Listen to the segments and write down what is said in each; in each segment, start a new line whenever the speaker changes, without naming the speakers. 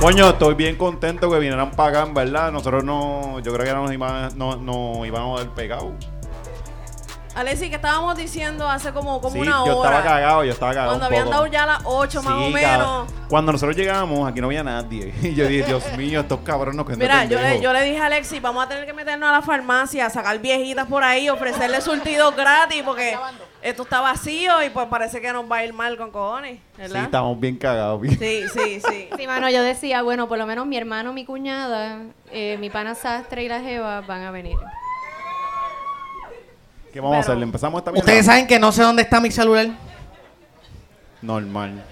Coño, estoy bien contento que vinieran para acá, en verdad. Nosotros no. Yo creo que no nos iban, no, no íbamos a dar pegado.
Alexi, que estábamos diciendo hace como, como
Sí,
una
yo
hora.
estaba cagado, yo estaba cagado.
cuando
un
habían
poco.
dado ya las 8 más o
Sí,
menos.
cabrón. Cuando nosotros llegamos, aquí no había nadie. Y yo dije, Dios mío, estos cabrones que
Mira, yo le, yo le dije a Alexi, vamos a tener que meternos a la farmacia, sacar viejitas por ahí, ofrecerle surtidos gratis, porque esto está vacío y pues parece que nos va a ir mal con cojones,
Sí,
¿verdad?
estamos bien cagados.
Sí, sí, sí.
Sí, mano, yo decía, bueno, por lo menos mi hermano, mi cuñada, eh, mi pana Sastre y la Jeva van a venir.
¿Qué vamos a hacer? ¿Le empezamos esta mierda?
Ustedes saben que no sé dónde está mi celular.
Normal.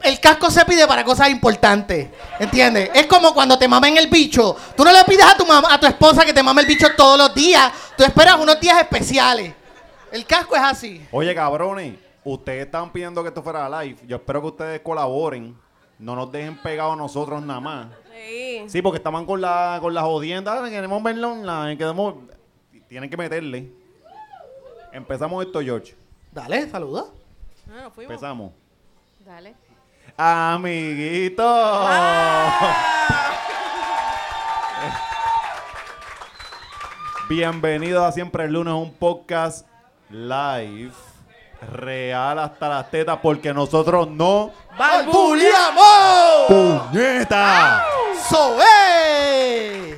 El casco se pide para cosas importantes. ¿Entiendes? Es como cuando te mamen el bicho. Tú no le pides a tu mamá, a tu esposa que te mame el bicho todos los días. Tú esperas unos días especiales. El casco es así.
Oye, cabrones, ustedes están pidiendo que esto fuera live. Yo espero que ustedes colaboren. No nos dejen pegados nosotros nada más.
Sí.
Sí, porque estaban con la, con las jodiendas. Queremos verlo online. Queremos... Tienen que meterle. Empezamos esto, George.
Dale, saluda.
Ah, nos fuimos.
Empezamos.
Dale.
Amiguito. Ah. Bienvenidos a Siempre el Lunes, un podcast live, real hasta las tetas, porque nosotros no...
¡Bulliamo!
¡Puñeta!
¡Sobe!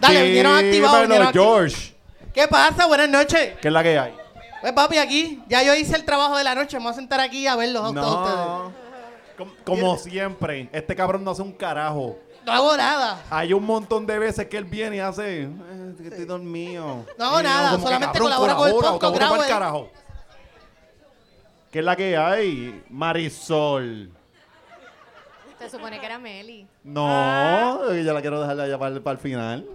Dale, vinieron activados.
Dímelo,
Vinieron activados.
George,
¿Qué pasa? Buenas noches.
¿qué es la que hay?
Pues papi, aquí. Ya yo hice el trabajo de la noche. Me voy a sentar aquí a verlos a ustedes.
Com- Como siempre, este cabrón no hace un carajo.
No hago nada.
Hay un montón de veces que él viene y hace. "Eh, que Estoy dormido.
No hago
Y
nada,
como que,
solamente
"Cabrón,
colaboro con el
colabora,
podcast,
colabora pa'l
grabo el-
carajo. ¿Qué es la que hay? Marisol.
Se supone que era Meli.
Ah.
No, yo la quiero dejar allá para, el final.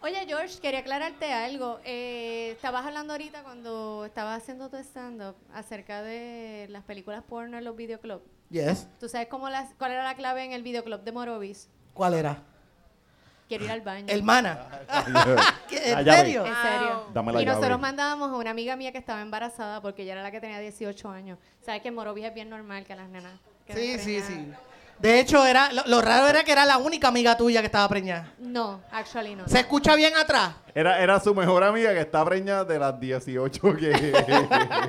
Oye, George, quería aclararte algo. Eh, estabas hablando ahorita cuando estabas haciendo tu stand-up acerca de las películas porno en los videoclubs.
Yes.
¿Tú sabes cómo las, cuál era la clave en el videoclub de Morovis?
¿Cuál era?
Quiero ir al baño.
Hermana. ¿Qué,
La
¿En
llave.
serio?
En serio.
Dame la
y
llave.
nosotros mandábamos a una amiga mía que estaba embarazada porque ella era la que tenía 18 años. Sabes que en Morovis es bien normal que las nenas.
Sí,
queden
sí,
preñadas.
sí. De hecho, era lo, lo raro era que era la única amiga tuya que estaba preñada.
No, actually no.
¿Se escucha bien atrás?
Era, era su mejor amiga que está preñada de las 18 que.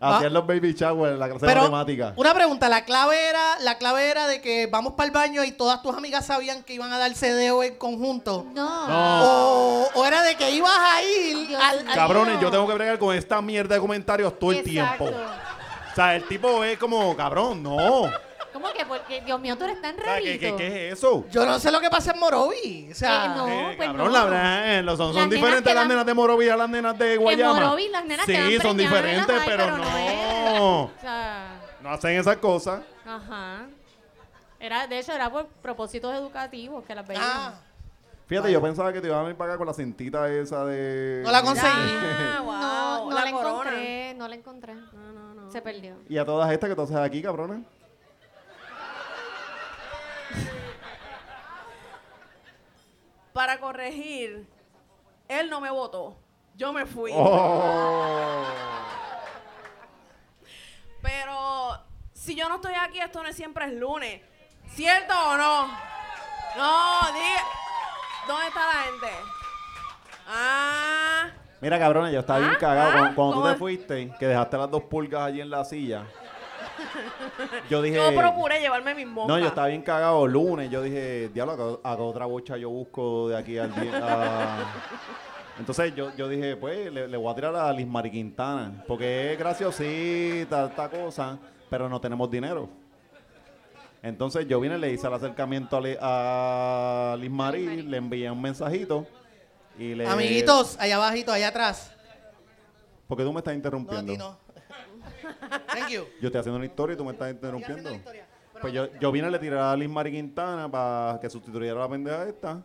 Hacían los baby shower en la clase de
Pero
matemática.
una pregunta, la clave era la clave era de que vamos para el baño y todas tus amigas sabían que iban a dar cedeo en conjunto.
No.
Ah.
O, o era de que ibas a ir
Dios
al,
mío.
al-
Cabrones, yo tengo que bregar con esta mierda de comentarios todo el
Exacto.
tiempo. O sea, el tipo es como, cabrón, no.
¿Cómo que? Porque, Dios mío, tú eres tan
O sea,
rarito.
¿qué, qué, qué es eso?
Yo no sé lo que pasa en Morovi, o sea,
Eh, no.
Eh,
pues
cabrón,
no.
la verdad, eh, los son, son
Las nenas
diferentes
quedan-
las nenas de Morovis a las nenas de Guayama.
Morovis las nenas quedan
Sí, son
preñadas,
diferentes,
ay,
pero,
pero
no.
no O sea,
No hacen esas cosas.
ajá. Era, de hecho, era por propósitos educativos que las veíamos.
ah,
Fíjate, yo pensaba que te iban a ir para acá con la cintita esa de.
no la conseguí.
Ah, wow,
no, no
la
la,
corona.
encontré, no la encontré. No, no, no. Se perdió.
Y a todas estas que tú haces aquí, cabrones.
Para corregir, él no me votó. Yo me fui.
Oh.
Pero si yo no estoy aquí, esto no es siempre es lunes. ¿Cierto o no? No, diga. ¿Dónde está la gente? Ah.
Mira, cabrona, yo estaba bien
Ah,
cagado.
ah,
cuando cuando tú te
¿cómo?
fuiste, que dejaste las dos pulgas allí en la silla. Yo dije.
Yo procuré llevarme mis mocas.
No, yo estaba bien cagado lunes. Yo dije, diablo, ¿a, a qué otra bocha yo busco de aquí al día? Ah. Entonces yo, yo dije, pues le, le voy a tirar a Liz Mari Quintana, porque es graciosita, esta cosa, pero no tenemos dinero. Entonces yo vine, le hice el acercamiento a, Li- a Liz Mari, le envié un mensajito y le...
Amiguitos, allá abajito, allá atrás.
Porque tú me estás
No, a
interrumpiendo.
ti no. Thank you.
Yo estoy haciendo una historia y tú me estás interrumpiendo.
haciendo la historia, pero
Pues yo, yo vine a le tirar a Liz Mari Quintana para que sustituyera a la pendeja esta.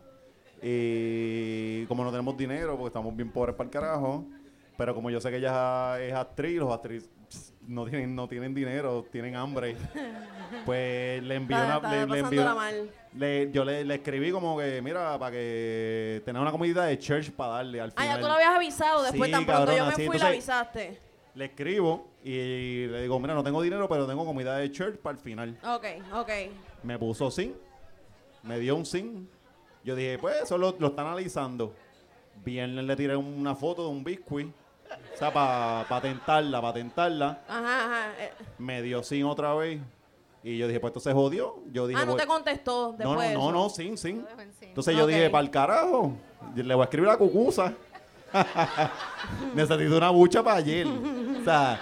Y como no tenemos dinero, porque estamos bien pobres para el carajo, pero como yo sé que ella es actriz, los actrices pss, no tienen, no tienen dinero, tienen hambre, pues le envié una...
Está- está
le- le, envié-
pasándola mal.
le- yo le, le escribí como que, mira, para que tener una comida de church para darle al
Ah,
final.
ya tú lo habías avisado. Después
Sí,
tan pronto
cabrona,
yo me
sí,
fui, la
entonces-
avisaste.
Le escribo y le digo, mira, no tengo dinero, pero tengo comida de church para el final.
Ok, ok.
Me puso sin. Me dio un sin. Yo dije, pues eso lo, lo están analizando. Viernes le tiré una foto de un biscuit. O sea, para tentarla, para tentarla.
Ajá, ajá. eh.
Me dio sin otra vez. Y yo dije, pues esto se jodió. Yo dije, "Pues,
ah, no
voy-
te contestó
no,
después.
no,
de
no,
eso.
no, sin, sin.
Todo en sí.
Entonces yo
Ok.
dije, para el carajo, yo le voy a escribir a Cucusa. Necesito una bucha para ayer. O sea,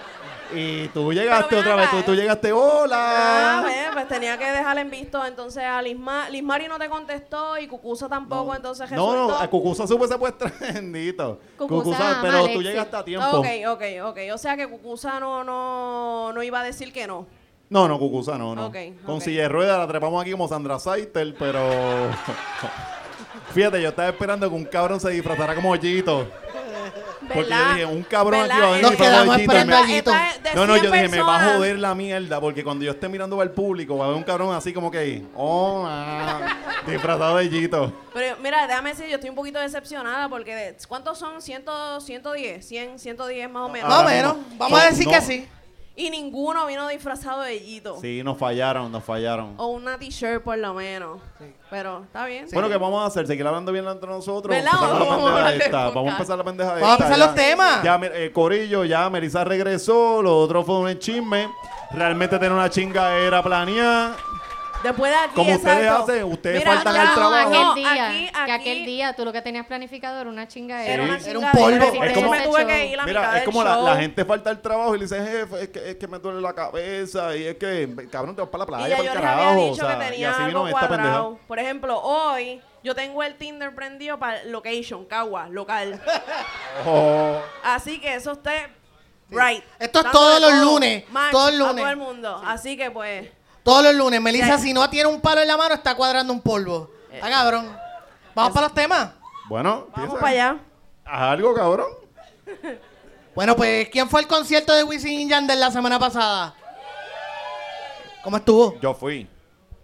y tú llegaste
ven
otra vez,
acá,
tú, tú
eh.
llegaste, hola.
Ah, ve, pues tenía que dejar en visto entonces a Lismar. Lismari no te contestó y Cucusa tampoco, entonces
no, no,
resultó-
a Cucusa supo ese pues tremendito.
Cucusa ama
pero
a
tú
Alexis.
llegaste a tiempo.
Ok, ok, ok. O sea que Cucusa no, no, no iba a decir que no.
No, no, Cucusa, no, no.
Ok, ok.
Con silla de ruedas la trepamos aquí como Sandra Saitel, pero. Fíjate, yo estaba esperando que un cabrón se disfrazara como hoyito. Porque yo
¿Verdad?
dije, un cabrón aquí
¿Verdad?
va a venir
Nos
y va a
quedamos
hoyito y me-
esperando allí. Rayito.
Esta es de
No, no,
100
yo dije, me va a
personas.
joder la mierda, porque cuando yo esté mirando al público, va a haber un cabrón así como que, oh, ah", disfrazado de Yito.
Pero mira, déjame decir, yo estoy un poquito decepcionada porque de- ¿cuántos son? 100, 110, 100, 110 más o menos.
Más o
Ahora
menos.
mismo.
Vamos a
No,
decir
no.
que sí.
Y ninguno vino disfrazado de Yito.
Sí, nos fallaron, nos fallaron.
O una t-shirt por lo menos. Pero está bien.
Bueno, ¿qué vamos a hacer? ¿Seguir hablando bien entre nosotros?
¿Verdad?
Empezamos la
Vamos a
pendeja
darle
esta.
podcast.
Vamos a empezar la pendeja esta.
Vamos a empezar
ya.
los temas.
Ya, mira, eh, Corillo, ya Melissa regresó, lo otro fue un chisme. Realmente tener una chingadera planeada.
Después de aquí,
Como ustedes
exacto.
hacen, ustedes
Mira,
faltan
ya,
al trabajo.
no,
No,
aquel día,
aquí,
que
aquí
aquel día tú lo que tenías planificado era una chingadera.
Era, una
Sí.
Era un
chingadera,
polvo.
así
Es
que
como-
yo me tuve que ir a mitad
Mira, es
del
como la, la
show.
gente falta al trabajo y le dice, jefe, es que, es que me duele la cabeza y es que, cabrón, te vas para la playa,
Y ya
para
yo
el
les
carajo.
había dicho
o sea,
que
y
tenía
así
algo
vino esta pendeja.
cuadrado. Por ejemplo, hoy yo tengo el Tinder prendido para location, Cagua, local.
Oh.
Así que eso usted, right.
Esto es
Dándole
todos los
todo,
lunes,
match
todos
A
lunes.
todo el mundo. Así que pues,
Todos los lunes. Melissa,
Sí.
si no tiene un palo en la mano, está cuadrando un polvo. Está cabrón. Vamos para los temas.
Bueno,
vamos
piensa.
para allá.
Haz algo, cabrón.
Bueno, pues, ¿quién fue al concierto de Wisin y Yandel la semana pasada? ¿Cómo estuvo?
Yo fui.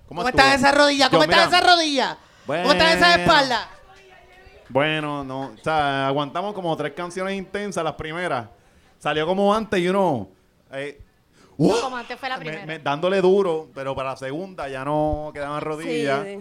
¿Cómo,
¿Cómo
estuvo?
están esas rodillas? ¿Cómo
Yo,
están
mira,
esas rodillas? ¿Cómo están esas
Bueno.
espaldas?
Bueno, no, o sea, aguantamos como tres canciones intensas las primeras. Salió como antes y uno eh,
No,
¡uh!
como antes fue la
Me-
primera.
me- dándole duro, pero para la segunda ya no quedaban
Sí,
rodillas.
sí.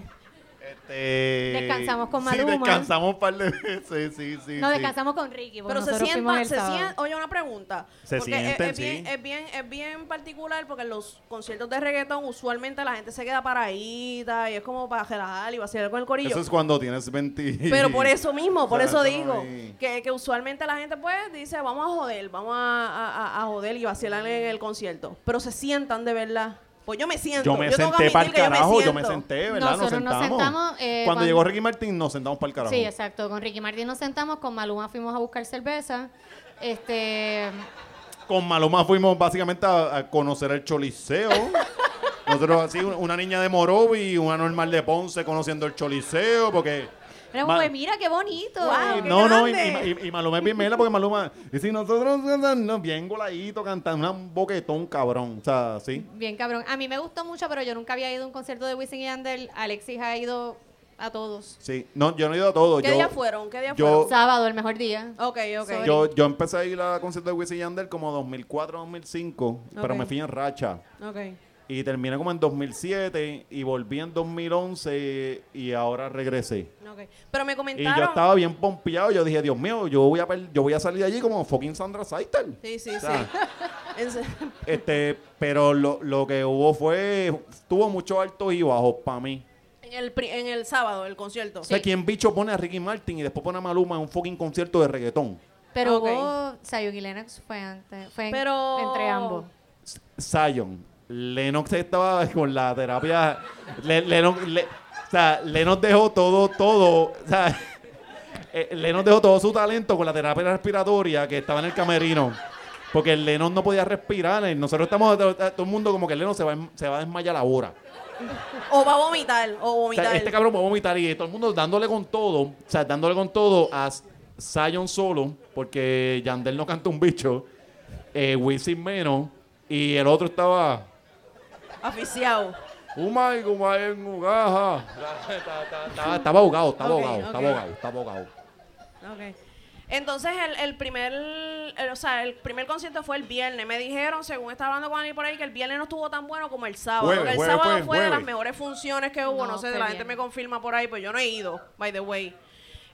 Este,
Descansamos con
Sí,
Maluma.
descansamos un par de veces, sí, sí,
Nos
sí.
descansamos con Ricky. porque
Pero se
Pues nosotros fuimos
sientan,
el
se
sábado.
sientan, oye una pregunta.
Se
porque es-
sientan,
es, bien,
sí.
es bien, es bien particular porque en los conciertos de reggaetón usualmente la gente se queda paradita y es como para relajar y vacilar con el corillo.
Eso es cuando tienes 20.
Pero por eso mismo, por
O sea,
eso
eso no
digo,
hay-
que, que usualmente la gente pues dice, vamos a joder, vamos a, a- a- a joder y vacilar en el concierto. Pero se sientan de verdad. Pues yo me siento.
Yo me
tengo que
senté para el
admitir que
carajo, yo me,
siento.
senté, ¿verdad? nos
Nosotros nos
sentamos.
sentamos, eh,
cuando,
cuando-
llegó Ricky Martin, nos sentamos para el carajo.
Sí, exacto. Con Ricky Martin nos sentamos, con Maluma fuimos a buscar cerveza. Este,
Con Maluma fuimos básicamente a, a conocer el Choliseo. Nosotros así, un- una niña de Morovi y una normal de Ponce conociendo el Choliseo, porque...
era
Ma-
como, mira qué bonito.
Guau, qué
no, no, y,
grande.
y- y- y Maluma es bien mela porque Maluma... Y si nosotros no, bien goladito cantando, un boquetón cabrón, o sea, sí.
Bien cabrón. A mí me gustó mucho, pero yo nunca había ido a un concierto de Wisin y Yandel. Alexis ha ido a todos.
Sí, no, yo no he ido a todo.
¿Qué
yo,
día fueron? ¿Qué día
yo-
fueron?
Sábado, el mejor día.
Ok, ok.
Sorry.
Yo, yo empecé a ir a conciertos de Wisin y Yandel como 2004, 2005, pero
Ok.
me fui en racha.
Ok.
Y terminé como en 2007 y volví en 2011 y ahora regresé.
ok. Pero me
Y yo
comentaron.
estaba bien pompeado. Yo dije, Dios mío, yo voy a, per- yo voy a salir de allí como fucking Sandra Saitel.
Sí, sí,
O sea,
sí. En se-
este, pero lo, lo que hubo fue, tuvo muchos altos y bajos para mí.
En el, pri- en el sábado, el concierto.
O sea, ¿quién bicho pone a Ricky Martin y después pone a Maluma en un fucking concierto de reggaetón?
Pero
Ok.
hubo Sayuki Lennox fue antes. Fue en-
Pero-
entre ambos.
Zion. Lennox estaba con la terapia. Le- Lennox, le- o sea, Lennox dejó todo, todo. O sea, eh, Lennox dejó todo su talento con la terapia respiratoria que estaba en el camerino. Porque el Lennox no podía respirar. eh, Nosotros estamos, todo todo el mundo como que el Lennox se va, a en- se va a desmayar ahora.
O va a vomitar, o
O sea,
vomitar.
este cabrón va a vomitar y todo el mundo dándole con todo. O sea, dándole con todo a Zion solo, porque Yandel no canta un bicho. Eh, Wisin menos. Y el otro estaba...
Aficiado.
Uma y Guma en Ugaja. Estaba ahogado, estaba
Ok,
ahogado, estaba
ok.
ahogado, estaba ahogado.
Ok. Entonces el, el primer, el- o sea, el primer concierto fue el viernes. Me dijeron, según estaba hablando con alguien por ahí, que el viernes no estuvo tan bueno como el sábado.
Jueves,
que el
jueves,
sábado
jueves,
fue de las
jueves.
mejores funciones que hubo. No,
No,
sé,
fue
la gente
bien.
me confirma por ahí, pues yo no he ido, by the way.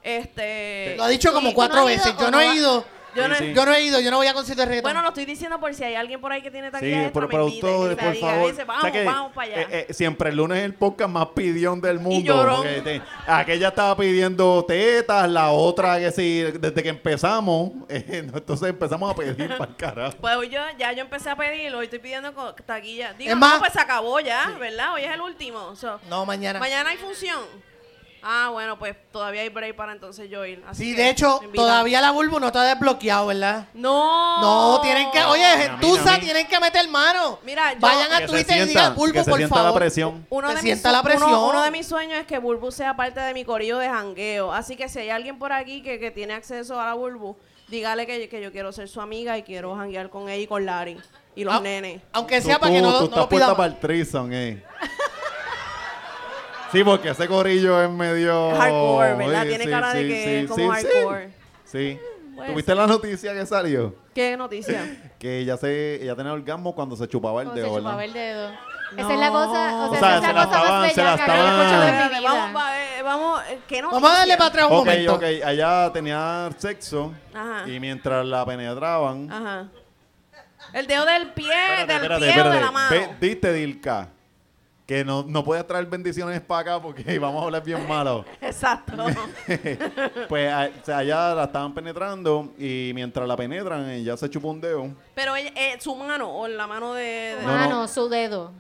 Este.
Lo ha dicho
¿tú-
como
tú
cuatro
no has ido
veces.
o no
Yo no he
vas?
ido.
Yo no-
Sí, sí.
Yo no he ido. Yo no voy a conciertos de reggaetón.
Bueno, lo estoy diciendo por si hay alguien por ahí que tiene taquilla
Sí,
extra,
por
me invita y
productores,
que
por
diga,
favor.
dice,
O sea
vamos,
que,
vamos para allá.
eh, eh, siempre el lunes es el podcast más pidión del mundo.
llorón.
porque te- aquella estaba pidiendo tetas, la otra que sí, desde que empezamos, eh, no, entonces empezamos a pedir para el carajo.
Pues hoy yo, ya yo empecé a pedir, hoy estoy pidiendo co- taquilla. Digo,
Es más-
no, pues se acabó ya, ¿verdad? Hoy es el último. so,
No, mañana.
Mañana hay función. Ah, bueno, pues todavía hay break para entonces yo ir. Así
Sí,
que
de hecho,
me invitan.
todavía la Bulbu no está desbloqueado, ¿verdad?
No.
No, tienen que, oye,
Mira, mira,
Gentuza,
mira.
tienen que meter mano.
Mira, yo-
Vayan a
Que se
Twitter y
sienta-
digan, Bulbo,
que se
por
sienta
favor.
la presión.
Uno de,
Te
mis,
sienta la
uno-
presión.
Uno, de mis sueños es que Bulbu sea parte de mi corillo de jangueo. Así que si hay alguien por aquí que, que tiene acceso a la Bulbu, dígale que, que yo quiero ser su amiga y quiero janguear con ella y con Larry y los
Au-
nenes.
Aunque
Tú-
sea para que
tú-
no,
tú
lo- no
estás
lo
puesta
pidamos.
para el trison, eh. Sí, porque ese corillo es medio...
Hardcore, ¿verdad? Tiene cara de que es como hardcore. Pues
Sí.
puede
¿Tuviste la noticia que salió?
¿Qué noticia?
Que ella, se, ella tenía orgasmo cuando se chupaba el
Como
dedo,
se
¿verdad?
chupaba el dedo. Esa es la cosa,
No.
o
O
sea,
sea,
esa
se la
es la cosa
estaban-
más
se la
bellaca que yo he escuchado en
Espérate,
mi
vamos,
vida.
pa- eh, vamos, eh, ¿qué noticia?
Ah. Vamos a darle para atrás un
ok,
momento.
ok, allá tenía sexo
Ajá.
y mientras la penetraban.
Ajá. El dedo del pie,
Espérate,
del
espérate,
Ah, pie o de
espérate.
la mano.
Ve- diste, Dilka, que no, no puedes traer bendiciones para acá porque vamos a hablar bien malo.
Exacto.
pues a- o sea, allá la estaban penetrando y mientras la penetran, ella se chupó un dedo,
Pero ella- eh, su mano o la mano de... de-
No, no.
Mano, Ah, su dedo.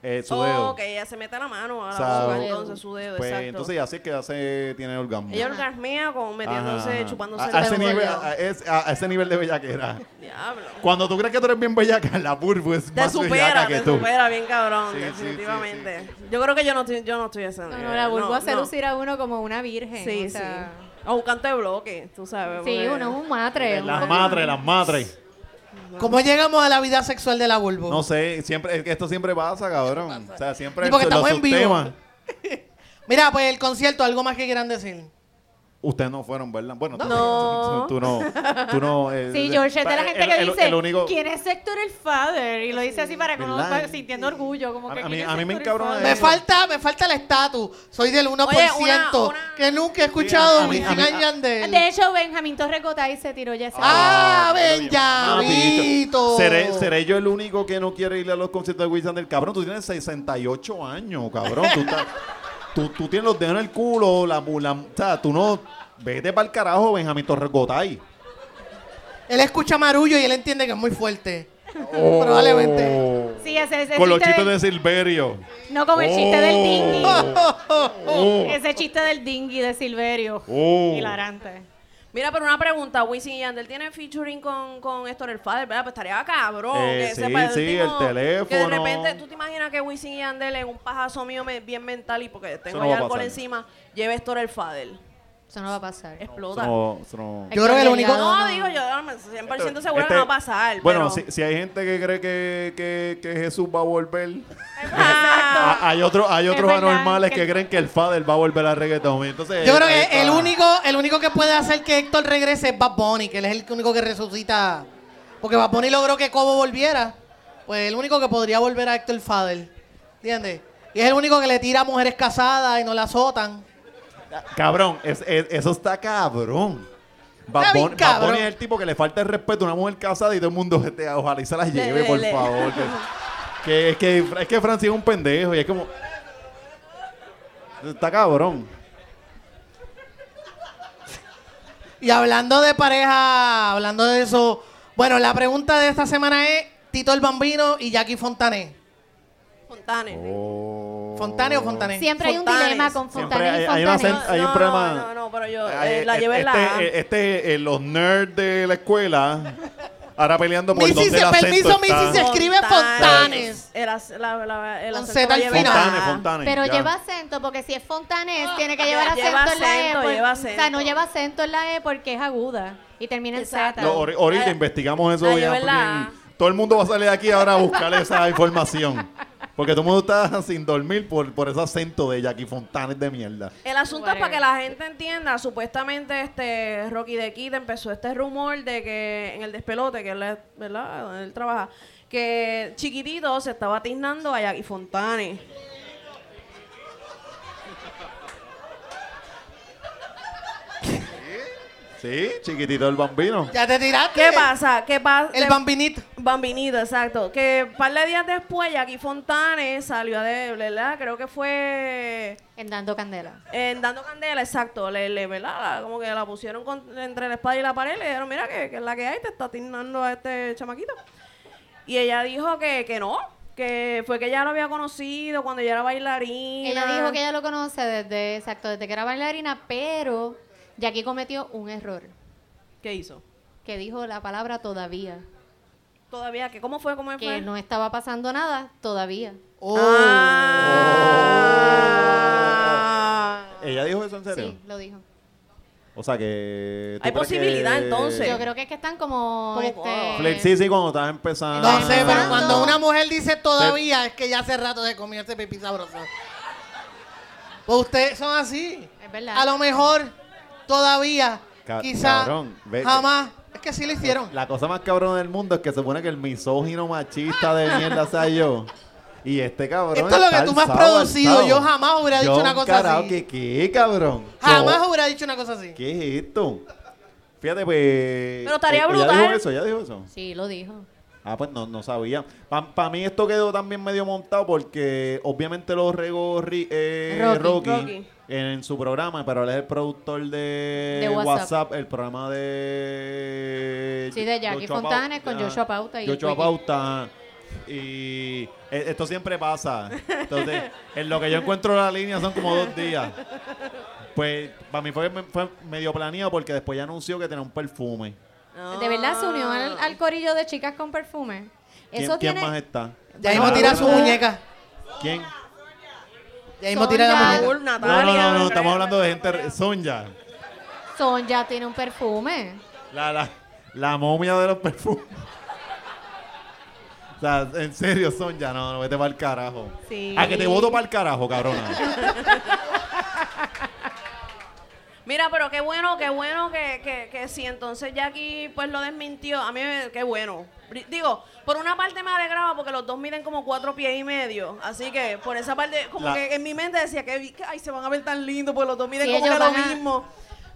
eh, su
Oh,
dedo.
ok, ella se mete la mano a la
O sea,
boca,
su-
entonces su dedo,
Pues
exacto.
entonces así es que ya se tiene orgasmo.
ella orgasmea como metiéndose,
Ajá, Ah, ajá.
chupándose
a,
el
a
dedo.
ese
con el
nivel,
dedo.
a, a ese- a- a ese nivel de bellaquera.
Diablo.
Cuando tú crees que tú eres bien bellaca, la burbu es
Te
más
supera,
bellaca que
te
tú.
supera bien cabrón,
Sí, sí, sí, sí,
definitivamente. Yo creo que yo no estoy, yo no estoy haciendo.
No, no, la vulva hace lucir a uno como una virgen.
Sí,
o sea,
sí. O un canto de bloque, tú sabes.
Sí,
porque-
uno es un matre. uno-
Eh, Las madres, las madres.
¿Cómo llegamos a la vida sexual de la Bulbo?
No sé, siempre, es que esto siempre pasa, cabrón. O sea, siempre
Y porque estamos en vivo.
subtemas.
Mira, pues el concierto, algo más que quieran decir.
Ustedes no fueron, ¿verdad? Bueno, tú
No.
Tú, no. Tú no. eh,
Sí, George es de la
el-
gente
el-
que
el-
dice,
el único-
¿quién es Héctor el Father? Y lo dice así para que uno
¿Verdad?
va sintiendo orgullo. Como
A-
que,
a mí-
¿quién es
a mí me
Héctor el
encabrona
Father?
Me
eso.
falta, me falta el estatus. Soy del 1%
Oye, una- una-
que nunca he escuchado
Sí, a
un
mí- a mí-
Wisin
a-
Yandel.
De hecho, Benjamín Torres Cotay se tiró ya esa.
Ah,
Papito,
Benjamito.
¿Seré, seré yo el único que no quiere ir a los conciertos de Wilson del cabrón. Tú tienes 68 años, cabrón. Tú, estás- tú, tú tienes los dedos en el culo. La, la- o sea, tú no. Vete para el carajo, Benjamín Torregotay.
Él escucha marullo y él entiende que es muy fuerte.
Oh.
Probablemente.
Sí, ese, ese
Con los
chiste
chistes
del-
de Silverio.
No, con el chiste del dinghy.
Oh.
Ese chiste del dinghy de Silverio.
Oh.
Hilarante.
Mira, pero una pregunta, Wisin y Yandel tiene featuring con, con Héctor el Father, ¿verdad? Pues estaría cabrón.
Eh,
que
sí,
sepa
sí,
tipo-
el
Que de
teléfono.
repente, ¿tú te imaginas que Wisin y Yandel en un pajazo mío me- bien mental y porque tengo
no
ya
va a
alcohol
pasar.
encima, lleve Héctor el Father?
Eso no va a pasar.
Explota. No,
No, eso no-
Yo creo que el único-
No,
digo yo, 100% segura
Este-
que no va a pasar.
Bueno,
pero...
si, si hay gente que cree que, que- que Jesús va a volver,
Ah,
a- hay, otro, hay
Es
otros
verdad,
anormales que,
que-
creen que el Fader va a volver al reggaetón. Entonces, eh, ah,
Yo creo
ahí está.
que el único, el único que puede hacer que Héctor regrese es Bad Bunny, que él es el único que resucita. Porque Bad Bunny logró que Cobo volviera. Pues el único que podría volver a Héctor Fader. ¿Entiendes? Y es el único que le tira a mujeres casadas y no la azotan.
Cabrón, es- es- eso está cabrón. Bad
Está bien
Bunny, Bad Bunny
cabrón.
es el tipo que le falta el respeto a una mujer casada y todo el mundo, este, ojalá y se las
Le-
lleve,
le-
por
le.
favor. Que, que- es que, es que Francis es un pendejo y es como... Está cabrón.
Y hablando de pareja, hablando de eso, bueno, la pregunta de esta semana es Tito el Bambino y Jackie Fontané.
Fontanes.
oh,
¿Fontané o Fontané?
Siempre hay un
Fontanes.
dilema con
Siempre
Fontanes y
hay- hay una
Fontanes.
Hay un
No,
problema-
no, no, pero yo
Ah,
eh,
eh,
la
eh,
llevé en la A.
este, eh, este, eh, los nerds de la escuela, ahora peleando por
Missy
dónde
se-
el acento
permiso,
está.
Missy se- escribe Fontanes.
El, ac- la, la- el
Con
acento
Z
lo
al
lleva en la
Fontanes,
A.
Fontanes.
Pero
ya.
lleva acento, porque si es fontanés, tiene que
Ah, Lleva
llevar acento en la E.
acento,
por-
lleva
O sea, no
acento.
lleva acento en la E porque es aguda y termina en
Exacto.
Z.
No, ahori- ahorita
La-
investigamos eso
la
bien,
lleva en la
bien. Todo el mundo va a salir de aquí ahora a buscar esa información. Porque todo el mundo está sin dormir por, por ese acento de Jackie Fontanes de mierda.
El asunto es para que la gente entienda, supuestamente este Rocky de Kid empezó este rumor de que en el despelote, que él es, ¿verdad? Donde él trabaja, que chiquitito se estaba tiznando a Jackie Fontane.
Sí, chiquitito el bambino.
Ya te tiraste.
¿Qué pasa? ¿Qué pasa?
El bambinito.
Bambinito, exacto. Que un par de días después Jackie Fontane salió de, ¿verdad? Creo que fue
En Dando Candela.
en Dando Candela, exacto. Le, le- ¿verdad? La- Como que la pusieron con- entre la espada y la pared. Le dijeron, mira, que, que es la que hay, te está tiznando a este chamaquito. Y ella dijo que, que no, que fue que ella lo había conocido cuando ella era bailarina.
Ella dijo que ella lo conoce desde, exacto, desde que era bailarina, pero Jackie cometió un error,
¿Qué hizo?
que dijo la palabra todavía,
Todavía, que ¿cómo fue? ¿Cómo fue?
que no estaba pasando nada todavía.
Oh.
Oh.
Ah.
¿Ella dijo eso en serio?
Sí, lo dijo.
O sea que... ¿tú
Hay
crees
posibilidad, entonces.
Yo creo que es que están como,
Como-
este,
Flex Sissy cuando estás empezando.
No sé, pero
Empezando.
cuando una mujer dice todavía es que ya hace rato de comerse pipí sabroso. Pues ustedes son así.
Es verdad.
A lo mejor todavía,
Ca-
quizá,
cabrón, vete.
jamás. Es que sí lo hicieron.
La cosa más cabrón del mundo es que se supone que el misógino machista de mierda sea yo. Y este cabrón.
Esto es lo que
está
tú me has
alzado,
producido.
alzado.
Yo jamás hubiera dicho
Yo
una
un
cosa así.
karaoke, ¿Qué, cabrón?
Jamás
Yo-
hubiera dicho una cosa así.
¿Qué es esto? Fíjate, pues.
Pero estaría
eh,
brutal.
¿Ya dijo eso? ¿Ya dijo eso?
Sí, lo dijo.
Ah, pues no, no sabía. Para mí esto quedó también medio montado porque obviamente lo regó Ri- eh,
Rocky.
Rocky,
Rocky.
En, en su programa, pero él es el productor de,
De
WhatsApp.
WhatsApp.
el programa de...
Sí, de Jackie
Pau-
Fontanes con
ajá,
Joshua Pauta y
Joshua
Wiki.
Pauta. ajá. Y eh, esto siempre pasa. Entonces, en lo que yo encuentro la línea son como dos días. Pues para mí fue, fue medio planeado porque después ya anunció que tenía un perfume.
Ah.
De verdad se unió al, al corillo de chicas con perfume.
¿Quién,
Eso
quién
tiene
más está?
Ya mismo tira su muñeca.
¿Quién?
Ya mismo tira la
Son ya-
muñeca.
Raúl,
No, no,
Natalia,
no, no,
Andrea,
estamos hablando de gente. re-
Andrea.
Sonja.
Son ya tiene un perfume.
La, la, la momia de los perfumes. O sea, en serio, Sonja, no, no, vete para el carajo.
Sí.
A que te voto para el carajo, cabrona.
Mira, pero qué bueno, qué bueno que, que, que si entonces Jackie pues lo desmintió, a mí me- qué bueno. Bri- Digo, por una parte me alegraba porque los dos miden como cuatro pies y medio. Así que por esa parte, como
La-
que en mi mente decía que, vi- que, ay, se van a ver tan lindos porque los dos miden
Sí,
como que
ellos
lo
van a-
mismo.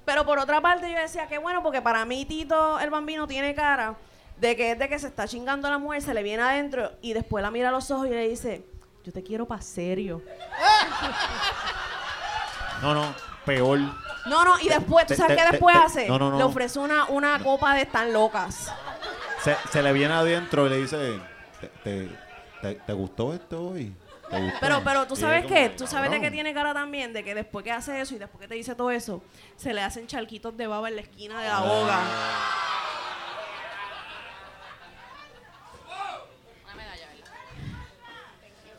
Pero por otra parte yo decía, qué bueno porque para mí Tito el Bambino tiene cara de que es de que se está chingando a la mujer, se le viene adentro y después la mira a los ojos y le dice, yo te quiero pa' serio.
No, no, peor.
No, no, y después, ¿tú
Te-
sabes
te-
qué
te-
después
te-
hace?
no, no, no,
Le
no.
ofrece una, una copa de están locas.
Se, se le viene adentro y le dice: ¿Te, te, te- te gustó esto hoy? ¿Te gustó?
Pero, pero tú
Y
sabes
es como,
qué, tú sabes de
cabrón.
qué tiene cara también, de que después que hace eso y después que te dice todo eso, se le hacen charquitos de baba en la esquina de la
Ah.
boga.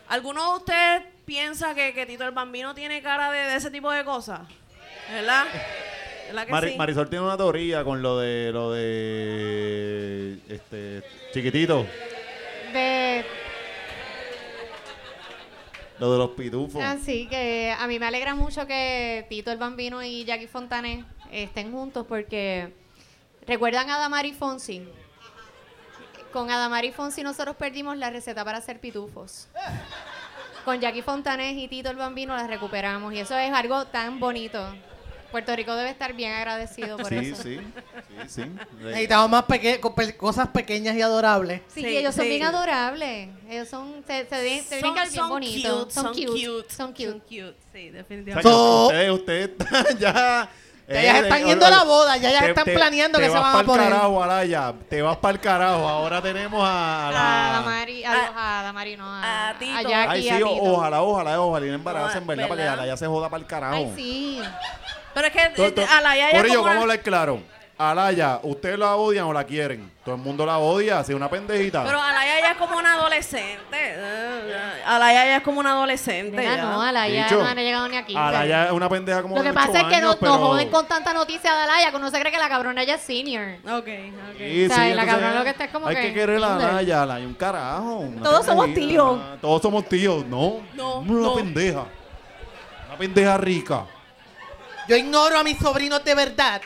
¿Alguno de ustedes piensa que, que Tito el Bambino tiene cara de, de ese tipo de cosas? ¿Verdad? ¿Verdad que
"Ah, Mari-
sí?
Marisol tiene una teoría con lo de lo de este chiquitito,
De
lo de los pitufos.
Así ah, que a mí me alegra mucho que Tito el Bambino y Jackie Fontané estén juntos porque recuerdan a Damari Fonsi. Con Adamari Fonsi nosotros perdimos la receta para hacer pitufos. Con Jackie Fontané y Tito el Bambino la recuperamos y eso es algo tan bonito. Puerto Rico debe estar bien agradecido por
sí,
eso.
sí, sí, sí.
Necesitamos más peque- co- pe- cosas pequeñas y adorables.
Sí,
Sí,
ellos son
sí.
bien adorables. Ellos son, se, se ven- se ven que bien bonitos. Son, cute. Son cute.
Sí,
O sea,
definitivamente.
que
So-
ustedes, ustedes están ya. eh,
Ya ellas están yendo a la boda, ya ellas
te-
están
te-
planeando que se van a
Te vas para
poner.
el carajo, Araya. Te vas para el carajo. Ahora tenemos a
A
la.
Damari, a, a Damari, no, a,
a Tito.
a Jackie,
Ay,
a
sí,
Tito.
ojalá, ojalá, ojalá. Y la embaracen, ¿verdad? Para que
¿Verdad?
Araya se joda para el carajo.
Ay, sí.
Pero es que
Todo-
eh,
todo-
a la Yaya
Por ello,
como
vamos a
la-
hablar claro. Alaya, ¿ustedes la odian o la quieren? Todo el mundo la odia, así una pendejita.
Pero Alaya ya es como una adolescente. Eh, Alaya ya es como una adolescente.
Nena,
ya.
no, a la ya
Dicho,
no han llegado ni aquí.
Alaya es una pendeja como
Lo
de
que pasa
ocho
es que no-
años,
nos
pero-
joden con tanta noticia de Alaya que uno se cree que la cabrona ya es senior.
Ok, ok.
O
Sí,
sea,
sí,
la
entonces,
cabrona lo que está es como
Hay
que-
que querer a
Tinder.
Alaya, Alaya, un carajo. una
Todos somos
pendejita,
tíos.
una- Todos somos tíos, no.
No,
Una
no.
pendeja. Una pendeja rica.
Yo ignoro a mis sobrinos de verdad.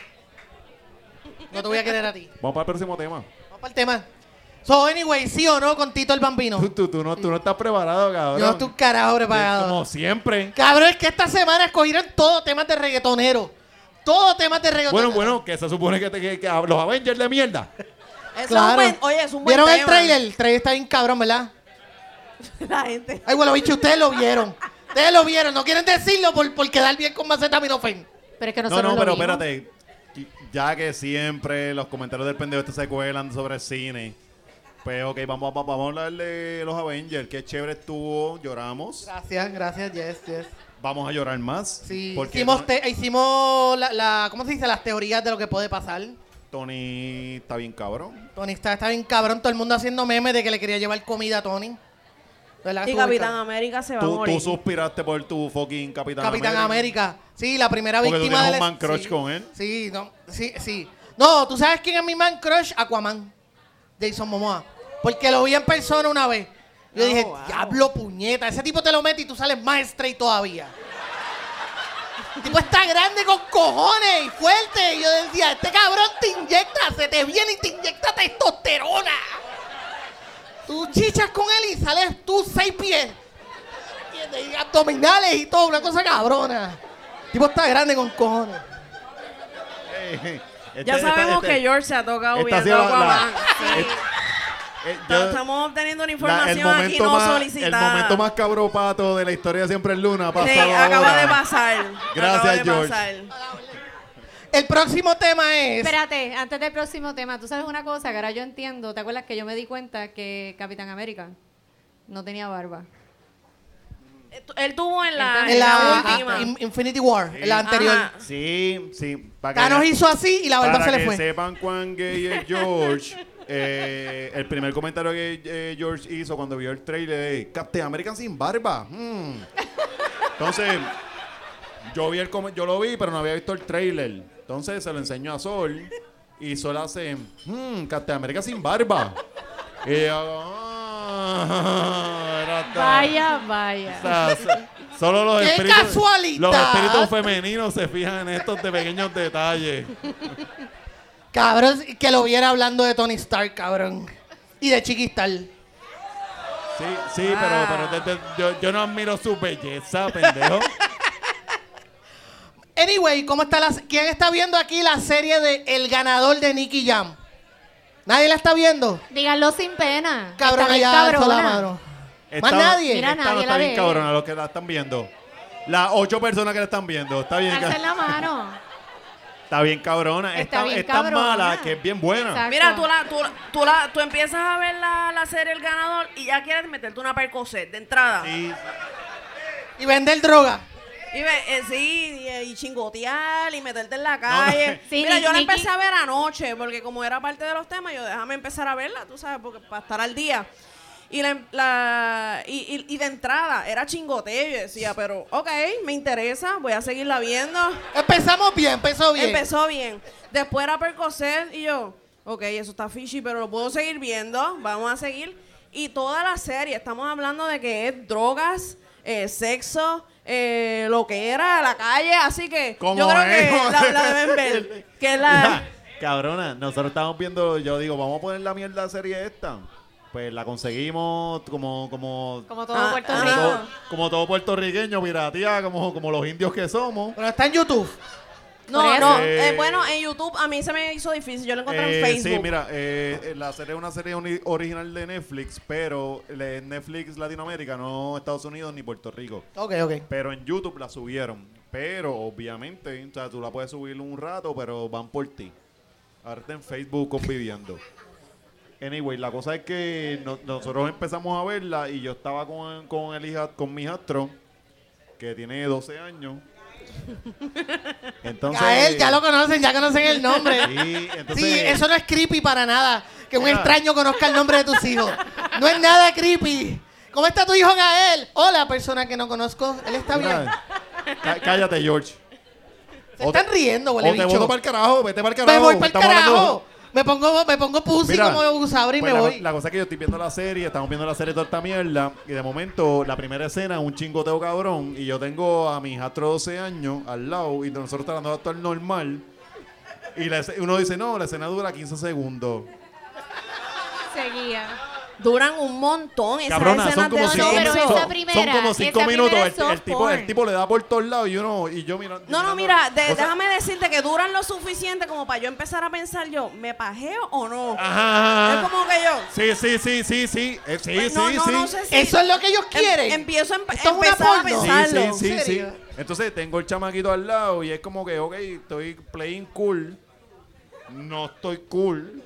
No te voy a querer a ti.
Vamos para el próximo tema.
Vamos para el tema. So, anyway, ¿sí o no con Tito el Bambino?
Tú, tú, tú no, tú no estás preparado, cabrón. Eh,
Yo no estoy un carajo preparado.
Como siempre.
Cabrón, es que esta semana escogieron todos temas de reggaetonero. Todos temas de reggaetonero.
Bueno, bueno, que se supone que, te- que- que los Avengers de mierda.
Eso es un
Claro.
buen- oye, es un buen
¿Vieron el
tema.
trailer? El trailer está bien cabrón, ¿verdad?
La gente.
Ay, bueno, bicho, ustedes lo vieron. Ustedes lo vieron. No quieren decirlo por, por quedar bien con Maceta Minofen.
Pero es que
No,
nosotros
no,
lo
pero
vimos.
espérate. Ya que siempre los comentarios del pendejo este se cuelan sobre el cine. Pues ok, vamos, vamos, vamos a hablar de los Avengers. Qué chévere estuvo, lloramos.
Gracias, gracias, yes, yes.
Vamos a llorar más.
Sí,
Porque
hicimos,
Tony-
te- hicimos la, la- ¿cómo se dice? Las teorías de lo que puede pasar.
Tony está bien cabrón.
Tony está, está bien cabrón, todo el mundo haciendo memes de que le quería llevar comida a Tony. ¿Verdad?
Y
Estuvo
Capitán
cabrón.
América se va a
Tú,
morir.
tú suspiraste por tu fucking Capitán,
Capitán América. Sí, la primera
Porque tú
víctima
tienes
del-
un man crush
sí.
con él.
Sí, no, sí, sí. No, ¿tú sabes quién es mi man crush? Aquaman. Jason Momoa. Porque lo vi en persona una vez. Yo
Oh,
dije,
wow.
diablo puñeta, ese tipo te lo mete y tú sales más straight todavía. El tipo está grande con cojones y fuerte. Y yo decía, este cabrón te inyecta, se te viene y te inyecta testosterona. Tú chichas con él y sales tú seis pies. ¿Entiendes? Y abdominales y todo, una cosa cabrona. El tipo está grande con cojones.
Este-
ya
este-
sabemos
este-
que George se ha tocado
esta ha
viendo
sido la- la-
Aquaman. Sí.
este- eh,
Ta-
yo-
Estamos obteniendo una
la- el
información aquí
momento
no
más- el
solicitada.
momento más cabropato de la historia de siempre es Luna. ha
Sí,
pasado
acaba
ahora.
de pasar.
Gracias,
acaba de
George.
pasar.
El próximo tema es.
Espérate, antes del próximo tema, tú sabes una cosa que ahora yo entiendo. ¿Te acuerdas que yo me di cuenta que Capitán América no tenía barba?
Eh, tu- Él tuvo en la,
Entonces,
en la,
en la
ah, in-
última.
Infinity War, en la
Sí.
anterior.
Ajá.
Sí, sí. Para
Thanos hizo así y la barba
para
se le
que
fue.
sepan cuán gay es George, eh, el primer comentario que eh, George hizo cuando vio el trailer es Captain American sin barba. hmm". Entonces, yo, vi el come- yo lo vi, pero no había visto el trailer. Entonces se lo enseñó a Sol y Sol hace "Hmm, Captain America sin barba. Y yo, "Ah, era tan-".
Vaya,
O
vaya.
sea, so- solo los
¡Qué
espíritus,
casualidad!
los espíritus femeninos se fijan en estos de pequeños detalles.
Cabrón, que lo viera hablando de Tony Stark, cabrón. Y de Chiqui Star.
Sí, sí,
Ah.
Ah.
pero, pero te- te- yo, yo no admiro su belleza, pendejo.
Anyway, ¿cómo está la, ¿quién está viendo aquí la serie de El ganador de Nicky Jam? ¿Nadie la está viendo?
Díganlo sin pena.
Cabrón,
Está bien
allá alzó la
cabrona.
mano. Más nadie.
Mira,
esta
nadie
no
la
está bien
ve.
cabrona, los que la están viendo. Las ocho personas que la están viendo. Está bien,
Alcen
ca-
la mano.
está bien cabrona.
Está
Está,
bien
es tan
cabrona.
mala que es bien buena.
Exacto.
Mira, tú, la, tú, tú, la, tú empiezas a ver la, la serie El Ganador y ya quieres meterte una percocet de entrada.
Sí,
Y vender droga.
Y ve, eh, sí, y, y chingotear y meterte en la calle.
Sí,
Mira,
Ni-
yo la
Nicki-
empecé a ver anoche, porque como era parte de los temas, yo déjame empezar a verla, tú sabes, porque para estar al día. Y, la, la- y, y- y de entrada era chingoteo. Yo decía, pero ok, me interesa, voy a seguirla viendo.
Empezamos bien, empezó bien.
Empezó bien. Después era Percocet y yo, ok, eso está fishy, pero lo puedo seguir viendo, vamos a seguir. Y toda la serie, estamos hablando de que es drogas, eh, sexo, eh, lo que era, la calle, así que
¿Cómo
yo creo
es?
que la, la deben ver. Que es la...
Ya, Cabrona, nosotros estamos viendo, yo digo, vamos a poner la mierda serie esta. Pues la conseguimos como, como,
Como todo
Ah,
Puerto
ah.
como
Rico.
todo, como todo puertorriqueño, piratía, como, como los indios que somos.
Pero está en YouTube.
Por
No,
eso.
no,
Eh,
eh, bueno, en YouTube a mí se me hizo difícil, yo lo encontré
Eh,
en Facebook.
Sí, mira, eh, eh, la serie es una serie uni- original de Netflix, pero le- Netflix Latinoamérica, no Estados Unidos ni Puerto Rico.
Ok, ok.
Pero en YouTube la subieron. Pero obviamente, o sea, tú la puedes subir un rato, pero van por ti. Ahora está en Facebook conviviendo. Anyway, la cosa es que no- nosotros empezamos a verla y yo estaba con, con el hija, con mi hijastro, que tiene 12 años,
Entonces,
a él ya lo conocen, ya conocen el nombre.
Sí, entonces-
Sí, eso no es creepy para nada. Que un
Mira.
extraño conozca el nombre de tus hijos. No es nada creepy. ¿Cómo está tu hijo Gael? Hola, persona que no conozco. Él está bien.
Mira, cá- Cállate, George.
Se
o te-
están riendo,
O
huele
te
bicho.
voto para el carajo, vete para el carajo.
me voy para el
estamos hablando-
carajo. Me pongo, me pongo pussy
Mira,
como Usabra y
pues
me
la,
voy.
La cosa es que yo estoy viendo la serie, estamos viendo la serie toda esta mierda, y de momento, la primera escena, un chingoteo cabrón, y yo tengo a mi hijastro de 12 años al lado, y nosotros tratando de actuar normal, y la esce- uno dice, no, la escena dura 15 segundos.
Seguía.
Duran un montón esas
Cabrona, son
escenas de
como
cinco
no,
5
pero
pero
esa
minutos.
eso-
son-
primera-
son como
esa
5
primera
minutos.
es
El, el
soft
tipo, el
porn.
tipo le da por todos lados, y uno, y yo mirando.
No, no,
mirando-
mira, de-
o sea,
déjame decirte que duran lo suficiente como para yo empezar a pensar yo, ¿me pajeo o no?
Ajá, ajá,
Es como que yo...
Ah. Sí, sí, sí, sí, sí. eh, sí,
pues,
sí,
no, no,
sí.
no sé si...
Eso es lo que ellos
em-
quieren.
empiezo a empe-
Esto es una
empezar a
porno.
Sí,
pensarlo.
sí, sí,
¿En
sí.
serio?
Entonces tengo el chamaquito al lado y es como que, ok, estoy playing cool. No estoy cool.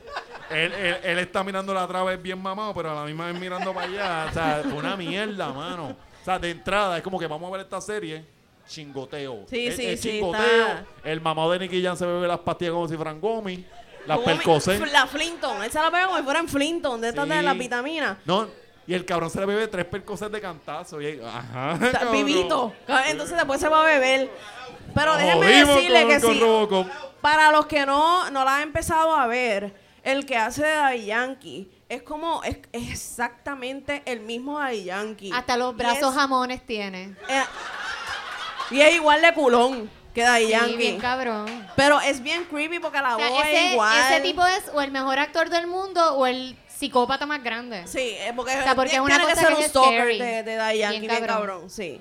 Él, él, él está mirando la otra vez bien mamado, pero a la misma vez mirando para allá. O sea, fue una mierda, mano. O sea, de entrada es como que vamos a ver esta serie. Chingoteo.
Sí,
Es-
sí,
es
sí,
chingoteo.
está.
El mamado de Nicky Jan se bebe las pastillas como si fueran gomi. Las
Como mi-
percocé.
La Flinton, él se la pega como si fuera en Flinton, de estas de
Sí.
las vitaminas.
No, y el cabrón se le bebe tres percocés de cantazo. Y, ajá.
O sea,
cabrón.
vivito. Entonces después se va a beber. Pero
Nos
déjenme
jodimos
decirle
con-
que
con
sí.
Robocop.
Para los que no, no la han empezado a ver, el que hace de Daddy Yankee es como, es, es exactamente el mismo Daddy Yankee.
Hasta los
Y
brazos
es-
jamones tiene.
eh, y es igual de culón que Daddy
Sí,
Yankee.
bien cabrón.
pero es bien creepy porque la
O sea,
voz es
ese,
igual.
ese tipo es o el mejor actor del mundo o el psicópata más grande.
Sí, eh, porque,
sea, porque es
tiene
una
que
cosa
ser
que
un
es
stalker
scary.
de, de Daddy
Bien
Yankee, bien
cabrón.
cabrón, sí.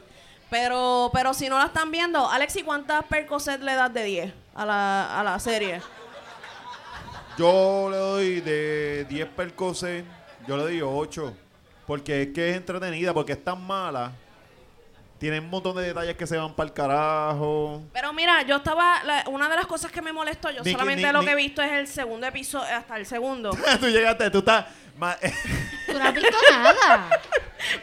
Pero, pero si no la están viendo, Alex, ¿y cuántas Percocet le das de 10 a la, a la serie?
Yo le doy de 10 percoses, yo le doy 8. Porque es que es entretenida, porque es tan mala. Tiene un montón de detalles que se van para el carajo.
Pero mira, yo estaba, la- una de las cosas que me molestó, yo
Ni-
solamente
ni-
lo
ni-
que he visto es el segundo episodio, hasta el segundo.
tú llegaste, tú estás. ma-
Tú no has visto nada.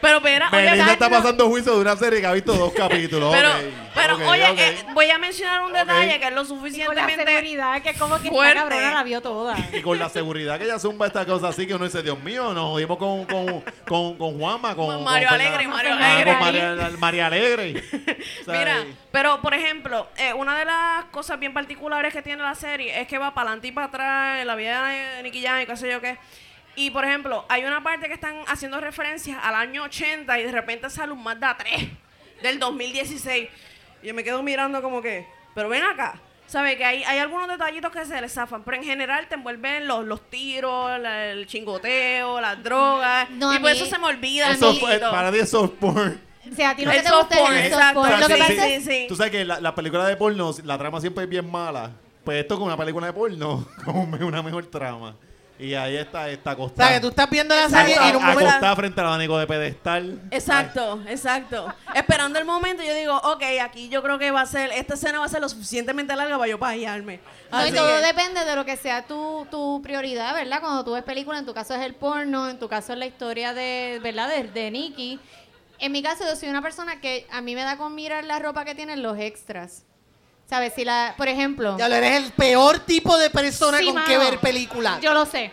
Pero mira, Ah, oye,
Melissa
Carlos,
está pasando juicio de una serie que ha visto dos capítulos.
pero,
ok,
pero
ok,
oye,
ok.
eh, voy a mencionar un detalle
Ok.
que es lo
Y con la
suficientemente...
seguridad que como que
fuerte.
esta cabrona la vio toda.
y con la seguridad que ella zumba esta cosa así, que uno dice, Dios mío, nos jodimos con, con, con, con Juanma, con,
Con Mario
con Fernan-
Alegre, Mario
Ah,
Alegre.
con María, María Alegre. O sea,
Mira,
y-
pero por ejemplo, eh, una de las cosas bien particulares que tiene la serie es que va para adelante y para atrás en la vida de Nicky Jam y qué sé yo qué. Y por ejemplo, hay una parte que están haciendo referencias al año 80 y de repente sale un Mazda 3 del 2016. Y yo me quedo mirando como que, pero ven acá. ¿Sabes? Que hay, hay algunos detallitos que se les zafan, pero en general te envuelven los, los tiros, la- el chingoteo, las drogas.
No,
y
a
por
mí-
eso se me olvida.
a
eso
mí-
fue- para ti eso es porn.
O sea, a ti no
El
te
soft
gusta el
porn,
soft
exacto.
porn. Lo que
Sí,
pasa
sí,
es
sí.
Tú sabes que la- las películas de porno, la trama siempre es bien mala. Pues esto con una película de porno, con una mejor trama. Y ahí está esta
O sea,
acostada.
que tú estás viendo la
Exacto.
serie y en un momento...
Acostada frente al abanico de pedestal.
Exacto, exacto. Esperando el momento, yo digo, ok, aquí yo creo que va a ser, esta escena va a ser lo suficientemente larga para yo pajearme.
No, y
Así
todo
que-
depende de lo que sea tu, tu prioridad, ¿verdad? Cuando tú ves película, en tu caso es el porno, en tu caso es la historia de, ¿verdad? De, de Nicky. En mi caso, yo soy una persona que a mí me da con mirar la ropa que tienen los extras. ¿Sabes? Si la, por ejemplo,
Ya lo eres el peor tipo de persona
Sí,
con
mano.
que ver películas.
yo lo sé.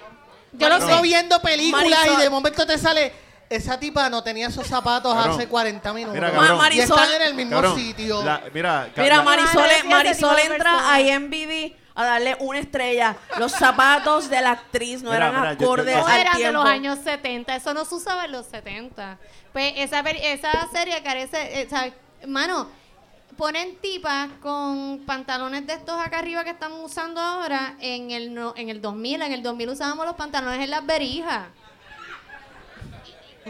Yo lo
Yo
No.
sé.
viendo películas
Marisol.
y de momento te sale esa tipa no tenía esos zapatos
Cabrón.
hace 40 minutos.
Mira,
cabrón.
y están
Marisol.
en el mismo
Cabrón,
sitio.
la- mira, ca-
Mira,
la-
Marisol,
Ay, no, sí, ese tipo
Marisol
de
entra
persona.
a IMDb a darle una estrella. Los zapatos de la actriz no
Mira,
eran
mira, yo- yo-
acordes
yo-
No
al
eran de
tiempo.
los años 70, eso no se usaba en los 70. Pues esa, peri- esa serie carece, eh, ¿sabes? Mano, ponen tipas con pantalones de estos acá arriba que estamos usando ahora en el, no- en el 2000, en el 2000 usábamos los pantalones en las berijas.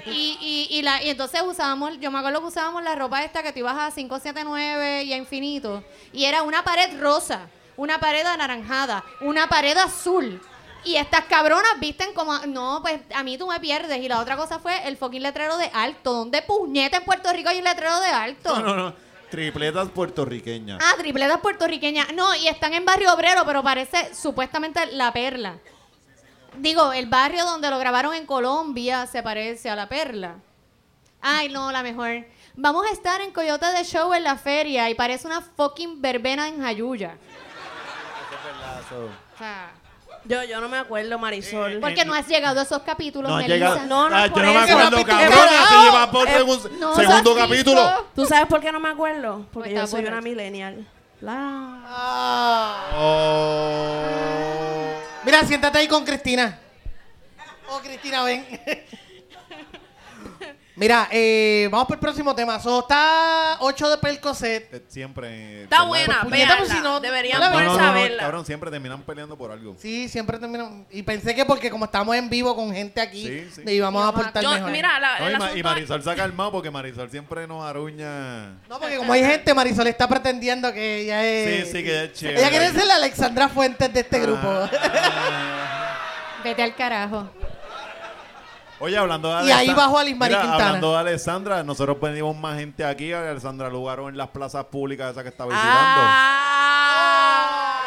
Y, y, y la, y entonces usábamos, yo me acuerdo que usábamos la ropa esta que tú ibas a 579 y a infinito. Y era una pared rosa, una pared anaranjada, una pared azul. Y estas cabronas visten como, no, pues a mí tú me pierdes. Y la otra cosa fue el fucking letrero de alto. ¿Dónde puñeta en Puerto Rico hay un letrero de alto?
No, no, no. Tripletas puertorriqueñas.
Ah, tripletas puertorriqueñas. No, y están en Barrio Obrero, pero parece supuestamente La Perla. Digo, el barrio donde lo grabaron en Colombia se parece a La Perla. Ay, no, la mejor. Vamos a estar en Coyote de Show en la feria y parece una fucking verbena en Jayuya. O sea,
Yo, yo no me acuerdo, Marisol.
porque no has llegado a esos capítulos,
No,
Melissa.
llega.
No, no,
Ah,
por
yo no me
eso.
acuerdo,
Capítulo-
cabrón.
Eh,
Se lleva por
eh,
segun-
no,
segundo
Santito.
capítulo.
¿Tú sabes por qué no me acuerdo? Porque
Pues
yo
está
soy una
borracho.
millennial. La-
Ah.
Oh.
Mira, siéntate ahí con Cristina. Oh, Cristina, ven. Mira, eh, vamos por el próximo tema. So, está 8 de Percocet.
Eh, Siempre.
Está
¿verdad?
buena,
Pues, puñeta,
véanla.
pues, si no-
Deberían
no la
No,
ponerse
no,
a
no, no,
verla.
cabrón, siempre terminan peleando por algo.
Sí, siempre termino. Y pensé que porque como estamos en vivo con gente aquí,
Sí, sí.
le íbamos a aportar
Yo-
mejor.
mira, la,
No,
Ah, el
y, Ma- y
asunto-
Marisol se ha calmado porque Marisol siempre nos aruña.
No, porque como hay gente, Marisol está pretendiendo que ella es.
Sí, sí, que ella es chévere. Ah.
Ella quiere ser la Alexandra Fuentes de este grupo.
Vete al carajo.
Oye, hablando de
Y ahí
Alexan-
bajó a Lismari
Mira,
Quintana.
Hablando de Alexandra, nosotros venimos más gente aquí. A Alexandra Lugaro en las plazas públicas esa que está visitando.
Ah.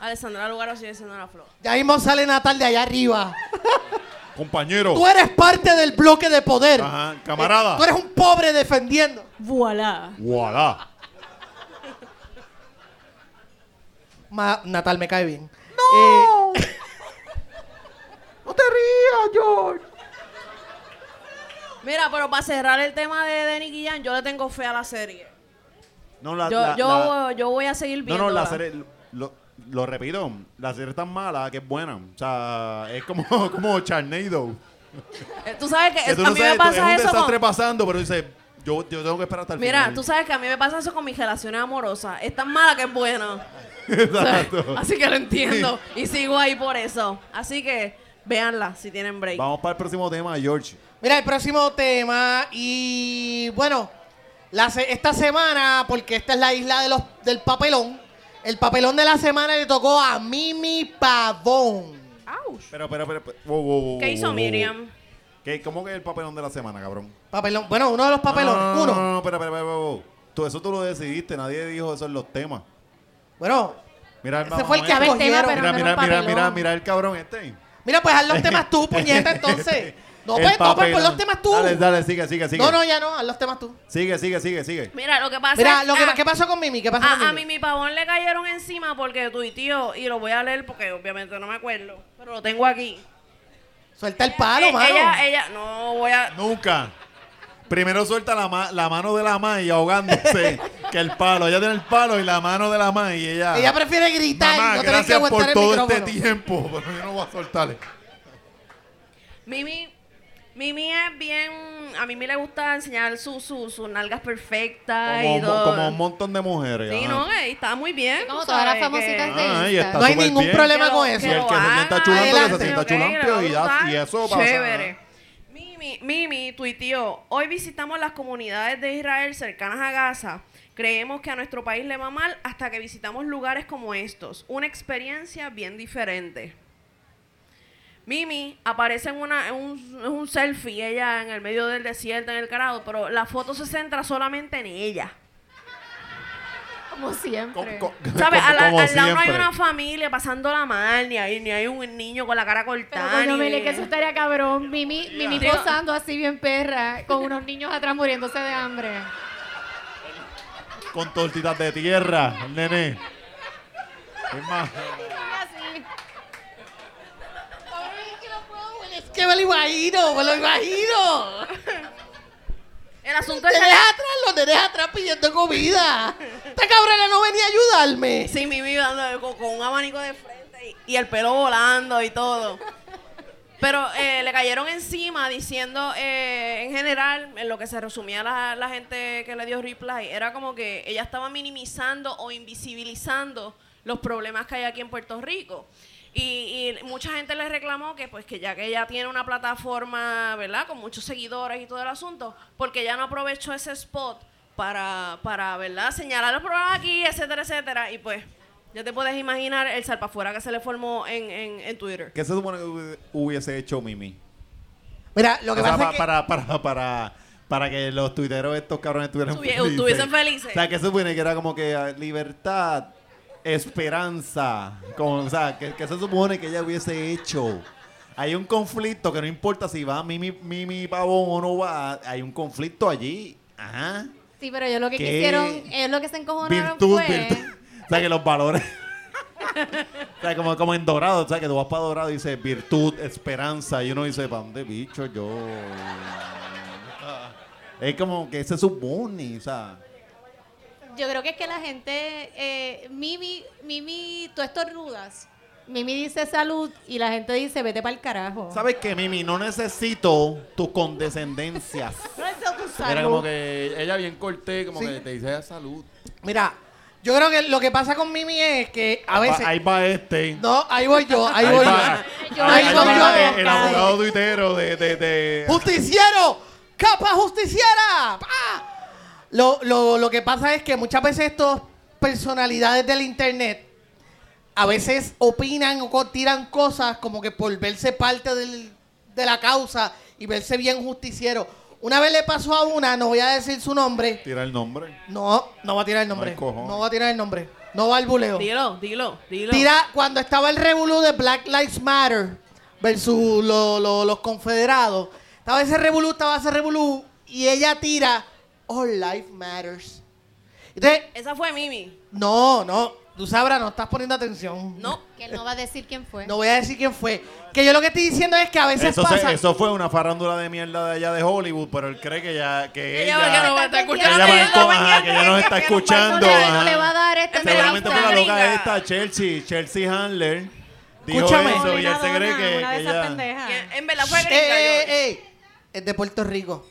Alessandra Lugaro sigue siendo una flor.
Ya mismo sale Natal de allá arriba.
Oh. Compañero.
Tú eres parte del bloque de poder.
Ajá, camarada.
Tú eres un pobre defendiendo.
Voilà.
Voilà.
Ma- Natal me cae bien. Eh, ¡No! ¡No te rías, George!
Mira, pero para cerrar el tema de Denny Guillán, yo le tengo fe a la serie.
No, la,
Yo,
la-
yo,
la-
yo voy a seguir
no,
viendo.
no, la serie. Lo, lo repito, la serie es tan mala que es buena. O sea, es como, como Charnado.
Eh, Tú sabes que,
Que tú
a
no
mí
sabes,
me
tú- es un
pasa eso con...
desastre pasando, pero dices, yo, yo tengo que esperar hasta el
Mira,
final.
tú sabes que a mí me pasa eso con mis relaciones amorosas. Es tan mala que es buena.
Exacto.
Así que lo entiendo. Y sigo ahí por eso. Así que véanla si tienen break.
Vamos para el próximo tema, George.
Mira, el próximo tema. Y bueno, la se- esta semana, porque esta es la isla de los, del papelón, el papelón de la semana le tocó a Mimi Pavón.
Ouch.
Pero, pero, pero. pero- wow, wow, wow,
¿Qué
wow,
hizo
wow, wow.
Miriam?
¿Qué- ¿Cómo que es el papelón de la semana, cabrón?
Papelón, bueno, uno de los papelones,
No, no,
uno.
No, no, no, espera, espera, espera, espera, espera. Tú, eso tú lo decidiste, nadie dijo eso en los temas.
Bueno,
Mira, el
ese
mamá
fue el que
maestro.
Sabe el tema,
escogieron.
pero
Mira,
no era un
mira, mira,
papelón.
mira, mira el cabrón este.
Mira, pues haz los temas tú, puñeta, Este, entonces. No,
El
pues, no, pues, pon
papelón.
los temas tú.
Dale, dale, sigue, sigue, sigue.
no, no, ya no, haz los temas tú.
Sigue, sigue, sigue, sigue.
Mira, lo que pasa
Mira,
es-
lo que,
ah,
¿qué pasó con Mimi? ¿Qué pasó con
A, a
Mimi?
mí mi pavón le cayeron encima porque tuiteó, y lo voy a leer porque obviamente no me acuerdo, pero lo tengo aquí.
Suelta el
Ah,
palo,
Eh,
mano.
ella, ella, no voy a...
Nunca. Primero suelta la, ma- la mano de la ma y ahogándose que el palo. Ella tiene el palo y la mano de la ma y ella.
Ella prefiere gritar
Mamá,
y no tener que
gracias
aguantar
por
el
todo
micrófono.
este tiempo, pero yo no voy a soltarle.
Mimi, Mimi es bien... A Mimi le gusta enseñar sus su, sus nalgas perfectas y
Como,
todo.
como un montón de mujeres.
Sí,
ajá.
no, eh, está muy bien.
Como
tú
todas las
sabes
famositas
que-
de
Ah, ahí
Insta.
está.
No hay
Súper
ningún
bien.
problema con
Que lo-
eso.
Y el que se sienta chulando, que se
hagan,
sienta
ok,
chulando y ya-
lo
y eso
usan,
pasa.
Chévere. Mimi, Mimi tuiteó, hoy visitamos las comunidades de Israel cercanas a Gaza. Creemos que a nuestro país le va mal hasta que visitamos lugares como estos. Una experiencia bien diferente. Mimi aparece en, una, en un, en un selfie, ella en el medio del desierto, en el carado, pero la foto se centra solamente en ella.
Como siempre.
Co- co-
¿Sabes?
como-
Al, al
como
lado no hay
siempre.
una familia pasándola mal, ni hay, ni hay un niño con la cara
Pero pues
cortada.
bueno,
ni-
Meli, que eso estaría cabrón. Mimi, Mimi
Digo-
posando así bien perra, con unos niños atrás muriéndose de hambre.
Con tortitas de tierra, el nene. Es más,
Así.
Es que me lo imagino, me lo imagino.
El asunto
Te
es
dejas
que...
atrás, lo tenés atrás pidiendo comida. Esta cabrona no venía a ayudarme.
Sí, Mimi dando- con, con un abanico de frente y, y el pelo volando y todo. Pero eh, le cayeron encima diciendo, eh, en general, en lo que se resumía la, la gente que le dio reply, era como que ella estaba minimizando o invisibilizando los problemas que hay aquí en Puerto Rico. Y, y mucha gente le reclamó que, pues, que ya que ella tiene una plataforma, ¿verdad?, con muchos seguidores y todo el asunto, porque ya no aprovechó ese spot para, para ¿verdad?, señalar los problemas aquí, etcétera, etcétera. Y pues, ya te puedes imaginar el salpafuera que se le formó en, en, en Twitter.
¿qué se supone que hubi- hubiese hecho Mimi?
Mira, lo que
O sea,
pasa
pa-
es que...
para, para, para, para que los tuiteros estos cabrones estuvieran
Estuvie- estuviesen felices.
O sea, que se supone que era como que ah, libertad, esperanza. Como, o sea, que, que se supone que ella hubiese hecho. Hay un conflicto que no importa si va Mimi, Mimi Pavón o no va, hay un conflicto allí. Ajá.
Sí, pero ellos lo que
¿Qué?
quisieron, ellos lo que se encojonaron
Virtud,
fue...
virtud. O sea, que los valores. o sea, como, como en Dorado, o sea, que tú vas para Dorado y dices virtud, esperanza, y uno dice, ¿para dónde bicho yo? Es como que se supone, o sea.
Yo creo que es que la gente, eh, Mimi, Mimi, tú estornudas. Mimi dice salud y la gente dice vete para el carajo.
¿Sabes qué, Mimi? No necesito tus condescendencias.
No es tu salud.
Era como que ella bien corté, como
Sí.
que te dice "Ah, salud.
Mira, yo creo que lo que pasa con Mimi es que a
Pues
veces.
Ah, Ahí va este.
No, ahí voy yo, ahí,
Ahí
voy
va-
yo.
ahí
Ahí
va
voy
el-
yo.
el abogado tuitero de, de, de-
¡Justiciero! ¡Capa justiciera! ¡Ah! Lo, lo, lo que pasa es que muchas veces estos personalidades del internet a veces opinan o co- tiran cosas como que por verse parte del- de la causa y verse bien justiciero. Una vez le pasó a una, no voy a decir su nombre.
Tira el nombre.
No, no va a tirar el nombre.
hay cojones.
No va a tirar el nombre. No va al buleo.
Dilo, dilo, dilo.
Tira, cuando estaba el revolú de Black Lives Matter versus lo- lo- los confederados, estaba ese revolú, estaba ese revolú, y ella tira All Life Matters. Entonces,
Esa fue Mimi.
no, no, tú sabrás, no estás poniendo atención.
No.
Que él no va a decir quién fue.
No voy a decir quién fue. Que yo lo que estoy diciendo es que a veces
Eso, se-
pasa.
eso fue una farrándula de mierda de allá de Hollywood, pero él cree que ya
Ella
que ella,
va- que no va a estar
que
escuchando.
ella va a
ella no va a
escuchar, que ella nos está
escuchar, que no va a
escuchando.
escuchar.
ajá.
No le va a dar esta
seguramente fue
entrevista.
la loca
gringa.
esta Chelsea, Chelsea Handler. Dijo
Escúchame.
eso y él
Una
se cree
dona,
que,
una de
que
esas
ya-
pendejas.
Que En verdad fue
Shh,
gringa,
ey,
yo-
ey, ey, eh, Es de Puerto Rico.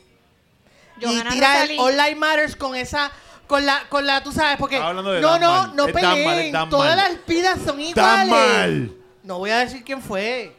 Johanna
y tira
Rosalí.
el All Life Matters con esa. Con la, con la, tú sabes, porque.
Está hablando de
no,
Dan
no,
Mal.
no
Es Dan Mal, es
peleen.
Dan
Todas
Mal.
las vidas son iguales.
¡Está mal!
No voy a decir quién fue.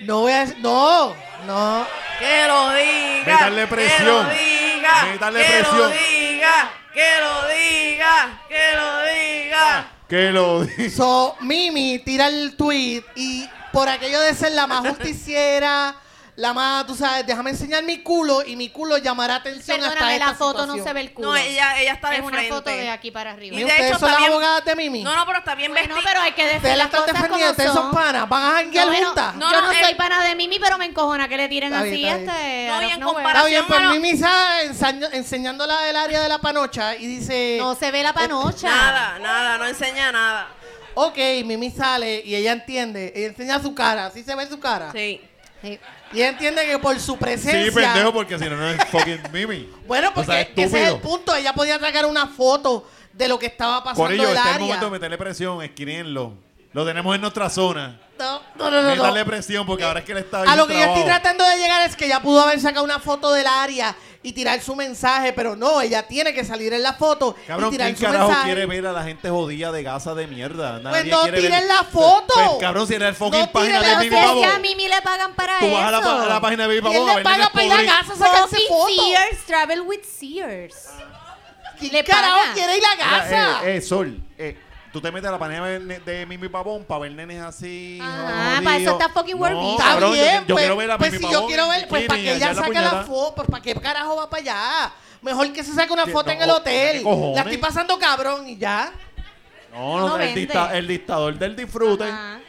No voy a decir. No, no.
Que lo diga.
Métale presión.
Que lo diga.
Métale
que
presión.
lo diga. Que lo diga. Que lo diga.
Que lo dice.
So, Mimi tira el tweet y por aquello de ser la más justiciera, la más, tú sabes, déjame enseñar mi culo y mi culo llamará atención hasta
Perdóname,
esta
la foto no
situación.
se ve el culo.
No, ella, ella está de
es una
frente.
foto de aquí para arriba.
Y de
¿Ustedes
hecho
son las
también-
abogadas de Mimi?
No, no, pero está bien
Bueno,
vestida.
pero hay que
Ustedes
decir
las
las
están
cosas
defendiendo,
como
ustedes son
son.
panas, van a janguear
No, bueno,
juntas.
no,
yo no
eh,
soy pana de Mimi, pero me encojona que le tiren
Está bien,
así
está
a
bien.
este.
No,
out
y
of
en
nowhere.
comparación-
Está bien, pues
mano.
Mimi está ensaño- enseñándola del área de la panocha y dice,
No se ve la panocha.
Nada, nada, no enseña nada.
ok, Mimi sale y ella entiende, ella enseña su cara, así se ve su cara.
Sí.
Sí.
Y ella entiende que por su presencia...
Sí, pendejo, porque si no, no es fucking Mimi.
Bueno, porque
O sea,
ese es el
estúpido.
punto, ella podía sacar una foto de lo que estaba pasando
Por ello,
el
está este el
área.
momento de meterle presión, esquinenlo. Lo tenemos en nuestra zona.
No, no, no, no, no.
Métale presión porque ahora es que él está
A
bien
lo que yo estoy
trabado.
tratando de llegar es que ella pudo haber sacado una foto del área y tirar su mensaje, pero no, ella tiene que salir en la foto y
Cabrón,
tirar
¿quién
su
carajo
mensaje.
quiere ver a la gente jodida de gasa de mierda? Nadie
Pues no
quiere ver-
tiren la foto.
Pues, cabrón, si era el fucking
No
página
tiren
de
Pero
la
Mimi
si es
Pavo.
que a Mimi le pagan para
Tú
eso.
vas a la, pa- a la página de Mimi
¿Quién
Pavo a
le
verle
paga para ir a
podrido.
Gaza a sacarse
Fucking
foto?
Sears, travel with Sears.
¿Quién
le
carajo
paga?
quiere ir a
Mira,
Gaza?
eh, eh, Sol, eh, tú te metes a la página de, de Mimi Pavón para ver nenes así.
Ajá,
jodidos.
para eso está fucking World
no,
Beat.
Está
Oh, cabrón, yo-
bien,
yo,
pues,
quiero ver a
pues
Mimi
si yo
Pavón
quiero
en
ver, pues para
bikini,
que ella
allá en
saque la,
puñalada.
foto, pues para qué carajo va para allá. Mejor que se saque una
Que
foto en
no,
el hotel.
¿qué cojones?
La estoy pasando cabrón y ya.
No, no,
No
el,
vende.
dicta- el dictador del disfrute.
Ajá.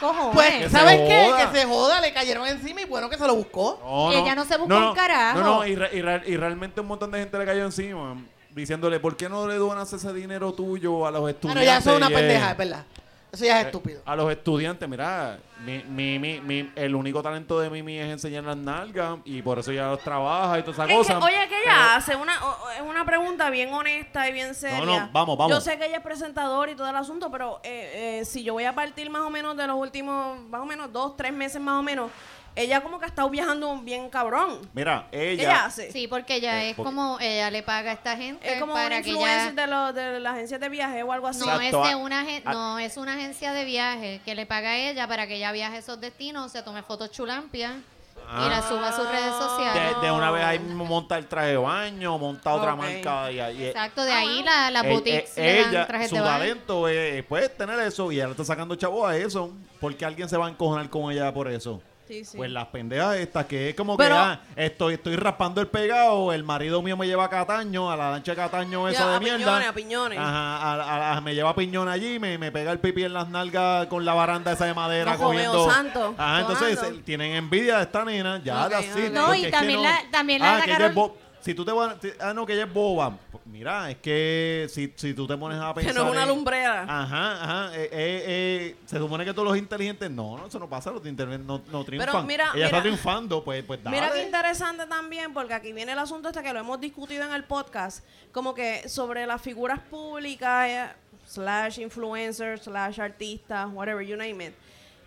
Cojones.
Pues,
Que se
¿sabes qué?
joda.
Que se joda, le cayeron encima y bueno que se lo buscó.
No,
Ella no se buscó un carajo.
No, no, y, re- y re- y realmente un montón de gente le cayó encima diciéndole, ¿por qué no le donas ese dinero tuyo a los
Ah,
estudiantes?
no, ya eso es una
Y, eh,
pendeja, es verdad. Eso ya es estúpido.
A los estudiantes, mira, mi, mi, mi- mi- el único talento de Mimi es enseñar las nalgas y por eso ya los trabaja y toda esa
Es que,
cosa.
oye, que
Pero-
ella hace una, o- o- es una pregunta bien honesta y bien seria.
no, vamos, vamos.
Yo sé que ella es presentadora y todo el asunto, pero eh, eh, si yo voy a partir más o menos de los últimos, más o menos dos, tres meses más o menos, ella como que ha estado viajando bien cabrón.
Mira,
¿Qué
ella.
ella hace?
Sí, porque ella
Eh,
es
porque-
como, ella le paga a esta gente
Es como
Pues para
un
que ella...
influencer de, los- de las agencias de viaje o algo así.
No,
Exacto,
es de
a-
una agen-
a-
no, es una agencia de viaje que le paga a ella para que ella viaje a esos destinos, se tome fotos chulampias y las suba a sus redes sociales.
Ah. De, de una vez ahí mismo monta el traje de baño, monta otra
Ok.
marca y ahí.
Exacto,
Ah,
de ahí la- las
eh,
boutiques
eh,
le dan
ella,
trajes
su
de baño.
talento eh, es, puede tener eso y ahora está sacando chavo a eso porque alguien se va a encojonar con ella por eso.
Sí, sí.
Pues las pendejas estas que es como
Pero-
que ah, estoy, estoy raspando el pegado, el marido mío me lleva a Cataño, a la lancha de Cataño esa
Ya,
de
a
mierda.
piñones, a piñones.
Ajá, a- a- a- me lleva a piñón allí, me, me pega el pipí en las nalgas con la baranda esa de madera
Ojo, veo
comiendo.
santo,
Ajá, entonces
tomando.
eh, tienen envidia de esta nena, ya
Ok,
that's it,
ok.
porque
No, y
es que
también la- también la
Ah, que ella
sacaron-
es bo- si tú te vas, te- ah no que ella es boba, Pues mira, es que si, si tú te pones a
que
pensar
no es una
en-
lumbrera.
Ajá, ajá. eh, eh, eh, se supone que todos los inteligentes. No, no, eso no pasa. Los inteligentes no, no triunfan.
mira,
Ella
mira.
está triunfando, pues, pues dale.
Mira qué interesante también, porque aquí viene el asunto este que lo hemos discutido en el podcast, como que sobre las figuras públicas, eh, slash influencers, slash artistas, whatever, you name it,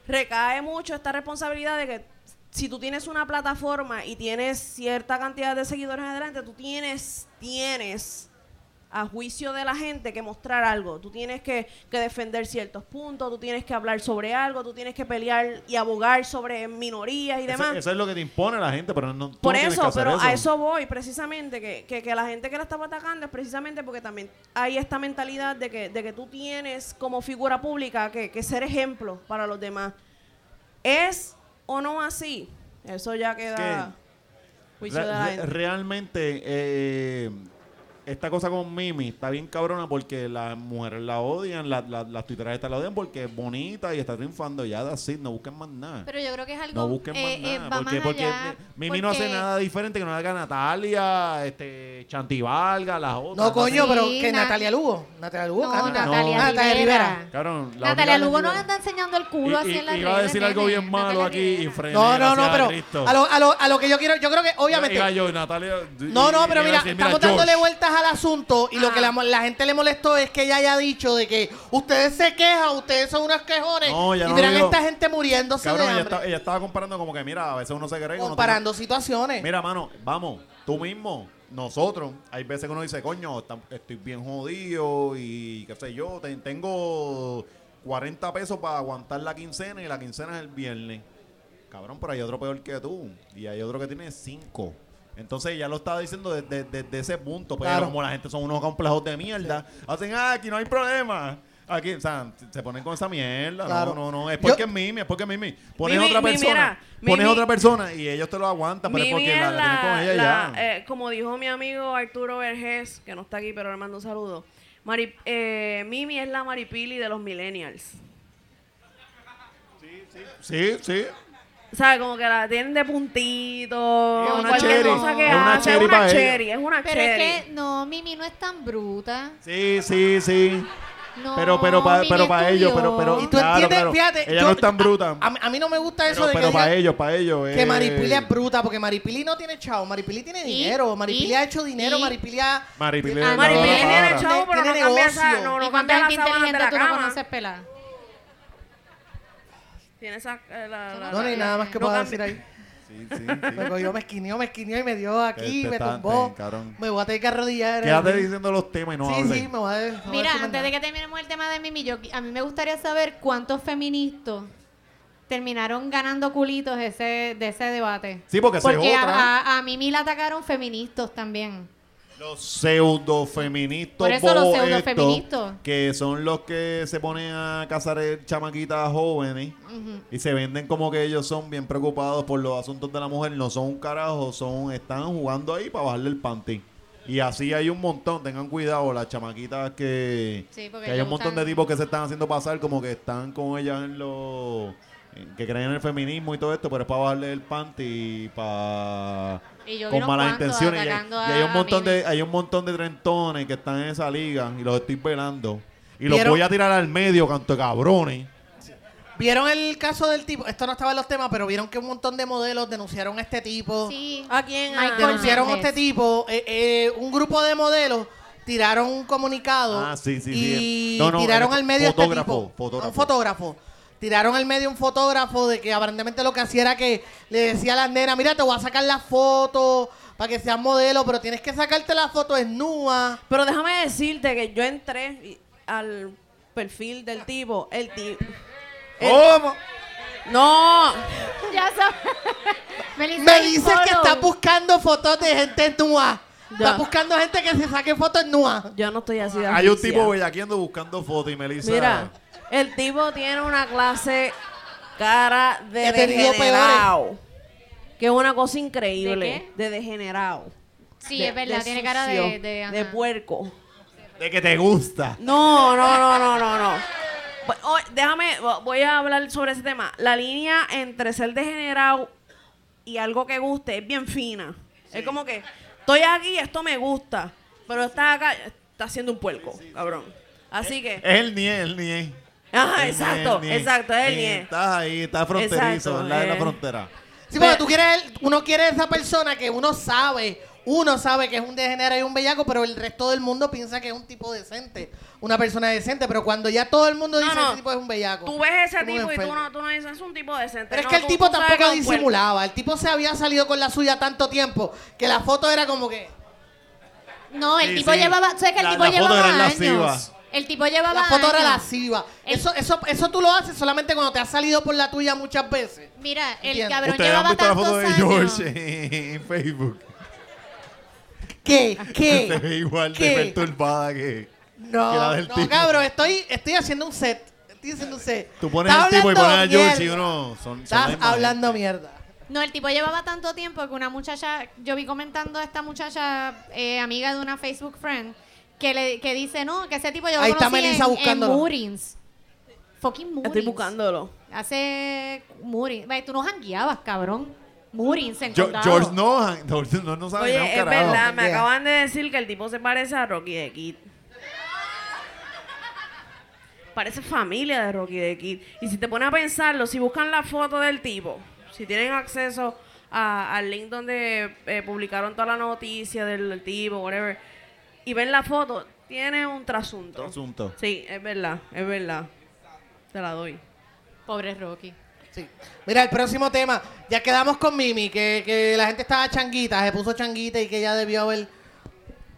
recae mucho esta responsabilidad de que si tú tienes una plataforma y tienes cierta cantidad de seguidores en adelante, tú tienes, tienes a juicio de la gente que mostrar algo. Tú tienes que, que defender ciertos puntos, tú tienes que hablar sobre algo, tú tienes que pelear y abogar sobre minorías y
Eso-
demás.
Eso, es lo que te impone la gente, pero no. tú
Por
no tienes que
eso,
hacer
pero a eso voy precisamente, que, que, que la gente que la estaba atacando es precisamente porque también hay esta mentalidad de que, de que tú tienes como figura pública que, que ser ejemplo para los demás. ¿Es o no así? Eso ya queda... juicio de la
Re- re-
gente.
realmente, eh, esta cosa con Mimi está bien cabrona porque las mujeres la odian, la- la- las tuiteras la odian porque es bonita y está triunfando. Ya, así, no busquen más nada.
Pero yo creo que es algo.
No busquen
eh,
más
eh,
nada.
va
porque
más
porque
allá,
Mimi no hace
porque-
nada diferente que no haga Natalia, este, Chantivalga, las otras.
No, coño,
Sí,
pero que
na-
Natalia Lugo. Natalia Lugo
No,
canta.
Natalia,
Ah,
Rivera.
Cabrón, la
Natalia
única-
Lugo no anda enseñando el culo
Y-
así
y-
en la
Iba a decir algo bien malo aquí y frené,
No, no, no,
gracias a
pero
Cristo.
a lo, a, lo, a lo que yo quiero, yo creo que obviamente...
Iba yo, Natalia, y-
No, no, pero
iba a
mira,
decir,
estamos
George,
dándole vueltas al asunto y lo que la, mo- la gente le molestó es que ella haya dicho de que ustedes se quejan, ustedes son unos quejones
No, ella
y
no
miran
dijo-
esta gente muriéndose
Cabrón,
de
ella,
hambre,
está- ella estaba comparando como que, mira, a veces uno se cree
comparando situaciones.
Mira, mano, vamos, tú mismo, nosotros, hay veces que uno dice, coño, tam- estoy bien jodido y qué sé yo, te- tengo 40 pesos para aguantar la quincena y la quincena es el viernes. Cabrón, pero hay otro peor que tú y hay otro que tiene 5. Entonces ya lo estaba diciendo desde desde ese punto, pero
Claro.
como la gente son unos complejos de mierda, hacen, ah, aquí no hay problema. Aquí, o sea, se ponen con esa mierda.
Claro.
No, no, no, es
Yo-
porque es Mimi, es porque es Mimi. Pones
Mimi,
otra
Mimi,
persona,
mira,
pones
Mimi-
otra persona y ellos te lo aguantan, Ah, pero es
Mimi
porque
es
la, la tienen con ella y
la-
ya.
eh, como dijo mi amigo Arturo Vergés, que no está aquí, pero le mando un saludo. Mari- eh, Mimi es la maripili de los millennials.
sí, sí.
O sea, como que la tienen de puntito.
Es una
cualquier
cherry,
cosa que
es una
hace, es
cherry
una
pa' ella.
cherry. Es una
Pero
cherry.
es que no, Mimi no es tan bruta.
Sí, sí, sí.
No,
Pero- pero pa-
Mimi
pero pa' ellos,
estudió.
pero- pero-
y tú
Claro,
entiendes,
claro.
fíjate,
Ella no es tan
a-
bruta.
A, mí- a mí no me gusta eso
Pero,
de que
pero
digan
para ellos, para ellos.
que
eh.
Maripili es bruta porque Maripili no tiene chavo, Maripili tiene
Y-
dinero, Maripili
y-
ha hecho dinero,
y-
Maripili ha
Maripili
Ah,
es la
Maripili
dona
tiene
para.
chavo, pero
Tiene
no cambia esa-
negocio.
no, no
¿Y
cambia
cuánta
la
gente
sábana de
inteligente
la
tú no
cama.
conoces, pelada?
Tiene esa, eh, la- la-
No, no hay
la-
nada más que
no
pueda
cambia-
decir ahí.
Sí, sí, sí.
Me cogió, me esquineó, me esquineó y me dio aquí,
Este
me
está-
tumbó.
ten, cabrón.
me voy a tener que arrodillar.
Quédate diciendo los temas y no
Sí,
hables.
sí, me voy a... me voy a
Mira,
decir más
antes
nada.
de que terminemos el tema de Mimi, yo, qui- a mí me gustaría saber cuántos feministas terminaron ganando culitos ese, de ese debate.
Sí, porque esa es
Porque a,
otra.
a- a Mimi la atacaron feministas también.
Los pseudofeministas.
Por eso los
bobo
pseudofeministas.
estos, Que son los que se ponen a cazar eh, chamaquitas jóvenes. Y se venden como que ellos son bien preocupados por los asuntos de la mujer. No son un carajo, son, están jugando ahí para bajarle el panty. Y así hay un montón, tengan cuidado, las chamaquitas que,
Sí, porque
que hay
ellos
un montón
usan-
de tipos que se están haciendo pasar como que están con ellas en los... que creen en el feminismo y todo esto, pero es para bajarle el panty y para...
Y yo vi
con
unos
malas
cuantos
intenciones. Y hay,
atacando
y hay un
a- a
montón
Mimi.
de hay un montón de trentones que están en esa liga y los estoy velando. Y los
Vieron-
voy a tirar al medio, canto de cabrones.
¿Vieron el caso del tipo? Esto no estaba en los temas, pero vieron que un montón de modelos denunciaron a este tipo.
Sí.
¿A quién?
Michael
Ah.
Denunciaron a
Méndez.
este tipo. eh, eh, un grupo de modelos tiraron un comunicado.
Ah, sí, sí, sí.
y
No, no,
tiraron
era
al medio a este
fotógrafo,
tipo.
fotógrafo.
Un fotógrafo. Tiraron al medio un fotógrafo de que aparentemente lo que hacía era que le decía a las nenas, mira, te voy a sacar la foto para que seas modelo, pero tienes que sacarte la foto desnuda.
Pero déjame decirte que yo entré y- al perfil del tipo. El tipo.
¿Cómo?
No.
Ya sabes.
Me dices que estás buscando fotos de gente nua. Estás buscando gente que se saque fotos nua.
Yo no estoy así de
Hay un
asfixia.
tipo bellaqueando buscando fotos y Melissa.
Mira, el tipo tiene una clase cara de
He
Este
tenido
degenerado. Que es una cosa increíble.
¿De
¿De, degenerado.
Sí,
De-
es verdad,
de
tiene cara de.
sucio,
De, ajá.
de puerco.
De que te gusta.
No, no, no, no, no, no. Bu- oh, déjame, vo- voy a hablar sobre ese tema. La línea entre ser degenerado y algo que guste es bien fina. Es como que estoy aquí, esto me gusta, pero está acá, está haciendo un puerco, cabrón. Así que,
Es el nie, el nie.
ajá,
El nie,
Ah, exacto,
el nie.
exacto, es el
Eh,
nie.
Estás ahí, estás fronterizo,
Exacto,
¿verdad? En la
eh.
frontera.
Sí, porque
Pero-
tú quieres, uno quiere esa persona que uno sabe, uno sabe que es un degenerado y un bellaco, pero el resto del mundo piensa que es un tipo decente, una persona decente, pero cuando ya todo el mundo
No,
dice
no.
ese tipo es un bellaco.
Tú ves ese
es un
tipo y tú
enfermo.
no, tú no dices, es un tipo decente.
Pero es
No,
que el
tú-
tipo
tú sabes que es
tampoco
un puerco.
disimulaba, el tipo se había salido con la suya tanto tiempo que la foto era como que
No, el
Sí,
tipo
sí.
llevaba. ¿Sabes que el
La-
tipo
la foto
llevaba
era
años?
lasciva.
El tipo llevaba.
la foto era
años.
lasciva.
Eh.
El-
Eso eso eso tú lo haces solamente cuando te has salido por la tuya muchas veces.
Mira, el
Entiendo.
cabrón
Ustedes han
llevaba
visto la
tantos
foto de
años.
George en Facebook.
¿Qué?
Se ve
¿Qué?
igual de
¿Qué?
perturbada que. que la
No,
del
no,
tipo.
cabrón, estoy, estoy haciendo un set. Estoy haciendo un set.
Tú pones
Estás
el tipo y
hablando
pones a George y
mierda.
uno. Son, son la
Estás
misma
hablando mierda.
No, el tipo llevaba tanto tiempo que una muchacha, yo vi comentando a esta muchacha, eh, amiga de una Facebook friend, que le que dice, no, que ese tipo yo lo
Ahí está
conocí
Melissa
en, en
buscándolo.
Moorings. Fucking Moorings.
Estoy buscándolo.
Hace Moorings. Ve, Tú no jangueabas, cabrón. Moorings en
Jo-
condado.
George no, George no, no sabe
Oye,
nada, un
es
carajo.
verdad, me
Yeah.
acaban de decir que el tipo se parece a Rocky de Kid. Parece familia de Rocky de Kid. Y si te pones a pensarlo, si buscan la foto del tipo, si tienen acceso a- al link donde eh, publicaron toda la noticia del, del tipo, whatever, y ven la foto, tiene un trasunto.
Asunto.
Sí, es verdad, es verdad. Te la doy.
Pobre Rocky.
Sí. Mira, el próximo tema. Ya quedamos con Mimi, que, que la gente estaba changuita, se puso changuita y que ella debió haber.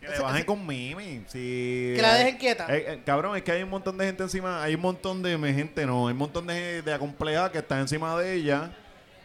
Que le bajen con Mimi. sí.
Que la dejen quieta.
Eh, eh, cabrón, es que hay un montón de gente encima. Hay un montón de me- gente, no. Hay un montón de, de acomplejadas que están encima de ella.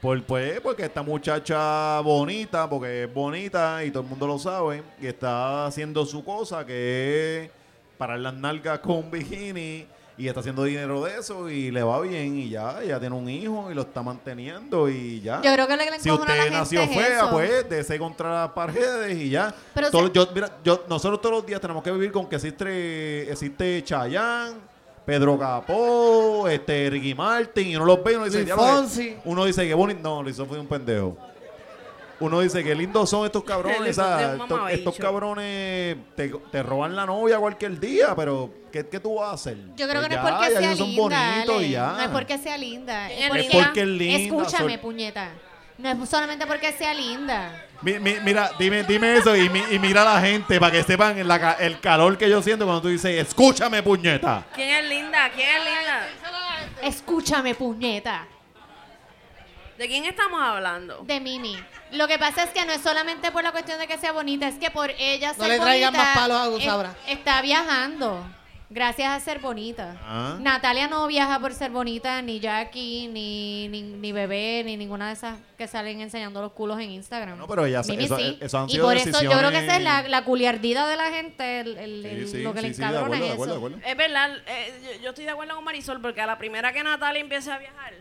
Por, pues, porque esta muchacha bonita, porque es bonita y todo el mundo lo sabe. Y está haciendo su cosa, que es parar las nalgas con un bikini. Y está haciendo dinero de eso y le va bien. Y ya, ella tiene un hijo y lo está manteniendo y ya.
Yo creo que le
Si
encojona a la
usted
gente
nació
es
fea,
eso.
pues, dese contra las paredes y ya.
Pero
Todo-
se-
yo- mira, yo- nosotros todos los días tenemos que vivir con que existe, existe Chayanne, Pedro Capó, este, Ricky Martin, y uno los ve y uno dice,
Luis
"Diablo, eh".
Fonsi.
uno dice que bonito. No, Luis Fonsi fue un pendejo. Uno dice que lindos son estos cabrones.
Luis Fonsi es
¿sabes?
un
estos,
mamabicho.
estos cabrones te, te roban la novia cualquier día, pero ¿qué, qué tú vas a hacer?
Yo creo que
Pues
no es
ya,
porque
ya
sea
ellos
linda.
son bonitos
Ale.
y ya.
No es porque sea linda.
Es
porque es linda,
Escúchame,
sol-
puñeta. No es solamente porque sea linda.
Mi- mi- mira, dime, dime eso y, mi- y mira a la gente para que sepan la ca- el calor que yo siento cuando tú dices, escúchame puñeta.
¿Quién es linda? ¿Quién es linda?
Escúchame, puñeta.
¿De quién estamos hablando?
De Mimi. Lo que pasa es que no es solamente por la cuestión de que sea bonita, es que por ella ser
No le traigan
bonita,
más palos a Gus
es-
Sabra.
Está viajando. Gracias a ser bonita.
Ah.
Natalia no viaja por ser bonita, ni Jackie, ni, ni, ni Bebé, ni ninguna de esas que salen enseñando los culos en Instagram.
No, pero ellas-
Mimi
eso-
sí.
eso han
y
sido
por eso yo creo que
decisiones-
esa es la, la culiardida de la gente, el- el- el- lo que le encabrona es eso.
Es verdad, eh, yo, yo estoy de acuerdo con Marisol porque a la primera que Natalia empiece a viajar,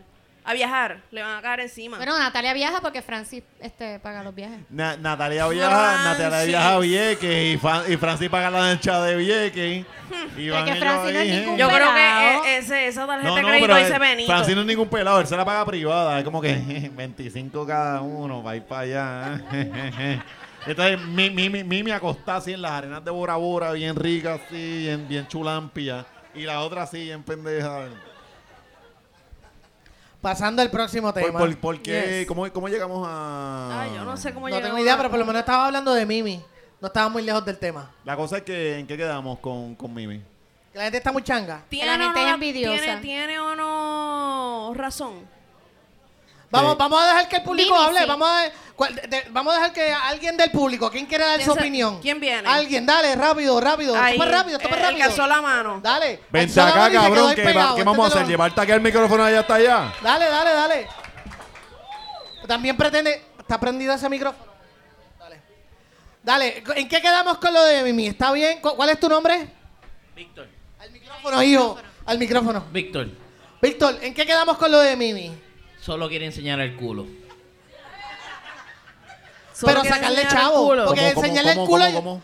a viajar, le van a caer encima.
Bueno, Natalia viaja porque Francis este, paga los viajes.
Na- Natalia viaja, Natalia
Francis.
viaja a Vieques y, Fran- y Francis paga la lancha de Vieques. Y van
que
ellos
Francis no es
ahí,
ningún
¿eh?
yo creo que
pelado.
eh, ese, esa tarjeta
No,
de
no,
crédito
pero
dice
eh,
Benito.
Francis no es ningún pelado, él se la paga privada. Es como que 25 cada uno, va a ir para allá. ¿eh? Entonces, mi, mi, mi, mi me acostá así en las arenas de Bora Bora, bien rica, así, bien, bien chulampia. Y la otra así, bien pendeja.
Pasando al próximo
¿Por,
tema.
por, por qué?
Yes.
¿Cómo, ¿Cómo llegamos a...?
Ay, yo no sé cómo
no tengo
llegamos
idea,
a-
pero por lo menos estaba hablando de Mimi. No estaba muy lejos del tema.
La cosa es que, ¿en qué quedamos con, con Mimi?
Que La gente está muy changa.
¿Tiene
La gente
o no
es
la-
envidiosa.
¿tiene, tiene o no razón?
Vamos,
Sí.
vamos a dejar que el público
Mimi,
hable.
sí.
Vamos, a, cual- de- de- vamos a dejar que alguien del público, ¿quién quiere dar su
¿Quién se-
opinión?
quién viene?
Alguien, dale, rápido, rápido.
Ahí,
toma rápido, toma
el- el
rápido.
que alzó la mano.
Dale. Alzó
Vente
la mano y
acá,
se quedó
cabrón,
ahí
que
pegado,
¿qué vamos a
este
hacer?
te lo-
¿Llevarte aquí el micrófono allá hasta allá?
Dale, dale, dale. También pretende. Está prendido ese micrófono. Dale. Dale, ¿en qué quedamos con lo de Mimi? ¿Está bien? ¿Cu- ¿Cuál es tu nombre?
Víctor.
Al micrófono, hijo. Al micrófono.
Víctor.
Víctor, ¿en qué quedamos con lo de Mimi?
Solo quiere enseñar el culo.
Solo
pero
quiere
sacarle
enseñar el
chavo.
culo.
Porque
¿Cómo, cómo,
enseñarle el
cómo,
culo.
cómo, cómo?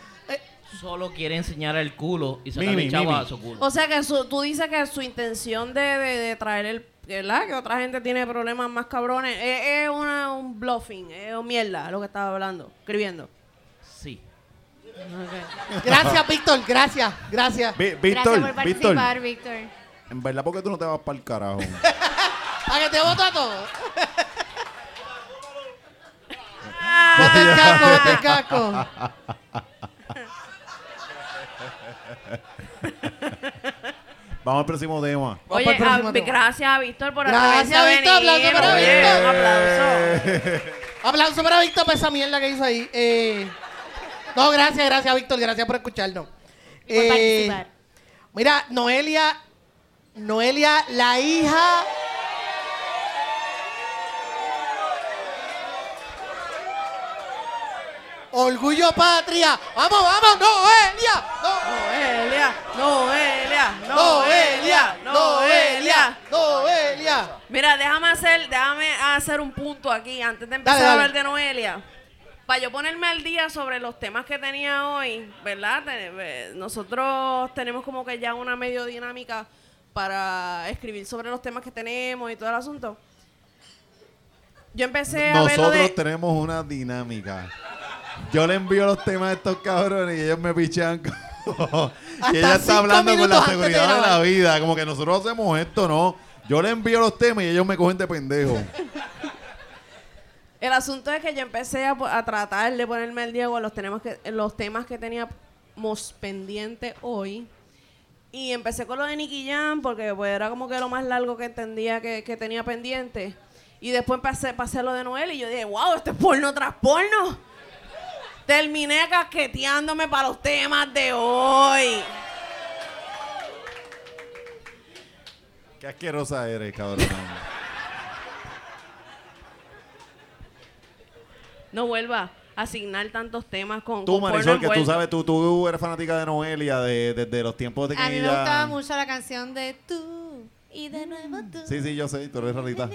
Solo quiere enseñar el culo y sacarle
Mimi,
chavo
Mimi.
a su culo.
O sea que su- tú dices que su intención de, de- de traer el... ¿Verdad? Que otra gente tiene problemas más cabrones. Es, es una, un bluffing, es un mierda lo que estaba hablando, escribiendo.
Sí.
Gracias, Víctor. Gracias, gracias.
Vi-
Gracias por
Víctor, Víctor.
participar, Víctor.
En verdad, ¿por qué tú no te vas para el carajo?
¿A que te voto a todos? Vete el caco, vete Ah, el caco.
Vamos al próximo tema.
Vamos
Oye, ah,
pa'l próximo
a-
tema.
gracias a Víctor por
Gracias,
atreverse a
Víctor, aplauso
venir.
para
Oye,
Víctor.
Un aplauso.
Aplauso para Víctor por esa mierda que hizo ahí. Eh, no, gracias, gracias, Víctor. Gracias por escucharnos.
Y
Eh,
por participar.
Mira, Noelia, Noelia, la hija. Orgullo patria. Vamos, vamos, Noelia. No-
Noelia, Noelia,
Noelia,
Noelia,
Noelia,
Noelia.
Noelia.
Mira, déjame hacer, déjame hacer un punto aquí antes de empezar
Dale,
a
dale.
hablar de Noelia. Para yo ponerme al día sobre los temas que tenía hoy, ¿verdad? Te- eh, Nosotros tenemos como que ya una medio dinámica para escribir sobre los temas que tenemos y todo el asunto. Yo empecé a ver lo
Nosotros
de...
tenemos una dinámica. Yo le envío los temas a estos cabrones y ellos me pichan. como- y
Hasta
ella
cinco
está hablando con
minutos
la
antes de
seguridad de, la
grabar.
vida. Como que nosotros hacemos esto, ¿no? Yo le envío los temas y ellos me cogen de pendejo.
El asunto es que yo empecé a, po- a tratar de ponerme el día con los, tenemos que, los temas que teníamos pendiente hoy. Y empecé con lo de Nicky Jam porque pues, era como que lo más largo que entendía que, que tenía pendiente. Y después pasé, pasé lo de Noel y yo dije, wow, esto es porno tras porno. Terminé casqueteándome para los temas de hoy.
Qué asquerosa eres, cabrón.
No vuelva a asignar tantos temas con,
tú,
con
Marisol, que
porno
tú
envuelto.
sabes, tú, tú eres fanática de Noelia de- desde los tiempos de que
A mí me
ella-
gustaba mucho la canción de tú y de nuevo tú.
Sí, sí, yo sé, tú eres rarita.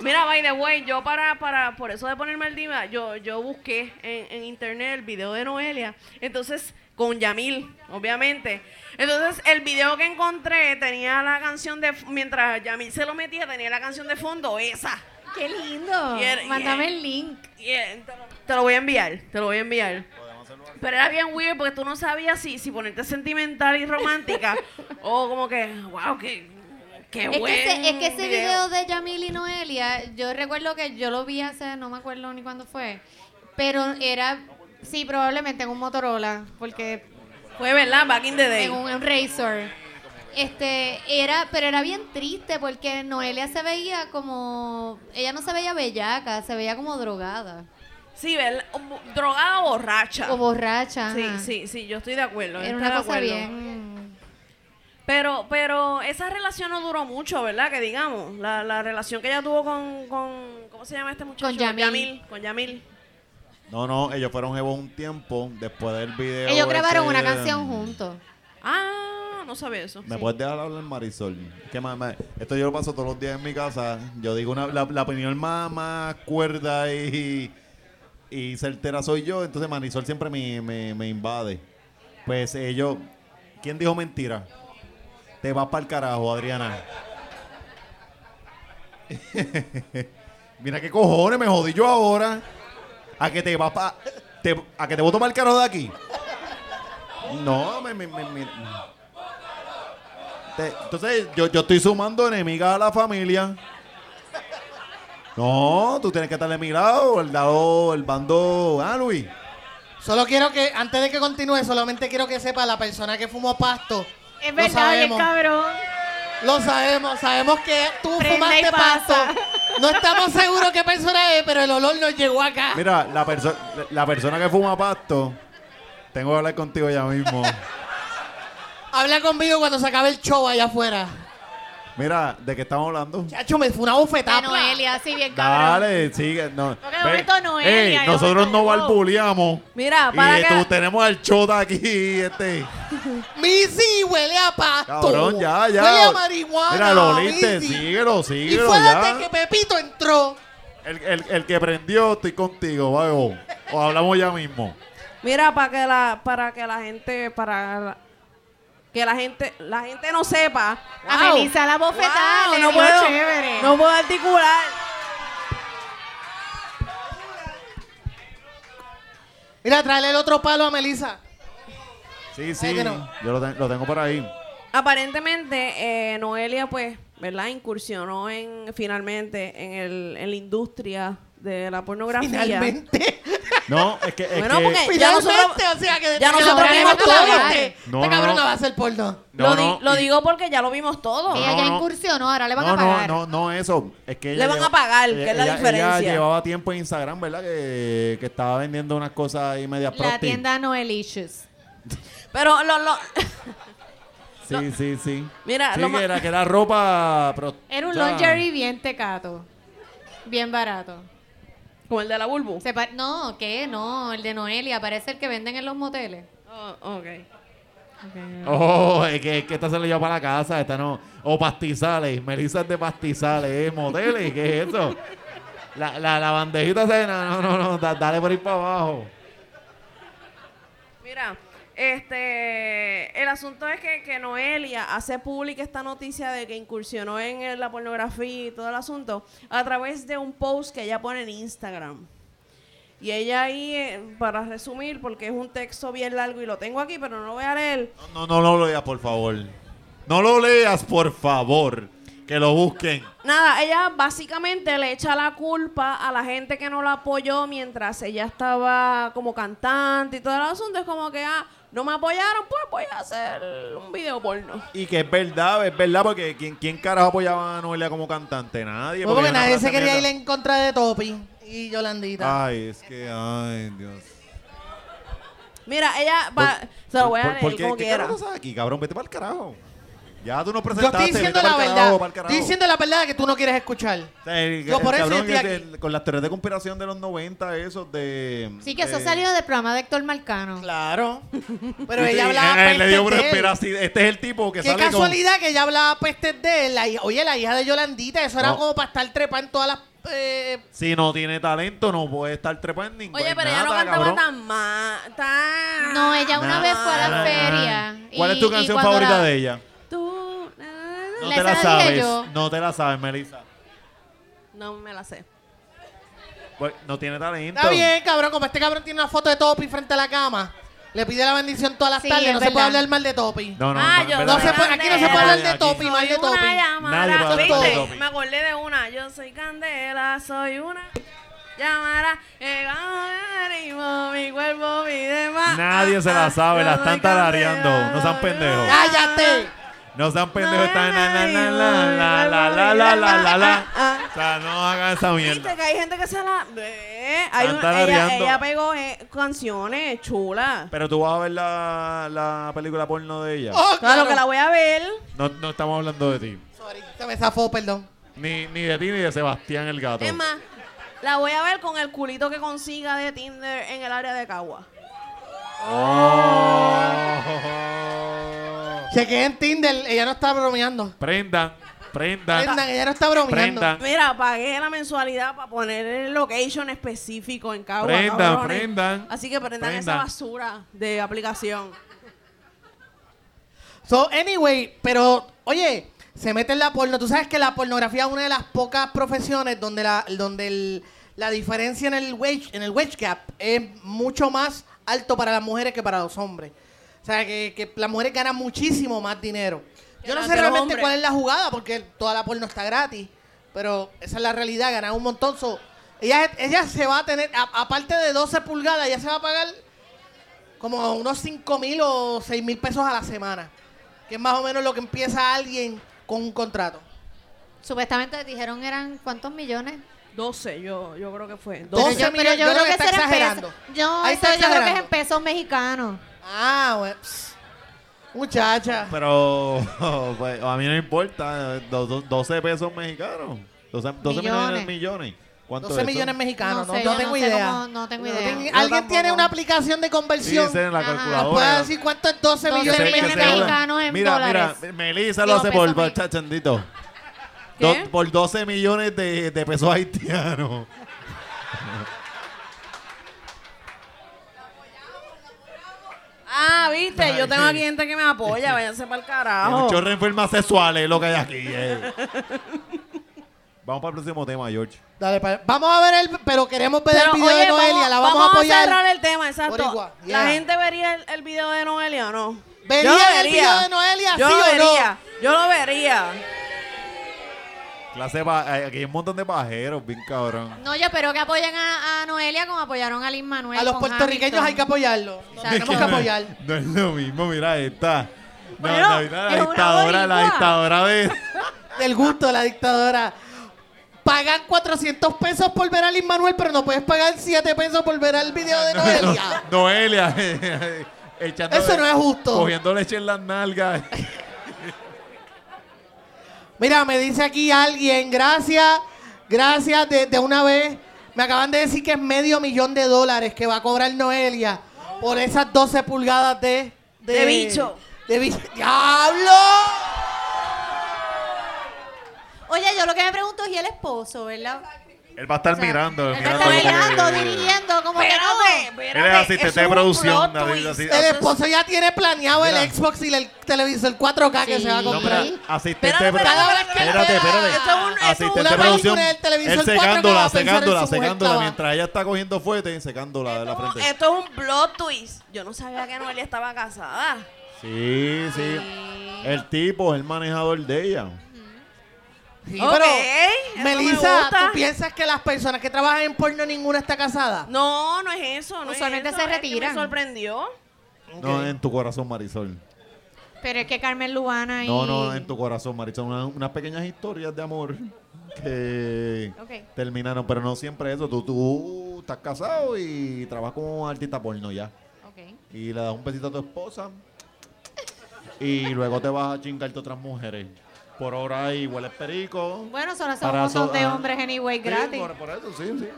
Mira, by the way, yo para, para, por eso de ponerme el día, yo, yo busqué en, en internet el video de Noelia, entonces, con Yamil, obviamente. Entonces, el video que encontré tenía la canción de, f- mientras Yamil se lo metía, tenía la canción de fondo, esa.
¡Qué lindo!
Y era-
Mándame
y-
el link.
Y, eh, te, lo, te lo voy a enviar, te lo voy a enviar. Pero era bien weird porque tú no sabías si, si ponerte sentimental y romántica o como que, wow, que, qué
Es
buen
que, ese, es que ese
video.
video de Yamil y Noelia, yo recuerdo que yo lo vi hace, no me acuerdo ni cuándo fue, pero era, sí, probablemente en un Motorola, porque
Fue verdad, back in the day.
en un en Razor. Este, era, pero era bien triste porque Noelia se veía como, ella no se veía bellaca, se veía como drogada
Sí, ¿verdad? O bo- drogada o borracha.
o borracha.
sí,
ajá.
sí, sí, yo estoy de acuerdo.
Era
yo
una
estoy
cosa
de acuerdo.
bien.
Pero, pero esa relación no duró mucho, ¿verdad? Que digamos, la, la relación que ella tuvo con, con, ¿cómo se llama este muchacho?
Con Yamil.
Con Yamil.
No, no, ellos fueron jevos un tiempo después del video. este
Ellos grabaron
ese-
una canción juntos.
Ah, no sabía eso.
¿Me puedes dejar hablar, Marisol? Es Que más- más- esto yo lo paso todos los días en mi casa. Yo digo una, la, la opinión más, más cuerda y, y certera soy yo. Entonces Marisol siempre me, me- me invade. Pues ellos... ¿Quién dijo mentira? Te vas para el carajo, Adriana. Mira qué cojones, me jodí yo ahora. A que te vas pa- te- a que te voy a tomar el carajo de aquí. No, me, me- me- me- te- entonces, yo, yo estoy sumando enemigas a la familia. No, tú tienes que estar de mi lado, el lado, el bando. Ah, Luis.
Solo quiero que, antes de que continúe, solamente quiero que sepa la persona que fumó pasto.
Es
lo
verdad, bien
sabemos,
cabrón.
lo sabemos, sabemos que tú
Prende y
fumaste pasto.
pasa.
No estamos seguros qué persona es, pero el olor nos llegó acá.
Mira, la, perso- la persona que fuma pasto, tengo que hablar contigo ya mismo.
Habla conmigo cuando se acabe el show allá afuera.
Mira, ¿de qué estamos hablando?
Chacho, me fue una bofetada.
De Noelia, sí, bien cabrón.
Dale, sigue. No.
Porque de momento no es,
Ey,
ya, de
nosotros
momento,
no
wow.
barbuleamos.
Mira,
y
para
eh,
que-
tú- tenemos al chota aquí, este.
Missy huele a pasto.
Cabrón, ya, ya.
Huele a marihuana.
Mira, lo oliste,
Missy.
síguelo,
Y
síguelo.
fue
ya.
desde que Pepito entró.
El, el- el que prendió, estoy contigo, vago. O hablamos ya mismo.
Mira, para que la, para que la gente, para la- que la gente, la gente no sepa.
Ameniza la bofetada,
Wow,
le
no
dio
puedo,
chévere.
no puedo articular.
Mira, tráele el otro palo a Melissa.
Sí,
Ay,
sí.
que no.
Yo lo, ten- lo tengo por ahí.
Aparentemente, eh, Noelia, pues, ¿verdad? Incursionó en, finalmente, en, el, en la industria de la pornografía.
Finalmente.
No, es que. Es
Bueno,
que-
porque- Eh, Ya nosotros-
Finalmente, o sea que desde
ya
que
nosotros
la este.
vimos
mujer
todo.
la viste,
No,
Esta
no,
cabrona
no.
va a hacer porno.
lo
No,
di-
no,
lo
y-
digo porque ya lo vimos todo.
Ella
No,
ya
no.
incursionó, ahora le van
no,
a pagar.
No, no, no eso. Es que
Le
ella
van a
lleva-
pagar, que es la
ella- Ella
diferencia.
llevaba tiempo en Instagram, ¿verdad? Que, que estaba vendiendo unas cosas ahí media
La
prosti.
tienda Noelicious.
Pero lo, lo-
Sí, sí, sí.
Mira,
Sí,
lo
que
ma-
era, que era ropa. pro-
Era
o
un
sea,
lingerie bien tecato. Bien barato.
como el de la Bulbu.
Se pa- no, ¿qué? No, el de Noelia. Parece el que venden en los moteles.
Oh, ok.
Oh, es que, es que esta se la lleva para la casa, esta no. O pastizales, Melissa es de pastizales, ¿eh? moteles, ¿qué es eso? La, la, la bandejita se. No, no, no, no, da- dale por ir para abajo.
Mira, este, el asunto es que, que Noelia hace pública esta noticia de que incursionó en eh, la pornografía y todo el asunto a través de un post que ella pone en Instagram. Y ella ahí, eh, para resumir, porque es un texto bien largo y lo tengo aquí, pero no lo voy a leer.
No, no, no lo leas, por favor. No lo leas, por favor. Que lo busquen.
Nada, ella básicamente le echa la culpa a la gente que no la apoyó mientras ella estaba como cantante y todo el asunto. Es como que, ah, no me apoyaron, pues voy a hacer un video porno.
Y que es verdad, es verdad, porque ¿quién, quién carajo apoyaba a Noelia como cantante? Nadie.
Porque,
ella no Ah,
nadie
hace
se quería ir
mierda.
en contra de Topi y Yolandita.
Ay, es que, ay, Dios.
Mira, ella va. se lo voy a leer como
qué
quiera.
carajo estás aquí, cabrón? Vete para el carajo. Ya tú nos
Yo
presentaste.
estoy diciendo la verdad. Estoy diciendo la verdad que tú no quieres escuchar. Yo
yo
por
por
eso
cabrón,
estoy
que
aquí.
el- con las teorías de conspiración de los 90, esos de...
Sí, que eso
de-
salió del programa de Héctor Marcano.
Claro. Pero
Sí, sí,
ella hablaba
eh, eh, le dio una
pestes de él.
esperaci- Este es el tipo que
Qué
sale con...
casualidad que ella hablaba pestes de él. La hija- oye, la hija de Yolandita, eso era
No.
como para estar trepando en todas las... eh,
Si no tiene talento, no puede estar trepando en
Oye,
ninguna
pero ella no
nada,
cantaba
cabrón.
tan mal. Tan...
No, ella una
Nah.
vez fue a la
Nah.
feria.
¿Cuál
y-
es tu
y
canción
cuando
favorita
la-
de ella?
Tú. na, na, na,
No
La
te la
esa la dije
sabes.
yo.
No te la sabes, Melissa.
No me la sé.
Pues, no tiene talento.
Está bien, cabrón. Como este cabrón tiene una foto de Topi frente a la cama. Le pide la bendición todas las
Sí,
tardes.
es
No se puede
verdad.
hablar mal de Topi.
No, no,
Ah,
no,
yo-
en
No
verdad.
se puede- aquí no se puede hablar de
Aquí.
Topi, mal de
Soy una
Topi.
Nadie
llamada.
puede
hablar de
¿Viste?
Topi.
Me acordé de una. Yo soy candela, soy una. Llamara, eh, vamos a ver, y mo- mi cuerpo, mi demás. Ah,
Nadie se la sabe, la están tarareando, no sean pendejos.
¡Cállate!
No sean pendejos. Están la, la, la, la, la, la, la, la, la, la. O sea, no hagan esa
Viste
mierda.
que hay gente que se la. Eh, hay una-
Están
ella,
tarareando.
ella pegó eh, canciones chulas.
Pero tú vas a ver la, la película porno de ella.
Oh,
Claro que la voy a ver.
No, no estamos hablando de ti.
Sorry, se me zafó, perdón.
Ni, ni de ti ni de Sebastián el gato.
Es más, la voy a ver con el culito que consiga de Tinder en el área de Cagua.
Oh.
Chequeé en Tinder, ella no está bromeando.
Prendan, prendan,
Prendan, ella no está bromeando.
prendan,
Mira, pagué la mensualidad para poner el location específico en Cagua.
Prendan,
cabrones.
prendan,
Así que prendan, esa
prendan.
basura de aplicación.
So, anyway, pero, oye, se mete en la porno. Tú sabes que la pornografía es una de las pocas profesiones donde la, donde el- la diferencia en el, wage, en el wage gap es mucho más alto para las mujeres que para los hombres. O sea, que, que las mujeres ganan muchísimo más dinero.
Que
Yo no
las
sé
de los
realmente
hombres.
cuál es la jugada, porque toda la porno está gratis. Pero esa es la realidad, ganan un montón. So, ella, ella se va a tener, a- aparte de 12 pulgadas, ella se va a pagar como unos 5 mil o 6 mil pesos a la semana. Que es más o menos lo que empieza alguien con un contrato.
Supuestamente dijeron eran cuántos millones.
12, yo, yo creo que fue.
Pero
12
yo, pero
millones,
yo creo que
está
eso era en
exagerando.
pesos. No,
Ahí
eso
está
yo creo que es
exagerando.
en pesos mexicanos.
Ah, bueno. pss. Muchacha.
Pero pues, a mí no me importa. do- do- 12 pesos mexicanos. 12, 12 millones.
Millones.
millones. ¿Cuánto
12
es eso?
millones mexicanos, no,
sé,
no
yo
tengo
sé
idea.
cómo- no tengo idea.
Ten-
Yo
¿Alguien
tampoco.
tiene una aplicación de
Sí,
conversión?
dice en la
Ajá.
¿Nos puede
calculadora.
decir cuánto es 12
12
millones
Que se- que
millones
se
mexicanos?
joda.
mexicanos en
mira,
dólares.
Mira, Melissa lo
Digo,
hace
pesos
por
mexicanos.
bachachandito.
¿Qué?
por 12 millones de, de pesos haitianos.
Ah, viste, yo tengo aquí gente que me apoya, váyanse para el
Y Un
carajo.
chorro de enfermas sexuales es lo que hay aquí. eh. Vamos para el próximo tema, George.
Dale, pa- vamos a ver el... Pero queremos ver
Pero,
el video de
oye,
Noelia, la vamos, a apoyar.
cerrar el tema, exacto.
Boricua,
¿La
yeah.
gente vería el, el video de Noelia o no?
¿Vería
Yo lo
el video de Noelia,
Yo
sí
lo
o no?
vería, yo lo vería.
Clase de pa- eh, aquí hay un montón de pajeros, bien cabrón.
No, yo espero que apoyen a, a Noelia como apoyaron a Lin Manuel.
A los
con
puertorriqueños
Hamilton.
hay que apoyarlo. Nos
Exacto.
Ah, tenemos que apoyar.
No es lo mismo, mira esta. No,
Bueno,
no, mira,
es
la
una
dictadora, la
boricua.
dictadora de.
Del gusto de la dictadora. Pagan 400 pesos por ver a Lin Manuel, pero no puedes pagar 7 pesos por ver el video de Noelia.
Noelia. eh, echándole-
Eso no es justo.
Cogiendo leche en las nalgas.
Mira, me dice aquí alguien, gracias, gracias de, de una vez. Me acaban de decir que es medio millón de dólares que va a cobrar Noelia por esas 12 pulgadas de...
De bicho.
De bicho. ¡Diablo!
Oye, yo lo que me pregunto es ¿y el esposo, ¿verdad?
Él va a estar
O sea,
mirando.
él
mirando
está
lo que-
mirando, dirigiendo, como que
Espérate,
no.
espérate.
Él es asistente
eso un
de producción,
plot
David,
twist.
así-
El esposo ya tiene planeado el
Mira.
Xbox y el televisor 4K que
Sí.
se va a
No,
comprar.
mira, asistente
Espérate,
de pro-
espérate,
Cada vez que
Espérate,
espera.
espérate.
Esto es
esto
un-
es
Asistente
una
de producción.
película del televisor
Él
4K va
secándola,
a pensar en su
secándola,
mujer
secándola.
clavada.
Mientras ella está cogiendo fuerte, secándola de la
Esto,
frente.
esto es un plot twist. Yo no sabía que Noelia estaba casada.
Sí, sí. El tipo es el manejador de ella.
Sí,
Ok,
pero,
eso me
Melissa,
gusta.
¿tú piensas que las personas que trabajan en porno ninguna está casada?
No, no es eso. No
Usualmente
es
se
eso, es que
retiran.
me sorprendió.
No, en tu corazón, Marisol.
Pero es que Carmen Lubana y...
No, no, en tu corazón, Marisol. Una- unas pequeñas historias de amor que
Ok.
terminaron, pero no siempre eso. Tú, tú estás casado y trabajas como artista porno ya.
Ok.
Y le das un besito a tu esposa. Y luego te vas a chingarte otras mujeres. Por ahora y hueles perico.
Bueno, eso no son un
Para so-
montón de
ah.
hombres anyway
Sí,
gratis.
por, por eso, sí, sí.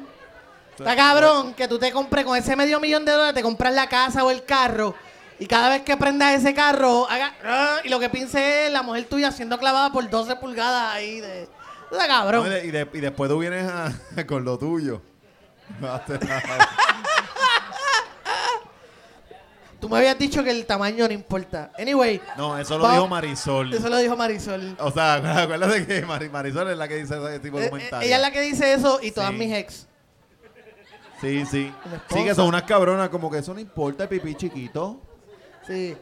Está cabrón que tú te compres con ese medio millón de dólares, te compras la casa o el carro y cada vez que prendas ese carro, haga, ah, y lo que piense es la mujer tuya siendo clavada por 12 pulgadas ahí de... Está
No,
cabrón.
y, de- y de- y después tú vienes a- con lo tuyo.
Tú me habías dicho que el tamaño no importa. Anyway,
no, eso lo
Va-
dijo Marisol.
eso lo dijo Marisol.
O sea, acu- acuérdate que Mari- Marisol es la que dice ese tipo de
Eh, eh,
comentarios.
ella es la que dice eso y todas
Sí.
mis ex.
Sí, sí.
Una
Sí, que
esposa.
son unas cabronas, como que eso no importa el pipí chiquito.
Sí.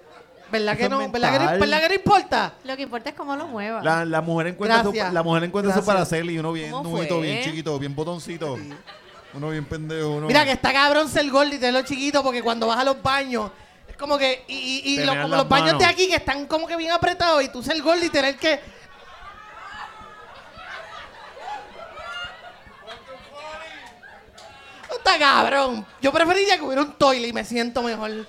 ¿Verdad que
Eso es
no? ¿Verdad que, no-
mental.
¿Verdad que no importa?
Lo que importa es cómo lo mueva.
La, la mujer encuentra
Ah. Gracias.
su, la mujer encuentra su
Gracias.
paracel y uno bien
¿Cómo
nudito,
fue?
bien chiquito, bien botoncito. Uno bien pendejo. uno-
Mira que está cabrón ser gordo y tenerlo chiquito porque cuando vas a los baños es como que y, y- y
Te
lo-
mean
como
las
los baños
manos.
de aquí que están como que bien apretados y tú ser gordo y tener que No está cabrón. Yo preferiría que hubiera un toile y me siento mejor.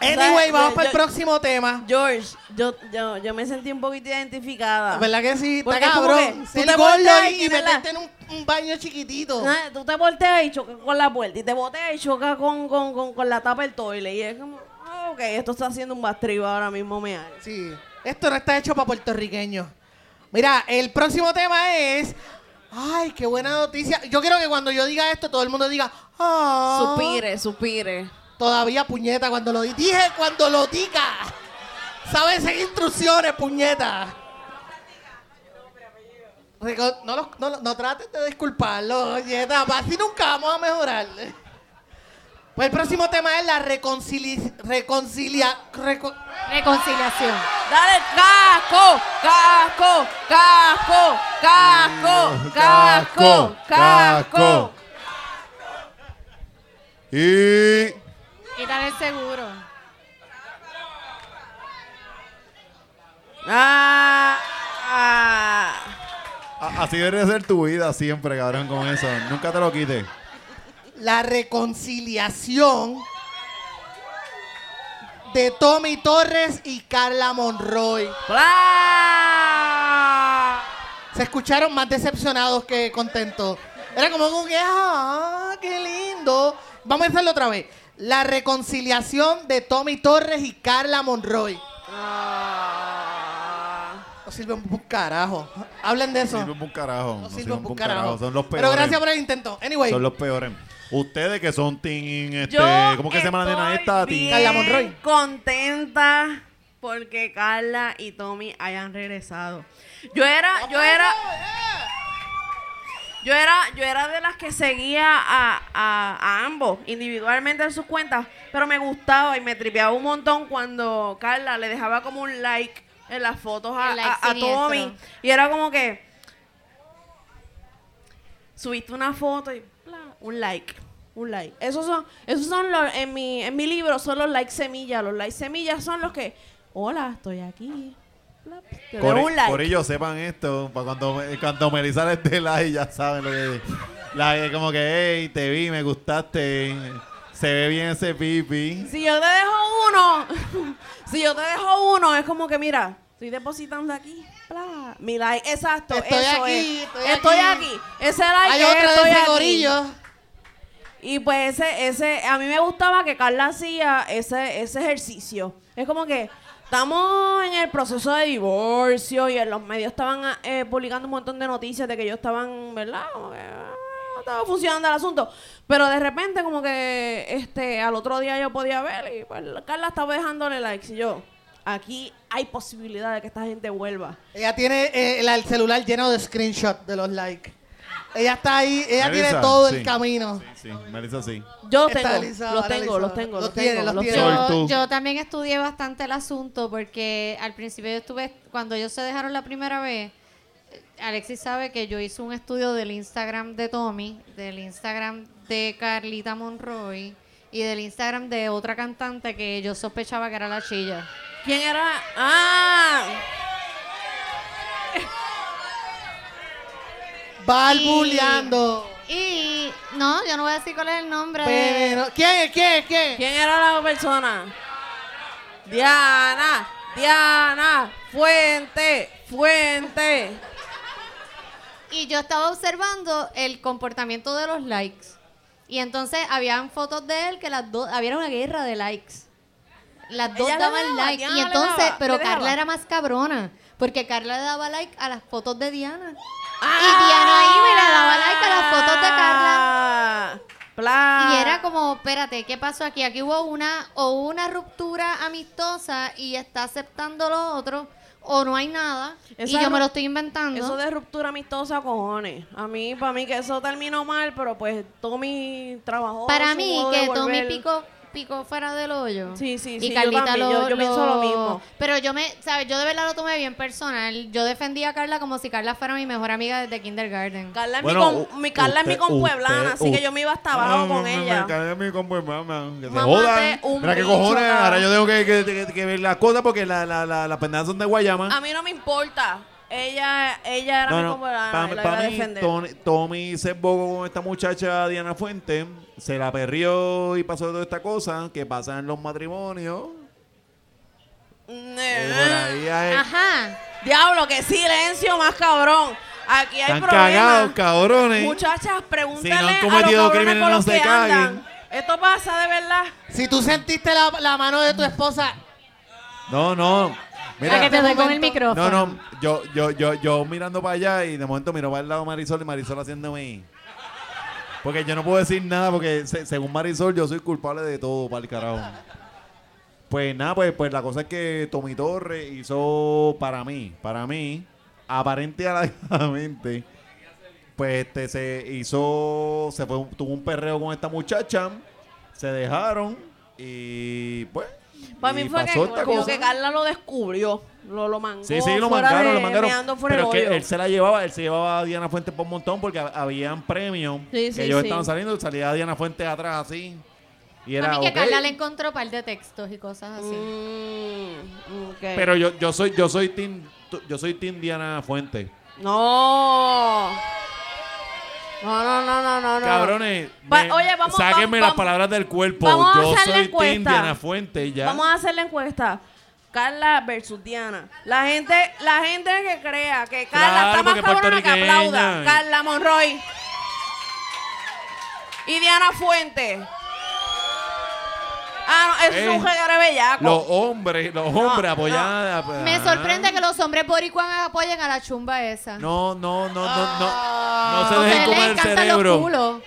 Anyway,
yo-
vamos para el
yo-
próximo tema.
George, yo, yo, yo me sentí un poquito identificada.
¿Verdad que sí? Está
Porque es como que
cabrón.
tú
Ser
te
gordo
volteas y
y,
tienes la-
meterte en un, un baño chiquitito.
Nada, tú te volteas y chocas con la puerta. Y te volteas y chocas con, con, con, con la tapa del toile. Y es como, ah, ok, esto está haciendo un bastriba ahora mismo, me hace.
Sí, esto no está hecho para puertorriqueños. Mira, el próximo tema es. Ay, qué buena noticia. Yo quiero que cuando yo diga esto, todo el mundo diga. "Ah".
Supire, supire.
Todavía puñeta cuando lo di- dije, cuando lo diga. ¿Sabes? Seguir instrucciones, puñeta. Reco- No, los- no, los- no trates de disculparlo, puñeta. Así nunca vamos a mejorar. Pues el próximo tema es la reconcili- reconcilia. reco-
Reconciliación.
Dale, casco, casco, casco,
Eh,
casco, casco, casco.
Y.
Quitar el seguro.
Ah, ah.
a- así debe ser tu vida siempre, cabrón, con eso. Nunca te lo quites.
la reconciliación de Tommy Torres y Carla Monroy.
¡Bla!
Se escucharon más decepcionados que contentos. Era como un ¡ah, qué lindo! Vamos a hacerlo otra vez. La reconciliación de Tommy Torres y Carla Monroy.
Ah.
No sirve un carajo. Hablen de eso.
No sirven pa' un carajo.
No
no
sirve
sirven
un
pa' un
carajo.
carajo, Son los peores.
Pero gracias por el intento. Anyway,
Son los peores. Ustedes que son team, este,
Yo
¿cómo que se llama la nena
estoy
esta?
bien
Team-
Carla Monroy.
contenta porque Carla y Tommy hayan regresado. Yo era, yo era,
eh!
yo era, yo era de las que seguía a, a- a ambos individualmente en sus cuentas, pero me gustaba y me tripeaba un montón cuando Carla le dejaba como un like en las fotos a,
El like
a- a
siniestro.
Tommy y era como que subiste una foto y bla, un like, un like. Esos son, esos son los, en mi, en mi libro son los likes semillas. Los likes semillas son los que, hola, estoy aquí. Bla, Te doy
Cori-
un like.
Corillo, e- sepan esto. Para cuando, cuando Melissa les dé like, ya saben lo que La que como que, hey, te vi, me gustaste. Se ve bien ese pipi.
Si yo te dejo uno, si yo te dejo uno, es como que mira, estoy depositando aquí. bla, Mi like, exacto.
Estoy
eso
aquí,
es.
estoy
estoy
aquí.
aquí. Ese like
hay
es
otra
estoy
de ese
aquí.
gorillo.
Y pues ese, ese, a mí me gustaba que Carla hacía ese, ese ejercicio. Es como que estamos en el proceso de divorcio y en los medios estaban ah, eh, publicando un montón de noticias de que yo estaban, ¿verdad? Como que, ah, no estaba funcionando el asunto. Pero de repente como que este, al otro día yo podía ver y pues Carla estaba dejándole likes y yo, aquí hay posibilidad de que esta gente vuelva.
Ella tiene eh, la- el celular lleno de screenshots de los likes. Ella está ahí, ella tiene
Melissa,
todo el
sí.
camino.
Sí, Melissa sí.
Yo los
Está
tengo,
alisado,
los
ahora
tengo, los
alisado.
tengo,
Los
los
tiene,
tengo,
los
los
tiene.
tengo.
Yo,
Sol, tú.
yo también estudié bastante el asunto porque al principio yo estuve, cuando ellos se dejaron la primera vez, eh, Alexis sabe que yo hice un estudio del Instagram de Tommy, del Instagram de Carlita Monroy y del Instagram de otra cantante que yo sospechaba que era la chilla.
¿Quién era? ¡Ah!
Balbuleando.
Y no, yo no voy a decir cuál es el nombre de...
Pero, ¿quién es? ¿Quién es? ¿Quién es?
¿Quién era la persona? Diana, Diana, Fuente, Fuente.
Y yo estaba observando el comportamiento de los likes. Y entonces habían fotos de él que las dos, había una guerra de likes. Las dos
Ella le
daban
daba,
like.
Diana
Y
le
entonces,
daba, le
pero
daba.
Carla era más cabrona. Porque Carla le daba like a las fotos de Diana.
Ah.
Diana ahí me la daba like a las fotos de Carla.
Bla.
Y era como, espérate, ¿qué pasó aquí? Aquí hubo una, o una ruptura amistosa y está aceptando lo otro, o no hay nada.
Esa
y yo
ru-
me lo estoy inventando.
Eso de ruptura amistosa, cojones. A mí, para mí que eso terminó mal, pero pues Tommy trabajó.
Para
su
mí,
modo de
que Tommy
volver.
picó, picó fuera del hoyo.
Sí, sí, sí,
Y
yo
Carlita
también,
lo,
yo- yo pienso lo mismo.
Pero yo me, ¿sabes? Yo de verdad lo tomé bien personal. Yo defendí a Carla como si Carla fuera mi mejor amiga desde kindergarten.
Carla es
Bueno,
mi,
u-
con, mi Carla es mi
usted-
compueblana,
usted-
así que yo me iba hasta abajo
Ah,
con
me- me-
ella.
Me cargué mi combo de mamá. Que se
Mamá,
jodan.
te un
Mira qué
bicho, ah.
cojones.
nada.
Ahora yo tengo que, que, que- que ver las cosas porque la- la- la- las pendejas son de Guayama.
A mí no me importa. Ella, ella era
No,
mi
no,
compueblana,
pa-
y la
pa
iba a
mí,
defender.
Tony- Tommy se embogó con esta muchacha Diana Fuente, se la perrió y pasó toda esta cosa que pasa en los matrimonios. Y por ahí hay-
Ajá.
Diablo, qué silencio más cabrón. Aquí hay
están
problemas.
cagados, cabrones.
Muchachas, pregúntale
han
a los
cometido
cabrones
crímenes,
con
no
los
se
que
caguen.
andan. Esto pasa de verdad.
Si tú sentiste la, la mano de tu esposa,
No, no. Mira,
La que te doy con el
momento.
micrófono.
no, no. Yo, yo, yo, yo mirando para allá y de momento miro para el lado de Marisol y Marisol haciéndome. Porque yo no puedo decir nada porque se- según Marisol yo soy culpable de todo, para el carajo. Pues nada, pues, pues la cosa es que Tommy Torres hizo para mí, para mí, aparente y alegadamente, pues este se hizo, se fue, tuvo un perreo con esta muchacha, se dejaron y pues.
Para
y
mí fue que,
pasó esta
como
cosa.
que Carla lo descubrió. Lo, lo mangó.
Sí, sí, lo
fuera
mandaron,
de-
lo mandaron.
meando fuera
Pero es
del
que
hoyo.
él se la llevaba, él se llevaba a Diana Fuentes por un montón porque ha- habían premios
Sí,
que
sí,
ellos
sí.
estaban saliendo, salía Diana Fuentes atrás así. Y
a
era,
mí que
ok.
Carla le encontró par de textos y cosas así.
Mm, ok.
Pero yo, yo soy, yo soy team, yo soy team Diana Fuentes.
No. No, no, no, no, no. no.
Cabrones,
Va-
me-
oye, vamos-
sáquenme
vamos-
las
vamos-
palabras del cuerpo.
vamos a
Yo
hacer la
soy
encuesta.
Tim Diana Fuente ya.
Vamos a hacer la encuesta. Carla versus Diana. La gente, la gente que crea que Carla
Claro,
está más
porque
cabrona que
puertorriqueña.
aplauda. Carla Monroy. Y Diana Fuente. Ah, no, eso es un
Eh,
reguero bellaco.
Los hombres, los hombres ah.
no.
apoyando.
Me sorprende que los hombres boricuan apoyen a la chumba esa.
No, no, no, no, no.
Ah.
No se
Porque
dejen
les
comer el
encantan los
cerebro.
culos.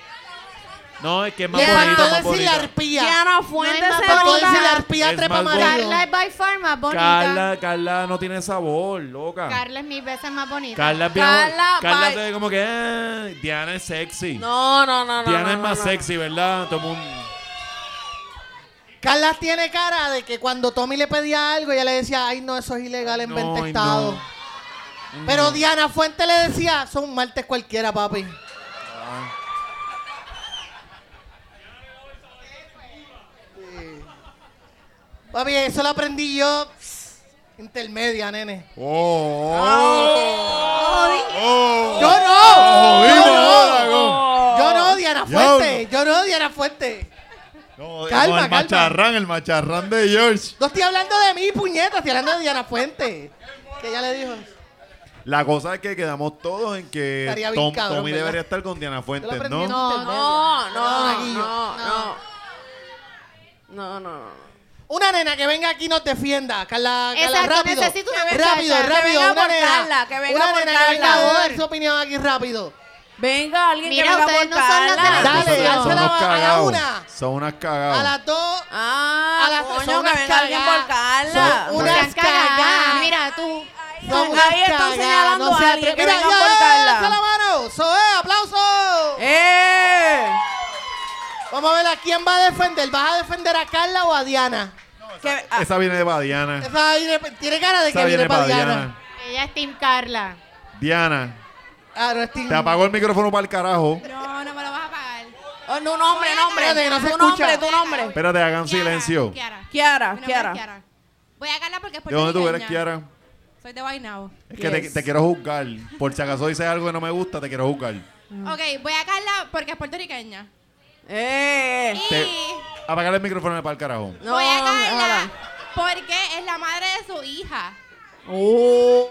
No, es que es más
Le
bonito,
faltó
más
decir la
bonito.
arpía.
Diana Fuente
No hay más
se
para
Faltó
Carla-
decir la
nota.
arpía
Es
trepa
más
amarillo.
Carla es by far más bonita. Carla,
Carla, Carla no tiene sabor, loca.
es mil veces más bonita.
Carla es bien-
Carla,
Carla
bye.
se ve como que eh, Diana es sexy.
No, no, no, no.
Diana
no,
es
no,
más
no.
sexy, ¿verdad? Todo mundo-
Carla tiene cara de que cuando Tommy le pedía algo, ella le decía, ay, no, eso es ilegal en
No,
20
ay,
estados.
no.
Pero Diana Fuente le decía, son un martes cualquiera, papi. Sí. Papi, eso lo aprendí yo pss, intermedia, nene.
Oh.
¡Yo no! ¡Yo no! Yo no, Diana Fuente. Yo no, Diana Fuente.
No, no,
Calma, calma.
el macharrán, el macharrán de George.
No estoy hablando de mí, puñeta. Estoy hablando de Diana Fuente. Que ella le dijo.
La cosa es que quedamos todos en que
Estaría bien
Tom,
cabrón,
Tommy
¿verdad?
debería estar con Diana
Yo lo
Fuentes,
aprendí
¿no?
en
No,
No, no,
Naguillo.
no, no. No, no, no.
Una nena que venga aquí y nos defienda. Carla, Carla
Exacto,
rápido.
necesito una muchacha.
rápido,
Que
rápido.
venga
una
por
nena.
Carla, que venga
una
por
nena que venga
Carla.
a dar su opinión aquí rápido.
Venga, alguien
Mira,
que venga
ustedes
por
no son las de la
Carla.
Dale,
Ah, Son
hazla
unos
a la
cagados.
una.
Son unas
A
cagadas.
las dos.
Ah,
A las
coño,
son unas
que venga alguien por
cagadas.
Carla.
Son
No
unas
sean cagadas.
cagadas.
Mira tú.
Son
Ahí
unas
están
cagadas,
señalando
no
a
se
alguien,
atre-
que
Mira,
venga
ya,
por
ya,
Carla.
alza la mano. Zoe, aplauso.
¡Eh!
Vamos a ver a quién va a defender. ¿Vas a defender a Carla o a Diana?
Que- ah,
Esa viene de Badiana.
Esa viene- tiene cara de que
Esa
viene
viene
para
para
Diana.
Diana.
Ella es Team Carla.
Diana,
Ah, no es Tim.
te apagó el micrófono para el carajo.
No, no me lo vas a pagar.
oh, no, nombre, nombre.
Espérate, que no se
tu nombre,
escucha.
tu nombre.
Espérate, hagan silencio.
Kiara, Kiara.
Voy a Carla porque es
¿De dónde tú eres, Kiara?
Soy de Guaynabo.
Es que te,
Yes.
te quiero juzgar. Por si acaso dices algo que no me gusta, te quiero juzgar.
Ok, voy a Carla porque es puertorriqueña.
¡Eh!
Te- apagar el micrófono para el carajo.
No,
voy a
déjala.
Carla porque es la madre de su hija.
Oh.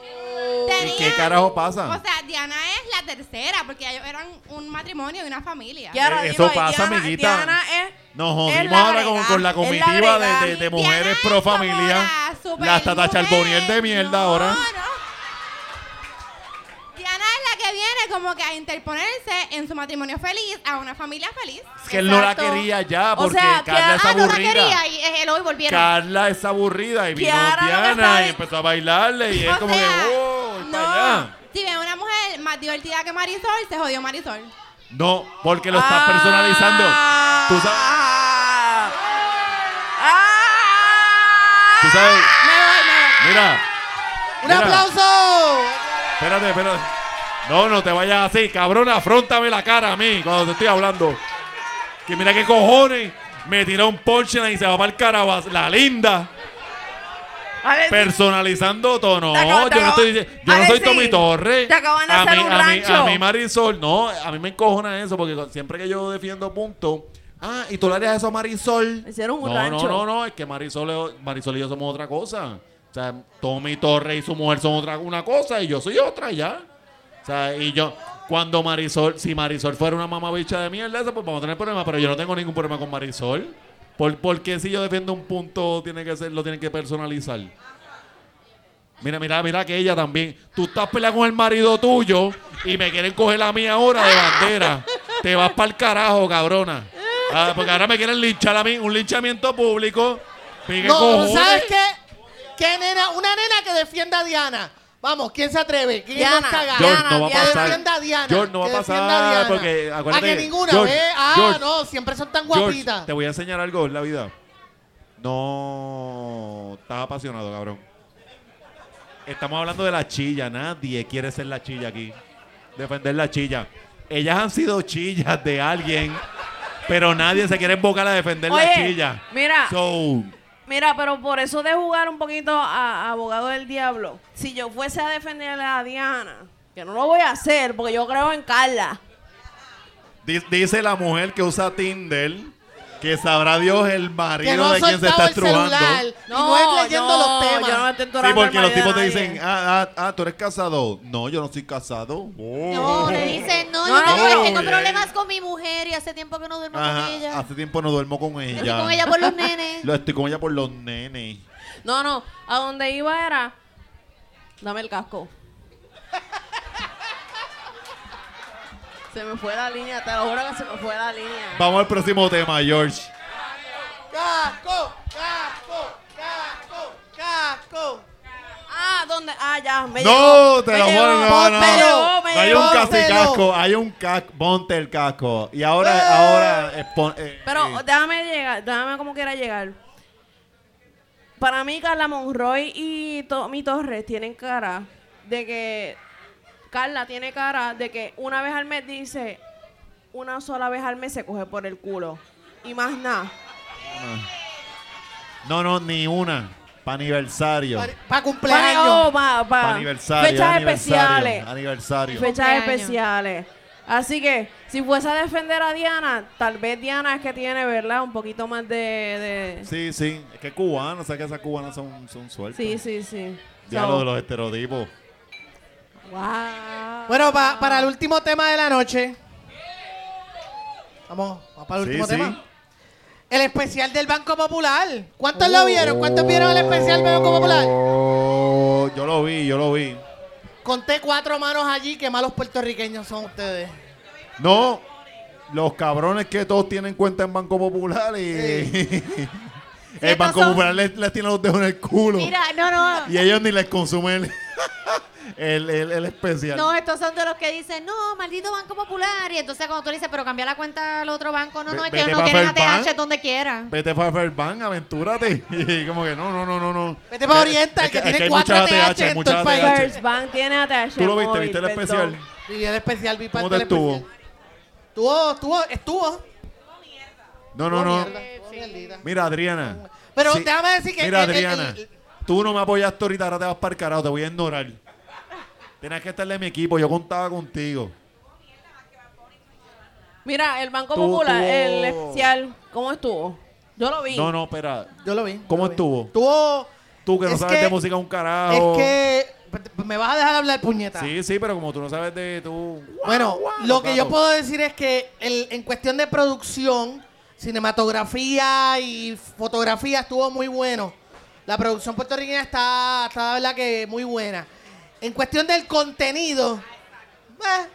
¿Y qué carajo pasa?
O sea, Diana es la tercera porque ellos eran un matrimonio y una familia.
Kiara,
Eh,
dilo
eso
ahí,
pasa,
Diana-
amiguita.
Diana ¿eh? es...
Nos
es
jodimos
la
ahora con,
brega,
con la
es la
comitiva de-
brega.
de, de
Diana
mujeres
es
pro
como
familia.
super
La Tata
mujer.
Charboniel de mierda
No,
ahora.
no. Diana es la que viene como que a interponerse en su matrimonio feliz a una familia feliz.
Es que él no la
Exacto.
quería ya
O
porque
sea, que-
Carla es
ah, no la
aburrida.
quería y él hoy volvieron.
Carla es aburrida y vino
Kiara lo que
Diana
sabe-
y empezó a bailarle y es
O
como
sea,
que "Oh, voy
no.
para allá".
Si ve una mujer más divertida que Marisol, se jodió Marisol.
No, porque lo estás personalizando. Tú sabes,
Ah.
tú
Ah.
sabes. Mira,
¡Un
Mira.
aplauso!
espérate, espérate. No, no te vayas así, cabrón, afrontame la cara a mí cuando te estoy hablando. Que mira qué cojones. Me tiró un Porsche y se va para el carabas. La linda.
Alexis,
Personalizando tono.
Te acaban- te
yo no, estoy,
acaban-
dic- yo no soy
Alexis,
Tommy Torres.
te acaban de
a
hacer
mí,
un
a mí-
rancho.
a mí Marisol, no, a mí me encojona eso porque con- siempre que yo defiendo puntos. Ah, y tú le harías eso a Marisol.
Hicieron un
no,
rancho.
No, no, no, es que Marisol, es- Marisol y yo somos otra cosa. O sea, Tommy Torres y su mujer son otra una cosa y yo soy otra ya. O sea, y yo, cuando Marisol, si Marisol fuera una mamabicha de mierda, esa, pues vamos a tener problemas, pero yo no tengo ningún problema con Marisol. ¿Por, por qué si yo defiendo un punto tiene que ser, lo tienen que personalizar? Mira, mira, mira que ella también. Tú estás peleando con el marido tuyo y me quieren coger la mía ahora de bandera. Te vas para el carajo, cabrona. Ah, porque ahora me quieren linchar a mí, un linchamiento público. Mira, ¿qué
No,
cojones?
¿sabes qué? ¿Qué nena? Una nena que defienda a Diana. Vamos, ¿quién se atreve? ¿Quién
Diana,
nos caga?
George,
Diana,
no va a
que
Diana.
pasar.
defienda a Diana.
George, no va
que
a
defienda
pasar,
a Diana.
porque acuérdate
A que
que-
ninguna,
George,
¿ves? Ah,
George,
no, siempre son tan
George,
guapitas.
te voy a enseñar algo en la vida. No, estás apasionado, cabrón. Estamos hablando de la chilla. Nadie quiere ser la chilla aquí. Defender la chilla. Ellas han sido chillas de alguien, pero nadie se quiere embocar a defender la
Oye,
chilla.
mira.
So,
Mira, pero por eso de jugar un poquito a, a abogado del diablo, si yo fuese a defender a Diana, que no lo voy a hacer porque yo creo en Carla.
Di- Dice la mujer que usa Tinder que sabrá Dios el marido
Que no ha
de quien se
soltado
está
el
estrujando.
celular. y no es leyendo
no,
los temas.
Yo no me estoy
Sí,
enterando
porque
del
los tipos te
marido de
dicen,
nadie.
ah, ah, ah, tú eres casado. No, yo no soy casado. Oh.
No, le dicen, no, yo
No,
no,
no,
tengo
no.
problemas con mi mujer y hace tiempo que no duermo
Ajá,
con ella.
hace tiempo no duermo con
Estoy
ella.
con ella por los nenes.
Lo estoy con ella por los nenes.
No, no, a donde iba era, dame el casco. se me fue la línea, te lo juro que se me fue la línea.
Vamos al próximo tema, George.
Casco, casco, casco, casco.
Ah, ¿dónde? Ah, ya, me
No,
llegó,
te
me
lo
llegó,
juro, no, no.
Me llegó, me
No hay
llegó.
un casi
Póntelo.
casco, hay un casco. Ponte el casco. Y ahora, ahora. eh, pon- eh,
Pero
eh,
déjame llegar, déjame como quiera llegar. Para mí, Carla Monroy y Tommy Torres tienen cara de que. Carla tiene cara de que una vez al mes dice, una sola vez al mes se coge por el culo. Y más nada.
no, no, ni una. Para aniversario.
Para
Para
cumpleaños.
oh, pa- pa-
aniversario.
ah, Fechas
aniversario,
especiales.
Aniversario.
Fechas
Cumpleaños.
especiales. Así que, si fuese a defender a Diana, tal vez Diana es que tiene, ¿verdad? Un poquito más de. de-
Sí, sí. Es que cubanos, o sea que esas cubanas son, son sueltas.
Sí, sí, sí.
Ya
So,
lo de los estereotipos.
wow.
Bueno, pa- para el último tema de la noche. Vamos, vamos para el
Sí,
último
sí.
tema. El especial del Banco Popular. ¿Cuántos lo vieron? ¿Cuántos vieron el especial del Banco Popular?
Oh, yo lo vi, yo lo vi.
Conté cuatro manos allí, qué malos puertorriqueños son ustedes.
No, los cabrones que todos tienen cuenta en Banco Popular y. el
estos
Banco
son-
Popular les, les tiene los dedos en el culo.
Mira, no, no.
Y ellos ni les consumen el, el, el- el especial.
eh.
No, estos son de los que dicen, no, maldito Banco Popular. Y entonces cuando tú le dices, pero cambia la cuenta al otro banco, no, no,
Ve-
es que ellos
vete
no
pa'
quieren
Fairbank.
ATH donde quieran.
Vete para Fairbank, aventúrate. Y como que no, no, no, no, no.
Vete para
Es que-
Oriental,
es
que
es
tiene
hay
cuatro
muchas
ATH en todo el país.
First Bank tiene ATH.
Tú lo viste,
móvil,
viste el
perdón.
especial.
Y el especial, vi
¿Cómo
parte
te
del
estuvo?
especial. Estuvo, estuvo, estuvo.
No, no, no.
Mierda, estuvo mierdita.
Mira, Adriana.
Pero
Sí.
déjame decir que.
Mira,
el- el- el-
Adriana, tú no me apoyaste ahorita, ahora te vas para el carajo, te voy a ignorar. Tenías que estar en mi equipo, yo contaba contigo.
Mira, el Banco
Tú-
Popular,
tú-
el especial, ¿cómo estuvo? Yo lo vi.
No, no, espera.
yo lo vi.
¿Cómo
yo lo vi.
estuvo?
Estuvo.
Tú que no
es
sabes de
que-
música un
Es
carajo.
que. Me vas a dejar hablar, puñeta.
Sí, sí, pero como tú no sabes de tú.
Bueno, lo que yo
Claro.
puedo decir es que el- en cuestión de producción, cinematografía y fotografía estuvo muy bueno. La producción puertorriqueña está, está la verdad que muy buena. En cuestión del contenido, eh,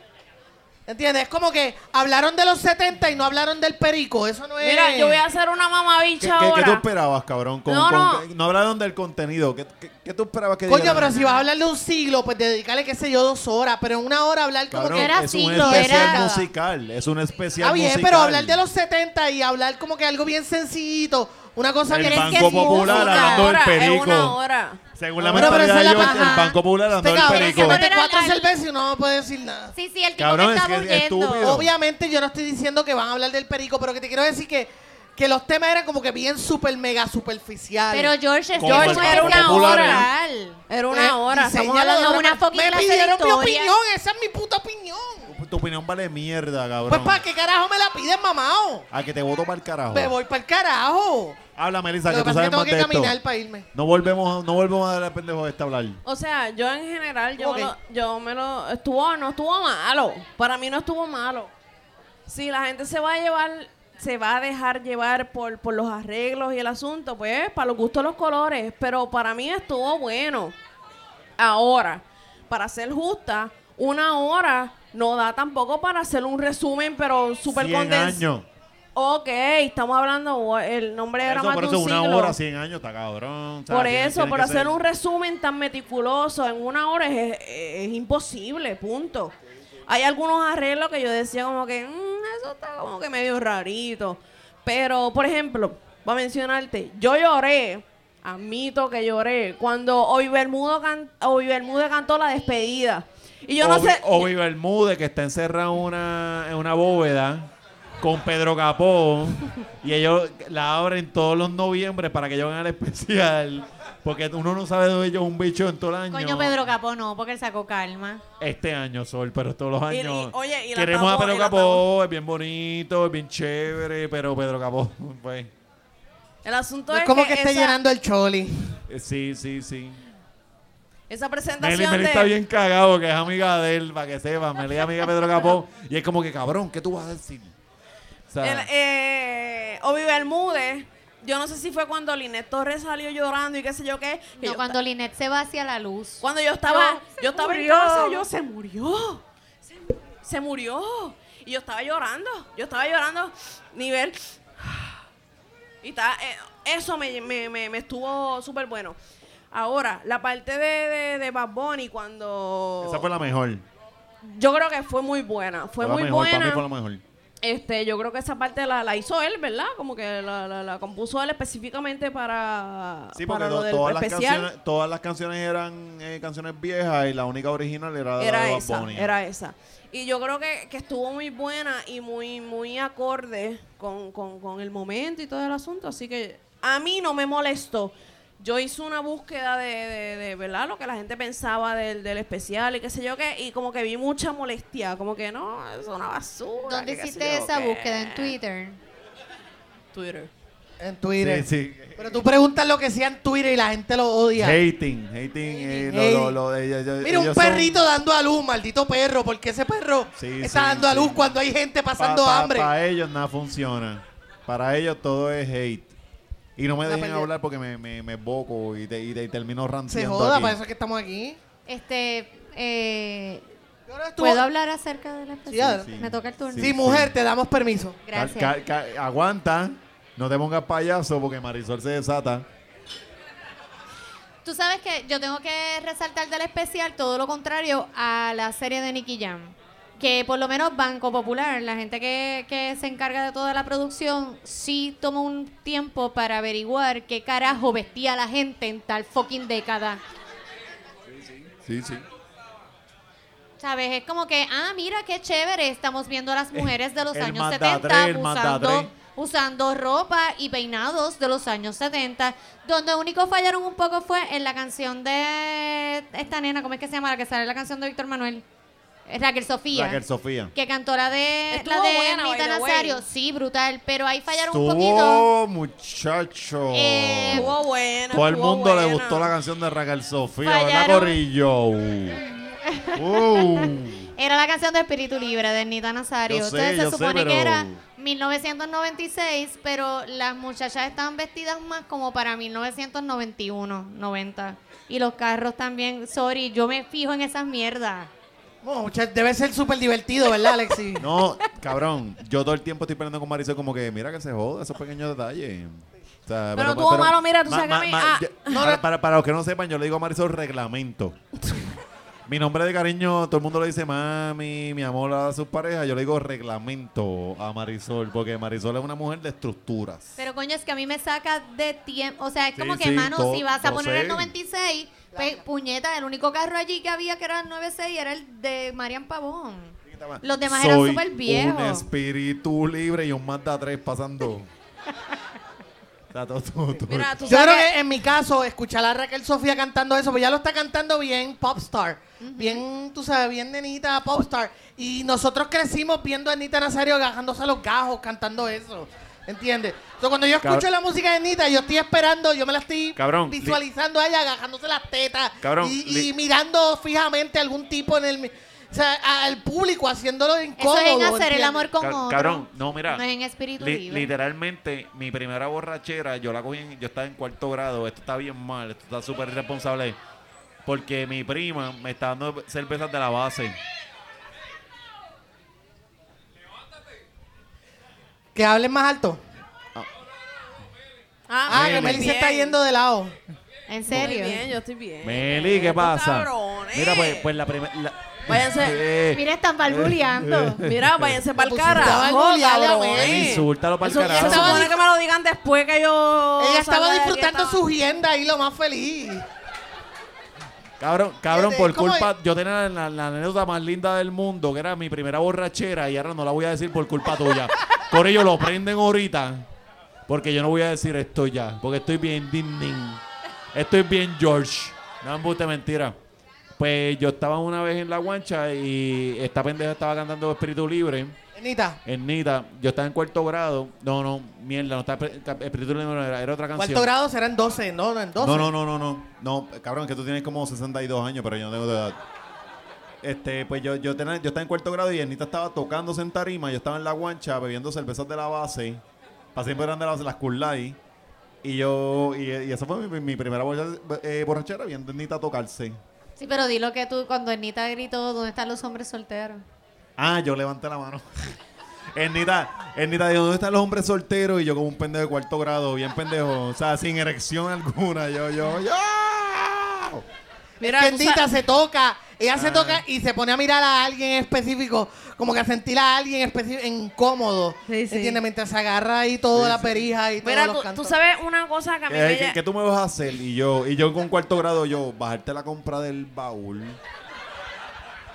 ¿entiendes? Es como que hablaron de los 70 y no hablaron del perico. Eso no es...
Mira, yo voy a hacer una
¿Qué,
mamabicha
qué- qué tú
ahora.
esperabas, cabrón? Con-
No,
con-
no.
no hablaron del contenido. ¿Qué, qué- qué tú esperabas que
Coño,
dijeran?
pero si vas a hablar de un siglo, pues dedicarle, qué sé yo, dos horas. Pero en una hora hablar como
Cabrón,
que...
era
es un
siglo,
especial
era-
musical. Es un especial
Está bien,
musical.
pero hablar de los 70 y hablar como que algo bien sencillito, una cosa
El
bien...
Banco
que es
Popular
música.
hablando del
Ahora, es
perico.
una hora.
Según la
Bueno, pero esa
mentalidad de
es la
George, el
paja.
Banco Popular andó
Este
el
cabrón se
perico.
mete
Pero
cuatro
era la-
cervezas y no puede decir nada.
Sí, sí, el tipo
Cabrón,
que
es
está
que es estúpido.
huyendo.
Obviamente yo no estoy diciendo que van a hablar del perico, pero que te quiero decir que, que los temas eran como que bien super mega superficiales.
Pero George, es que
Como el
George era
Banco
una
Popular,
hora.
Era
Eh,
una hora. Estamos
diseñalo de
hablando de
otra
una
manera.
fucking
Me
clase de
pidieron mi
historia.
opinión, esa es mi puta opinión.
Tu opinión vale mierda, cabrón.
Pues para qué carajo me la piden, mamao.
A que te voto para el carajo.
Me voy para el carajo.
Habla,
Lo
Melissa, que,
que
tú
pasa es que
sabes
tengo
más
que
de esto.
caminar para irme.
No volvemos, no volvemos a darle al pendejo este a hablar.
O sea, yo en general, yo,
Ok.
me lo, yo me lo... Estuvo, no estuvo malo. Para mí no estuvo malo. Si la gente se va a llevar, se va a dejar llevar por, por los arreglos y el asunto, pues, para los gustos los colores. Pero para mí estuvo bueno. Ahora, para ser justa, una hora no da tampoco para hacer un resumen, pero súper
100
condensado.
años.
Ok, estamos hablando, el nombre era
Eso,
más de
por
un
eso una
siglo.
hora, 100 años, está cabrón. O sea,
Por
tiene-
eso,
tiene
por
que
hacer
ser-
un resumen tan meticuloso en una hora es, es- es imposible, punto. Hay algunos arreglos que yo decía como que, "Mm, eso está como que medio rarito. Pero, por ejemplo, voy a mencionarte, yo lloré, admito que lloré, cuando Obi Bermudo, can- Obi Bermúdez cantó la despedida. Y yo no
Obi-
sé...
Obi Bermúdez, que está encerrado en una, en una bóveda.
con Pedro Capó y ellos la abren todos los noviembre para que ellos hagan el especial porque uno no sabe de ellos un bicho en todo el año.
Coño, Pedro Capó no, porque él sacó calma.
Este año, Sol, pero todos los
Y- y-
años.
oye, y la
queremos
tapó,
a Pedro
y la
Capó, es bien bonito, es bien chévere, pero Pedro Capó, pues,
El asunto
Es
es
como
que,
que esté
esa,
llenando el choli.
eh, sí, sí, sí.
esa
Meli,
presentación
Meli
de...
está bien cagado, que es amiga de él, para que sepa. Meli es amiga de Pedro Capó. Y es como que, cabrón, ¿qué tú vas a decir? O sea,
El,
Ah.
eh, Obi Bermúdez, yo no sé si fue cuando Linet Torres salió llorando y qué sé yo qué. que
No,
yo
cuando Linet se va hacia la luz.
Cuando yo estaba,
No,
yo estaba en casa, yo se murió. Se, mu- se murió. Y yo estaba llorando. Yo estaba llorando. Nivel. Y estaba, eh, eso me, me- me- me estuvo súper bueno. Ahora, la parte de, de, de Bad Bunny cuando.
Esa fue la mejor.
Yo creo que fue muy buena. Fue,
la
muy
mejor,
buena.
Para mí fue la mejor.
Este, yo creo que esa parte la, la hizo él, ¿verdad? Como que la, la- la compuso él específicamente para,
Sí, porque
para lo
to-
del
todas, las
especial.
canciones, todas las canciones eran eh, canciones viejas y la única original era, la
Era
de Bad
esa,
Bunny.
era esa. Y yo creo que, que estuvo muy buena y muy, muy acorde con, con- con el momento y todo el asunto. Así que a mí no me molestó. Yo hice una búsqueda de, de- de, ¿verdad? Lo que la gente pensaba del, del especial y qué sé yo qué. Y como que vi mucha molestia. Como que no, es una basura.
¿Dónde
que qué sé
hiciste
yo
esa
qué.
búsqueda? En Twitter.
Twitter.
En Twitter.
Sí, sí.
Pero tú preguntas lo que sea en Twitter y la gente lo odia.
Hating, hating. eh, lo-
Hating.
lo- lo- ellos- ellos-
Mira, un
ellos son-
perrito dando a luz, maldito perro, porque ese perro
Sí,
está
sí,
dando a
sí.
luz cuando hay gente pasando
Pa- pa-
hambre.
Para ellos nada funciona. Para ellos todo es hate. Y no me
Una
dejen
pelea.
hablar porque me, me, me boco y, te- y te- y termino
Se
ranteando
joda, pues,
aquí.
para eso es que estamos aquí.
Este, eh,
Yo ahora estuvo-
¿puedo hablar acerca de la especial?
Sí,
sí.
Me toca el turno.
Sí,
Sí,
mujer,
sí.
te damos permiso.
Cal-
Gracias.
cal- cal- aguanta. No te pongas payaso porque Marisol se desata.
Tú sabes que yo tengo que resaltar del especial todo lo contrario a la serie de Nicky Jam. Que por lo menos Banco Popular, la gente que, que se encarga de toda la producción, sí tomó un tiempo para averiguar qué carajo vestía la gente en tal fucking década.
Sí, sí.
¿Sabes? Es como que, ah, mira qué chévere, estamos viendo a las mujeres de los
Eh, El
años
Mazda
70
tres, el Mazda tres.
usando, usando ropa y peinados de los años 70. Donde único fallaron un poco fue en la canción de esta nena, ¿cómo es que se llama? La que sale en la canción de Víctor Manuel. Eh, Raquel Sofía.
Raquel Sofía.
Que cantó la de,
Estuvo
la de
buena, by
Anita
the way.
Nazario. Sí, brutal, pero ahí fallaron un poquito.
Estuvo, muchacho.
Eh,
Estuvo buena.
Todo el
estuvo
mundo le
buena.
gustó la canción de Raquel Sofía, ¿verdad,
Fallaron.
Corillo? Uh.
Era la canción de Espíritu Libre de Nita Nazario.
Yo sé,
Entonces
yo
se
sé,
supone
pero-
que era 1996, pero las muchachas estaban vestidas más como para 1991, 90. Y los carros también. Sorry, yo me fijo en esas mierdas.
Bueno, mucha- debe ser súper divertido, ¿verdad, Alexi?
No, cabrón, yo todo el tiempo estoy peleando con Marisol como que mira que se joda esos pequeños detalles. O sea,
Pero tú, Omaro, mira, tú sabes que a mí- ah.
yo- para, para- para los que no sepan, yo le digo a Marisol reglamento. Mi nombre de cariño, todo el mundo le dice mami, mi amor a sus parejas. Yo le digo reglamento a Marisol, porque Marisol es una mujer de estructuras.
Pero coño, es que a mí me saca de tiempo. O sea, es
Sí,
como que,
sí,
mano,
to-
si vas a
lo
poner
sé.
el 96, pues, puñeta, el único carro allí que había que era el 96 era el de Marian Pavón. Los demás eran
Soy
súper
Un
viejos.
espíritu libre y un Mazda 3 pasando. O sea, todo- todo- todo.
Mira, tú
Yo creo
sabes-
que en mi caso, escuchar a Raquel Sofía cantando eso, pues ya lo está cantando bien popstar. Bien, tú sabes, bien nenita popstar. Y nosotros crecimos viendo a Anita Nazario agajándose a los gajos cantando eso. ¿Entiendes? Entonces, cuando yo escucho
Cab-
la música de Anita, yo estoy esperando, yo me la estoy
Cabrón, li-
visualizando a ella agajándose las tetas.
Cabrón,
y, y
li-
mirando fijamente a algún tipo en el. mi- O sea, a- al público haciéndolo
Eso
incómodo.
es en hacer el
¿entiendes?
amor con
Ca-
otro.
cabrón, no, mira.
No es en espíritu
Li-
libre.
literalmente, mi primera borrachera, yo la cogí, en- yo estaba en cuarto grado, esto está bien mal, esto está súper irresponsable, porque mi prima me está dando cervezas de la base.
Que hablen más alto. Ah, que
Meli.
Meli se
Bien.
está yendo de lado.
¿En
Estoy
serio?
bien, yo estoy bien.
Meli, ¿qué
Estos
pasa?
cabrones.
Mira, pues, pues la Eh, primera...
Váyanse.
Mira, están balbuleando.
Mira, váyanse para el
pusiste a
carajo,
balbulear a
cabrones.
Meli.
eh, Insúltalo pa'l
Eso-
carajo.
Se supone que me lo digan después que yo...
Ella
salga
estaba
de aquí,
disfrutando
estaba-
su agenda y lo más feliz.
Cabrón, cabrón,
Fíjate,
por
¿cómo
culpa.
es?
Yo tenía la, la anécdota más linda del mundo, que era mi primera borrachera, y ahora no la voy a decir por culpa tuya. Corillo, lo prenden ahorita. Porque yo no voy a decir esto ya. Porque estoy bien Disney. Estoy bien George. No embuste mentira. Pues yo estaba una vez en la guancha y esta pendeja estaba cantando Espíritu Libre.
Anita,
En Nita, yo estaba en cuarto grado. No, no, mierda, no estaba Espíritu Libre, no, era, era otra canción.
cuarto grado serán 12, no, no, en 12.
No, no, no, no, no. No, cabrón, que tú tienes como 62 años, pero yo no tengo tu edad. Este, pues yo, yo, tenía- yo estaba en cuarto grado y Ernita estaba tocándose en tarima. Yo estaba en la guancha bebiendo cervezas de la base. Para siempre eran de las, las Cool Light. Y yo, y, y esa fue mi, mi primera borra- eh, borrachera viendo a Ernita tocarse.
Sí, pero dilo que tú, cuando Ernita gritó, ¿dónde están los hombres solteros?
Ah, yo levanté la mano. Ernita, Ernita dijo, ¿dónde están los hombres solteros? Y yo como un pendejo de cuarto grado, bien pendejo. O sea, sin erección alguna. Yo, yo, yo.
Mira,
que
tú
Anita
sabes-
se toca, ella
Ah.
se toca y se pone a mirar a alguien específico, como que a sentir a alguien específico incómodo.
Sí, sí.
¿Entiendes? Mientras se agarra ahí toda la perija y
Mira,
todos
tú,
los cantos.
tú sabes una cosa que a mí me
Eh, ¿Qué,
lle-
qué tú me vas a hacer? Y yo, y yo con cuarto grado, yo, bajarte la compra del baúl.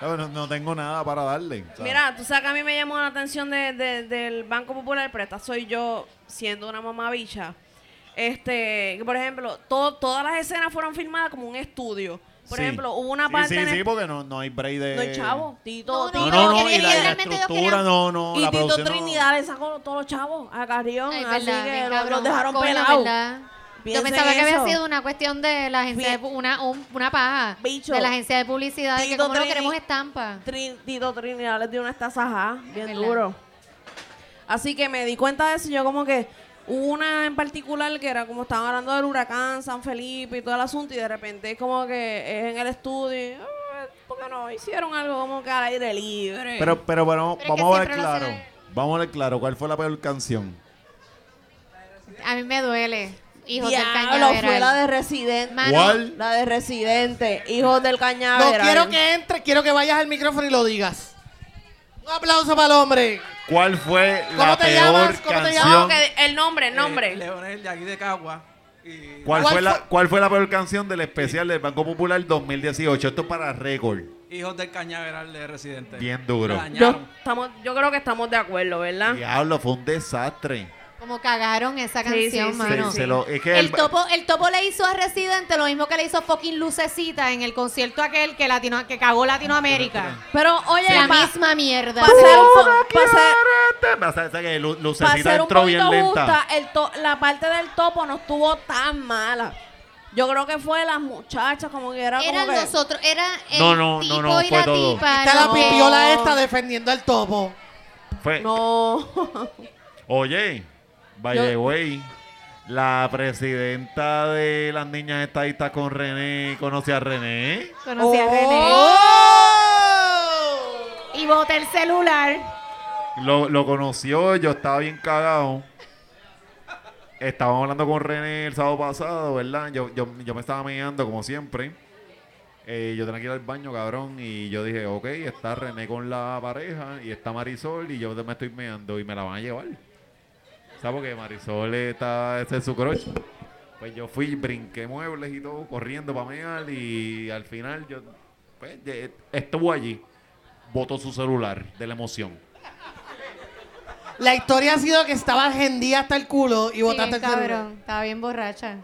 ¿Sabes? No, no tengo nada para darle. ¿sabes?
Mira, tú sabes que a mí me llamó la atención de- de- del Banco Popular, pero esta soy yo siendo una mamabicha. Este, que, por ejemplo, to- todas las escenas fueron filmadas como un estudio. Por
Sí.
ejemplo, hubo una
Sí,
parte
Sí,
en
sí,
el-
porque no, no hay break de...
no hay chavo, Tito,
No, no,
Tito.
No, no, no, y
Porque
la, la
literalmente ellos
estructura,
querían-
no, no.
y
la
Tito
producción no.
Trinidad le sacó todos los chavos a Carrión,
Ay,
así
verdad, bien
que lo-
cabrón.
los dejaron
Coño,
pelados.
verdad. Yo
Piensen
pensaba que había
eso.
sido una cuestión de la agencia de pu- una, un- una paja
Bicho.
de la agencia de publicidad de que
Tito
como no
Trini-
queremos estampa.
Trin- Tito Trinidad les dio una estasajá bien
verdad.
duro. Así que me di cuenta de eso. y Yo, como que hubo una en particular que era como estaban hablando del huracán, San Felipe y todo el asunto, y de repente es como que es en el estudio. y, "Ah, ¿Por qué no? Hicieron algo como que al aire libre.
Pero, pero, bueno,
Pero es que
vamos a ver
siempre lo
claro.
hacen-
Vamos a ver claro, ¿cuál fue la peor canción?
A mí me duele. Hijos del
Diablo,
cañaveral.
fue la de Residente.
Mano,
¿Cuál?
La de Residente, hijos del
No
cañaveral.
quiero que entre, quiero que vayas al micrófono y lo digas. Un aplauso para el hombre.
¿Cuál fue
¿Cómo
la
te
peor
llamas? ¿Cómo te
canción?
llamas?
que el nombre, el nombre.
Eh, Leonel de aquí de Cagua. Y
¿Cuál
¿Cuál
fue la
fue-
cuál fue la peor canción del especial del Banco Popular 2018? Esto es para récord.
hijos del cañaveral de Residente.
Bien duro.
La
yo,
dañaron.
estamos, yo creo que estamos de acuerdo, ¿verdad?
Diablo, fue un desastre.
Como cagaron esa
Sí,
canción,
sí, sí,
mano.
sí.
Se lo- es que
El
el-
topo, el topo le hizo a Residente lo mismo que le hizo fucking Lucecita en el concierto aquel que Latino, que cagó Latinoamérica.
Pero oye,
La
pa-
misma mierda.
pa' ser un po- pa' ser-
O sea, o sea que Lu-
para
Lucecita
ser un
entró bien
poquito
lenta.
justa, el to- la parte del topo no estuvo tan mala. Yo creo que fue las muchachas, como que era
Eran
como que...
los otros, era el
No, no, no,
tipo
no,
y
fue
la
todo.
tipa.
Está la
no.
pipiola esta defendiendo al topo.
Fue-
No.
Oye, by the way, la presidenta de las niñas estadistas con René, conoce a René.
Conocí a René.
¡Oh!
Y boté el celular.
Lo, lo conoció, yo estaba bien cagado. Estábamos hablando con René el sábado pasado, ¿verdad? Yo, yo, yo me estaba meando como siempre. Eh, yo tenía que ir al baño, cabrón, y yo dije, ok, está René con la pareja y está Marisol y yo me estoy meando y me la van a llevar. ¿Sabes? Porque Marisol está, ese es su crush. Pues yo fui, brinqué muebles y todo, corriendo para mear y al final yo, pues, de- estuvo allí. Botó su celular de la emoción.
La historia ha sido que estaba agendía hasta el culo y
Sí,
botaste el celular.
cabrón. Estaba bien borracha.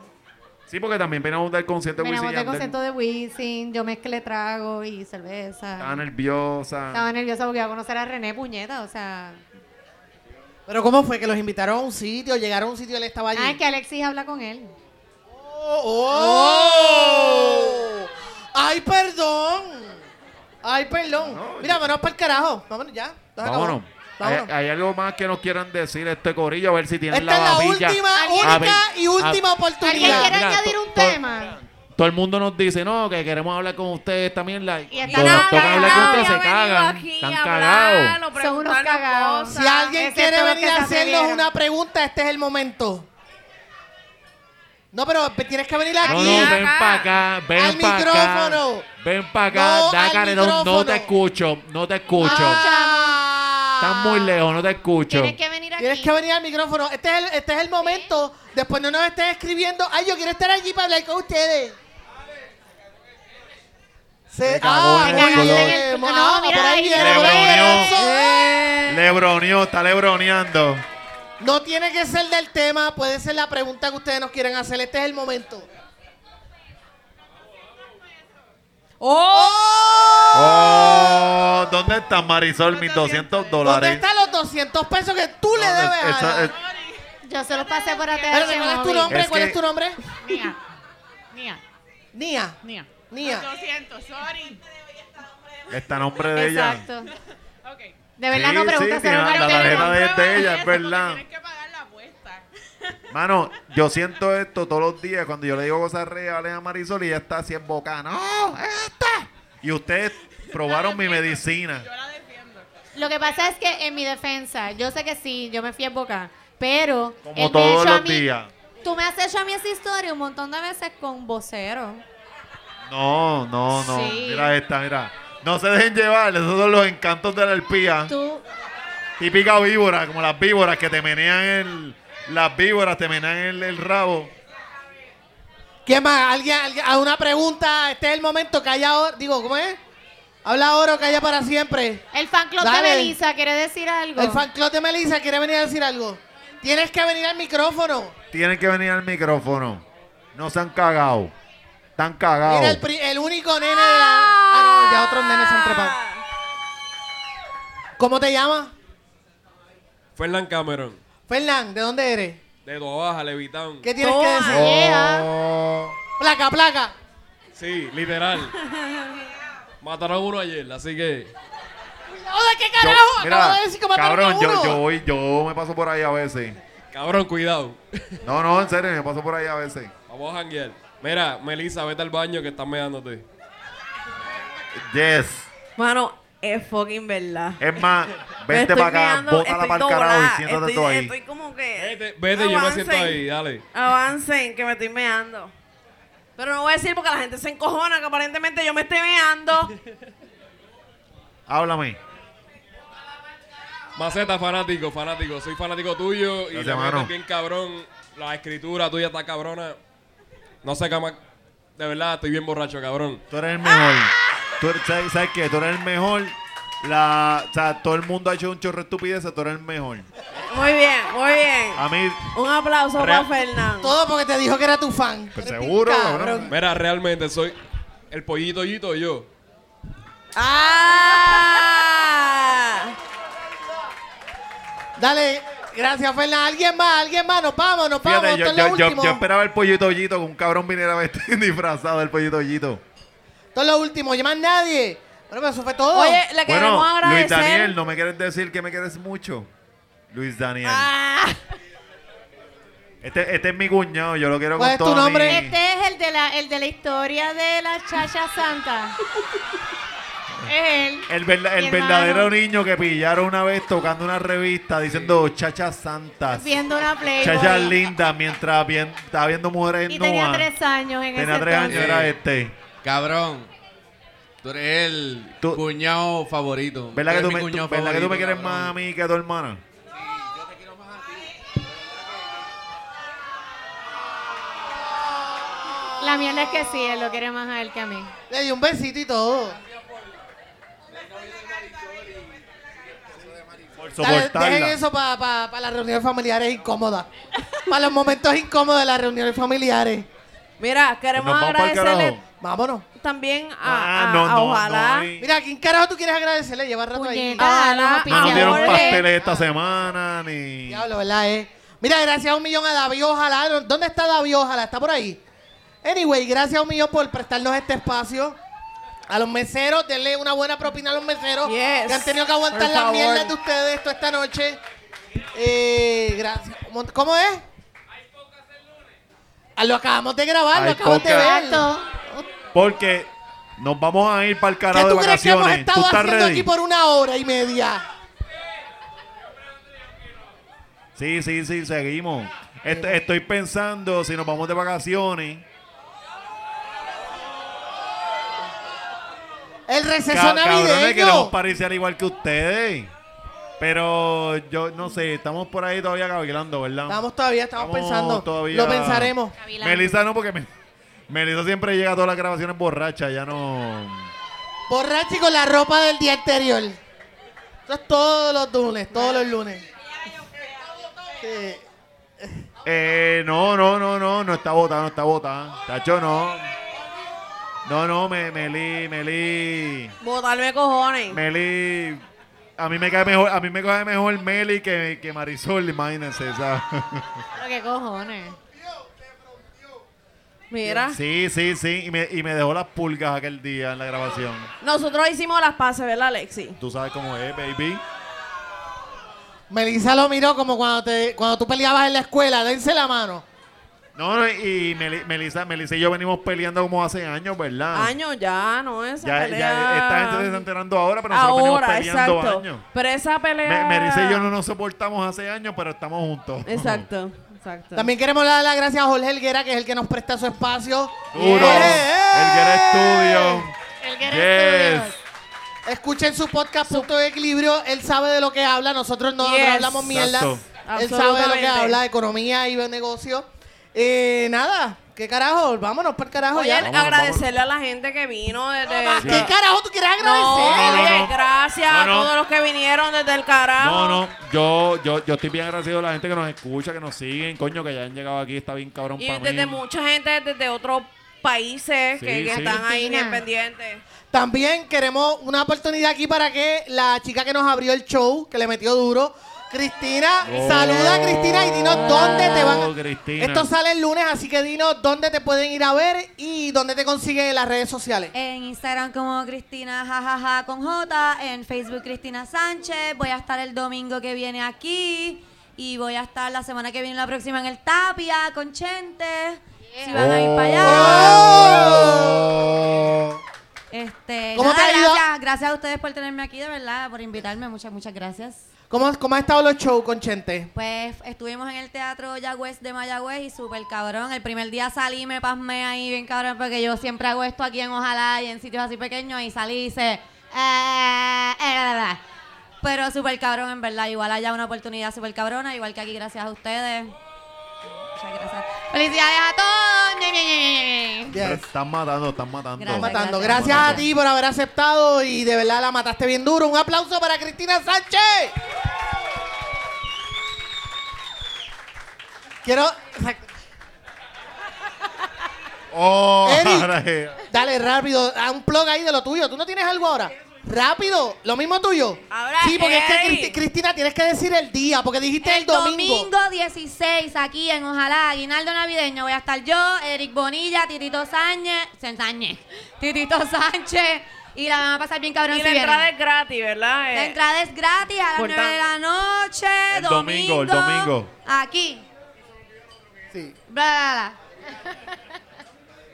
Sí, porque también venimos del concierto de
Me
Wisin
enamoré del concierto
Yandel.
de Wisin. Yo mezclé trago y cerveza.
Estaba nerviosa.
Estaba nerviosa porque iba a conocer a René Puñeta, o sea...
Pero ¿cómo fue? Que los invitaron a un sitio, llegaron a un sitio y él estaba allí.
Ah, es que Alexis habla con él.
¡Oh! ¡Ay, perdón! ¡Ay, perdón! Mira, vámonos para el carajo. Vámonos ya. Nos acabó.
Vámonos. Hay,
Vámonos.
hay algo más que nos quieran decir este corillo? A ver si tienen
Esta es la
babilla.
última,
Alguien-
única y
A-
última
a-
¿Alguien
oportunidad.
quiere
Mira,
añadir
to-
un
to-
tema?
Todo el mundo nos dice, no, que queremos hablar con ustedes también. La...
Y está
Cuando nos
nada,
toca hablar con
nada,
ustedes, se cagan. Están cagados.
Son unos cagados.
Si alguien
Excepto
quiere
los que
venir
se
a hacernos
atrevieron.
una pregunta, este es el momento. No, pero pues, tienes que venir aquí.
No, no, ven
acá.
para acá,
Al
ven para acá.
micrófono.
Ven para acá,
No,
da
al
cara, no, no
micrófono.
te escucho, no te escucho.
Ah.
Estás muy lejos, no te escucho.
Tienes que venir aquí.
Tienes que venir al micrófono. Este es el, este es el momento. Después no nos estés escribiendo. Ay, yo quiero estar allí para hablar con ustedes. Se,
cagó en el
muy
color.
bien.
No,
Ah,
mira,
por ahí
ahí
viene,
viene.
por ahí viene
Reunión.
Enzo.
Le
Lebroneó, está lebroneando.
No tiene que ser del tema, puede ser la pregunta que ustedes nos quieran hacer. Este es el momento. ¡Oh!
Oh, ¿dónde está Marisol? Mis
¿Dónde
200 dólares.
están los 200 pesos que tú le debes a
Esa-
Ana?
es-
Yo se los pasé por
Espérate,
ATH.
¿Cuál es tu
móvil.
nombre?
Es
¿Cuál
que-
es tu nombre?
Nia. Nia.
Nia.
Nia.
Nia.
Lo siento, sorry.
Está a nombre de ella.
Exacto.
Ok.
De verdad no
Sí, sí,
preguntas
tiene- la tarjeta de- es ella, es
Eso, porque
verdad.
Tienes que pagar la apuesta.
Mano, yo siento esto todos los días cuando yo le digo cosas reales a Marisol y ella está así en boca. ¡No! ¡Esta! Y ustedes probaron mi medicina.
Yo la defiendo.
Lo que pasa es que en mi defensa, yo sé que sí, yo me fui en boca, pero él me
Como
ha
todos
hecho a
los
mí-
días.
Tú me has hecho a mí esa historia un montón de veces con vocero.
No, no, no.
Sí.
Mira esta, mira. No se dejen llevar, esos son los encantos de la arpía.
Tú,
Típica víbora, como las víboras que te menean el. Las víboras te menean el, el rabo.
¿Qué más? ¿Alguien, alguien- a una pregunta? Este es el momento. Calla oro. Digo, ¿cómo es? Habla oro, calla para siempre.
el fan club
Dale.
de Melissa, ¿quiere decir algo?
El fan club de Melissa quiere venir a decir algo. Tienes que venir al micrófono.
Tienen que venir al micrófono. No se han cagado. Están cagados.
Mira, el, pri- el único nene de la... Ah, no, ya otros nenes se han trepado. ¿Cómo te llamas?
Fernan Cameron,
Fernán, ¿de dónde eres?
de Doha, Levitown.
¿Qué tienes
Toma.
que
Ah,
decir?
Oh.
Placa, placa.
Sí, literal. Mataron a uno ayer, así que.
Joder, ¿qué
Yo-
carajo?
mira,
Acabo de decir que mataron
cabrón,
a uno.
Yo, yo voy, yo me paso por ahí a veces.
Cabrón, cuidado.
No, no, en serio, me paso por ahí a veces.
Vamos a janguear. Mira, Melissa, vete al baño que estás meándote.
Yes.
Mano, es fucking verdad.
Es más,
Me
vete
estoy
para acá,
meando,
bótala
estoy
para el carajo
doblada,
y siéntate
estoy-
tú ahí.
Estoy como que.
Vete, vete yo me siento ahí, dale.
Avancen, que me estoy meando. Pero no voy a decir porque la gente se encojona que aparentemente yo me estoy meando.
Háblame.
Maceta, fanático, fanático. Soy fanático tuyo y
Gracias,
la
mano.
verdad es bien cabrón. La escritura tuya está cabrona. No sé, cama. De verdad, estoy bien borracho, cabrón.
Tú eres el mejor. Tú eres- ¿sabes, sabes qué? Tú eres el mejor. La, o sea, todo el mundo ha hecho un chorro de estupideces, tú eres el mejor.
Muy bien, muy bien.
A mí,
Un aplauso
Real-
para Fernando.
Todo porque te dijo que era tu fan.
pues
Eres
seguro,
bien cabrón.
cabrón.
Mira, realmente soy el pollito yito yo.
¡Ah!
Dale, gracias, Fernán. ¿Alguien más? ¿Alguien más? Nos vamos, nos vamos.
Fíjate,
Esto
yo,
es lo
yo, yo,
último.
yo esperaba el pollito hoyito con un cabrón viniera vestido disfrazado del pollito hoyito.
Esto es lo último. ¿Y más nadie? Bueno, pero eso fue todo.
Oye, le queremos
Oh. Bueno, Luis
agradecer.
Daniel, no me quieres decir que me quieres mucho. Luis Daniel.
Ah,
Este, este es mi cuñado, yo lo quiero
¿Cuál
con
es tu
toda mi-
nombre?
Este es el de la, el de la historia de la chacha santa. es él.
El, verda- el
Mi hermano.
verdadero niño que pillaron una vez tocando una revista diciendo chachas santas,
Viendo una play.
chachas lindas, mientras bien, estaba viendo mujeres
Y
en
tenía
Nua.
tres años en
Tenía
ese
tres años,
entonces.
era este.
Cabrón, tú eres el
Tú-
cuñado favorito.
¿Verdad, que
eres
tú,
mi
me, tú-
cuñado
verdad que tú me
favorito,
quieres
cabrón.
más a mí que a tu hermana?
La mierda es que sí, él lo quiere más a él que a mí.
Le di un besito y todo.
Por
Dale, dejen
soportarla.
eso para las reuniones familiares incómodas. para los momentos incómodos de las reuniones familiares.
Mira, queremos
Nos vamos pa'l
agradecerle
carajo.
Vámonos.
también a,
Ah,
a-
no,
a
no,
Ojalá.
no, eh.
Mira, ¿a quién carajo tú quieres agradecerle? Lleva rato ahí.
Puñeta,
Ah,
los
ah,
No nos dieron
auspiciadores.
pasteles esta semana, ni...
Diablo, ¿verdad? Eh? Mira, gracias a un millón a David Ojalá. ¿Dónde está David Ojalá? ¿Está por ahí? Anyway, gracias a un millón por prestarnos este espacio. A los meseros, denle una buena propina a los meseros
Yes.
que han tenido que aguantar
Por
las
favor.
mierdas de ustedes toda esta noche. Eh, gracias. Mon- ¿Cómo es? Ah, Lo acabamos de grabar, lo
Hay
acabamos de
podcast.
ver.
Exacto.
Porque nos vamos a ir para el
¿Qué
carajo de
tú crees que hemos
vacaciones. ¿Tú
estado
estás
haciendo
ready?
aquí por una hora y media?
Sí, sí, sí, seguimos. Est- estoy pensando si nos vamos de vacaciones.
El receso
Ca- cabrones, queremos
navideño.
parecer igual que ustedes. Pero yo no sé, estamos por ahí todavía cavilando, ¿verdad?
Estamos todavía, estamos,
Estamos
pensando.
todavía-
Lo pensaremos.
Cavilando.
Melissa no, porque me- Melissa siempre llega a todas las grabaciones borracha, ya no.
Borrachi con la ropa del día anterior. Entonces, Esto es todos los lunes, todos los lunes. Sí.
Eh, no, no, no, no, no está bota, no está bota. Tacho, no. No, no, me, Meli, Meli.
Botarme cojones.
Meli. A mí me cae mejor, a mí me cae mejor Meli que, que Marisol, imagínense, ¿sabes?
Pero qué cojones.
Mira.
Ah.
Sí, sí, sí. Y me, y me dejó las pulgas aquel día en la grabación.
Nosotros hicimos las pases, ¿verdad, Alexi?
Tú sabes cómo es, baby.
Melissa lo miró como cuando, te, cuando tú peleabas en la escuela, dense la mano.
No, no, y Meli- Melissa, Melissa y yo venimos peleando como hace años, ¿verdad?
Años ya, no esa
Ah. Ya,
pelea.
ya esta gente se está enterando ahora, pero nosotros
Ahora,
venimos peleando
exacto.
años.
Pero esa pelea.
Me, Melissa y yo no nos soportamos hace años, pero estamos juntos.
Exacto, exacto.
También queremos darle las gracias a Jorge Helguera, que es el que nos presta su espacio.
Duro. El Guerra Studio.
El
Yes.
Escuchen su podcast Punto de Equilibrio. Él sabe de lo que habla. Nosotros no
Yes.
hablamos mierda.
Exacto.
Él sabe de lo que
Absolutamente.
habla, economía y negocio. Eh, nada, ¿qué carajo? Vámonos para el carajo
Oye,
ya.
agradecerle a la gente que vino desde.
¿Qué carajo tú quieres
No,
agradecer?
oye,
no.
gracias
No, no.
a todos los que vinieron desde el carajo.
No, no, yo, yo, yo estoy bien agradecido a la gente que nos escucha, que nos siguen, coño, que hayan llegado aquí, está bien cabrón
Y
para mí.
desde mucha gente desde otros países
Sí,
que, que
sí.
están ahí bien
Argentina.
pendientes.
También queremos una oportunidad aquí para que la chica que nos abrió el show, que le metió duro, Cristina,
Oh.
saluda a Cristina y dinos dónde te van.
Oh, Cristina.
Esto sale el lunes, así que dinos dónde te pueden ir a ver y dónde te consiguen las redes sociales.
En Instagram como Cristina jajaja con J, en Facebook Cristina Sánchez. Voy a estar el domingo que viene aquí y voy a estar la semana que viene la próxima en el Tapia con Chente. Si van
Oh.
a ir para
Oh.
allá.
Oh,
Este,
¿Cómo
nada,
te ha ido?
gracias, gracias a ustedes por tenerme aquí, de verdad, por invitarme. Muchas, muchas gracias.
¿Cómo, ¿Cómo ha estado los shows con Chente?
Pues estuvimos en el Teatro Yagüez de Mayagüez y súper cabrón. El primer día salí, me pasmé ahí bien cabrón porque yo siempre hago esto aquí en Ojalá y en sitios así pequeños y salí y hice... eh, eh, eh, eh. Pero súper cabrón en verdad. Igual allá una oportunidad súper cabrona, igual que aquí gracias a ustedes. Muchas gracias.
Felicidades a todos. Ñe, ñe, ñe, ñe, ñe.
Yes.
Pero están matando, están matando.
Gracias.
matando.
Gracias.
Gracias a ti por haber aceptado y de verdad la mataste bien duro. Un aplauso para Cristina Sánchez. Quiero.
Oh,
Eric.
ahora es-
Dale rápido, a un plug ahí de lo tuyo. ¿Tú no tienes algo ahora? Rápido, lo mismo tuyo.
Ahora,
sí, porque es que
Eric.
Cristi- Cristina tienes que decir el día, porque dijiste Este el,
El domingo.
domingo.
16 aquí en Ojalá, Aguinaldo Navideño. Voy a estar yo, Eric Bonilla, Titito Sánchez, Sánchez, Titito Sánchez. Y la van a pasar bien cabrón
Y
si
la entrada
vienen.
es gratis, ¿verdad?
La
Eh,
entrada es gratis a las
Por
9 de la noche.
El domingo, el domingo.
Aquí.
Sí.
Bla, bla,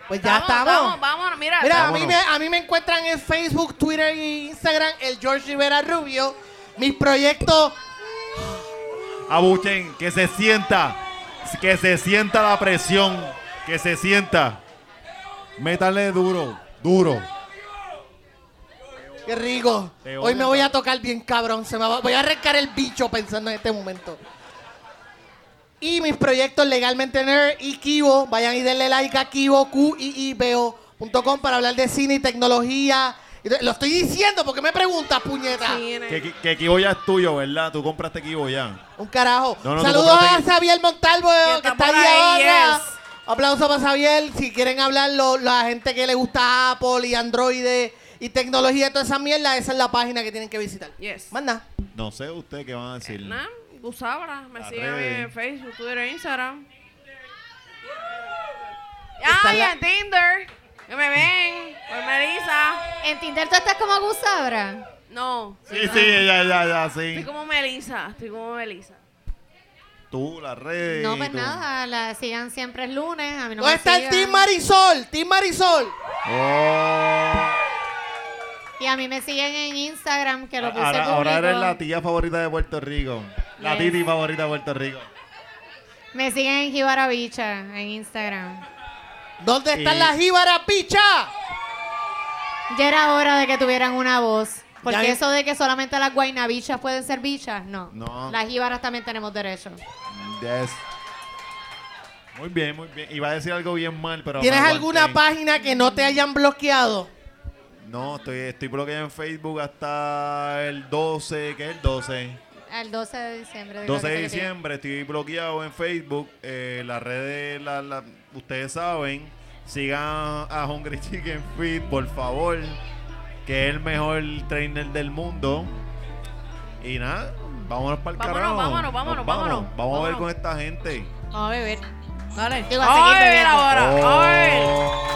Pues ya estamos.
Vamos, vamos, mira.
Mira, a
Vámonos.
mí, me, a mí me encuentran en Facebook, Twitter y Instagram, el George Rivera Rubio. Mis proyectos
Abuchen, que se sienta, que se sienta la presión, que se sienta. Métale duro, duro.
Qué rico.
Te
Hoy me
odio,
voy a tocar bien cabrón. Se me va- voy a arrancar el bicho pensando en este momento. Y mis proyectos legalmente nerd y Kibo. Vayan y denle like a Kibo, q i i B O punto com para hablar de cine y tecnología. Y te- Lo estoy diciendo porque me preguntas, puñeta.
sí, nene.
Que, que, que Kibo ya es tuyo, ¿verdad? Tú compraste Kibo ya.
Un carajo.
No, no, tú
Saludos a
compraste-
Xavier Montalvo, que,
está
está
por
ahí
ahí,
ahora.
yes.
Aplauso para Xavier. Si quieren hablar lo- la gente que le gusta Apple y Android y tecnología y toda esa mierda, esa es la página que tienen que visitar.
Yes.
Manda.
No sé usted qué van a decir.
Nah, tú sabrás. Me
Las
siguen
redes.
en Facebook, Twitter e Instagram.
Está
Ah, y
la-
en Tinder. Que me ven. Por Melissa.
En Tinder tú estás como Gusabra.
No.
Sí, sí, ya, ya, ya,
Estoy
sí.
como Melissa. Estoy como Melissa.
Tú, las redes.
No,
y
pues
tú.
nada, la sigan siempre el lunes. A mí no
¿Dónde
me
está el
sigan.
Team Marisol? Team Marisol.
Oh.
Y a mí me siguen en Instagram, que lo puse
Ahora, ahora
público.
eres la tía favorita de Puerto Rico. La
Yes.
titi favorita de Puerto Rico.
Me siguen en Jibarabicha, en Instagram.
¿Dónde está
Y-
la jíbara picha?
Ya era hora de que tuvieran una voz. Porque
Ya vi-
eso de que solamente las guaynabichas pueden ser bichas, no.
No.
Las jíbaras también tenemos derecho.
Yes. Muy bien, muy bien. Iba a decir algo bien mal, pero. me
¿Tienes
aguanté.
alguna página que no te hayan bloqueado?
No, estoy, estoy bloqueado en Facebook hasta el 12, ¿qué es el 12?
Al 12 de diciembre. creo
12
que
de
se retira.
diciembre estoy bloqueado en Facebook. Eh, las redes, la- la- ustedes saben, sigan a Hungry Chicken Fit, por favor, que es el mejor trainer del mundo. Y nada, vámonos para el
Vámonos,
carajo.
vámonos,
Nos
vámonos, vámonos.
Vamos a ver
Vámonos.
con esta gente.
Vamos a beber.
Dale.
Digo, a
Vamos a
seguir
beber
bebiendo.
ahora. A ver.
Oh.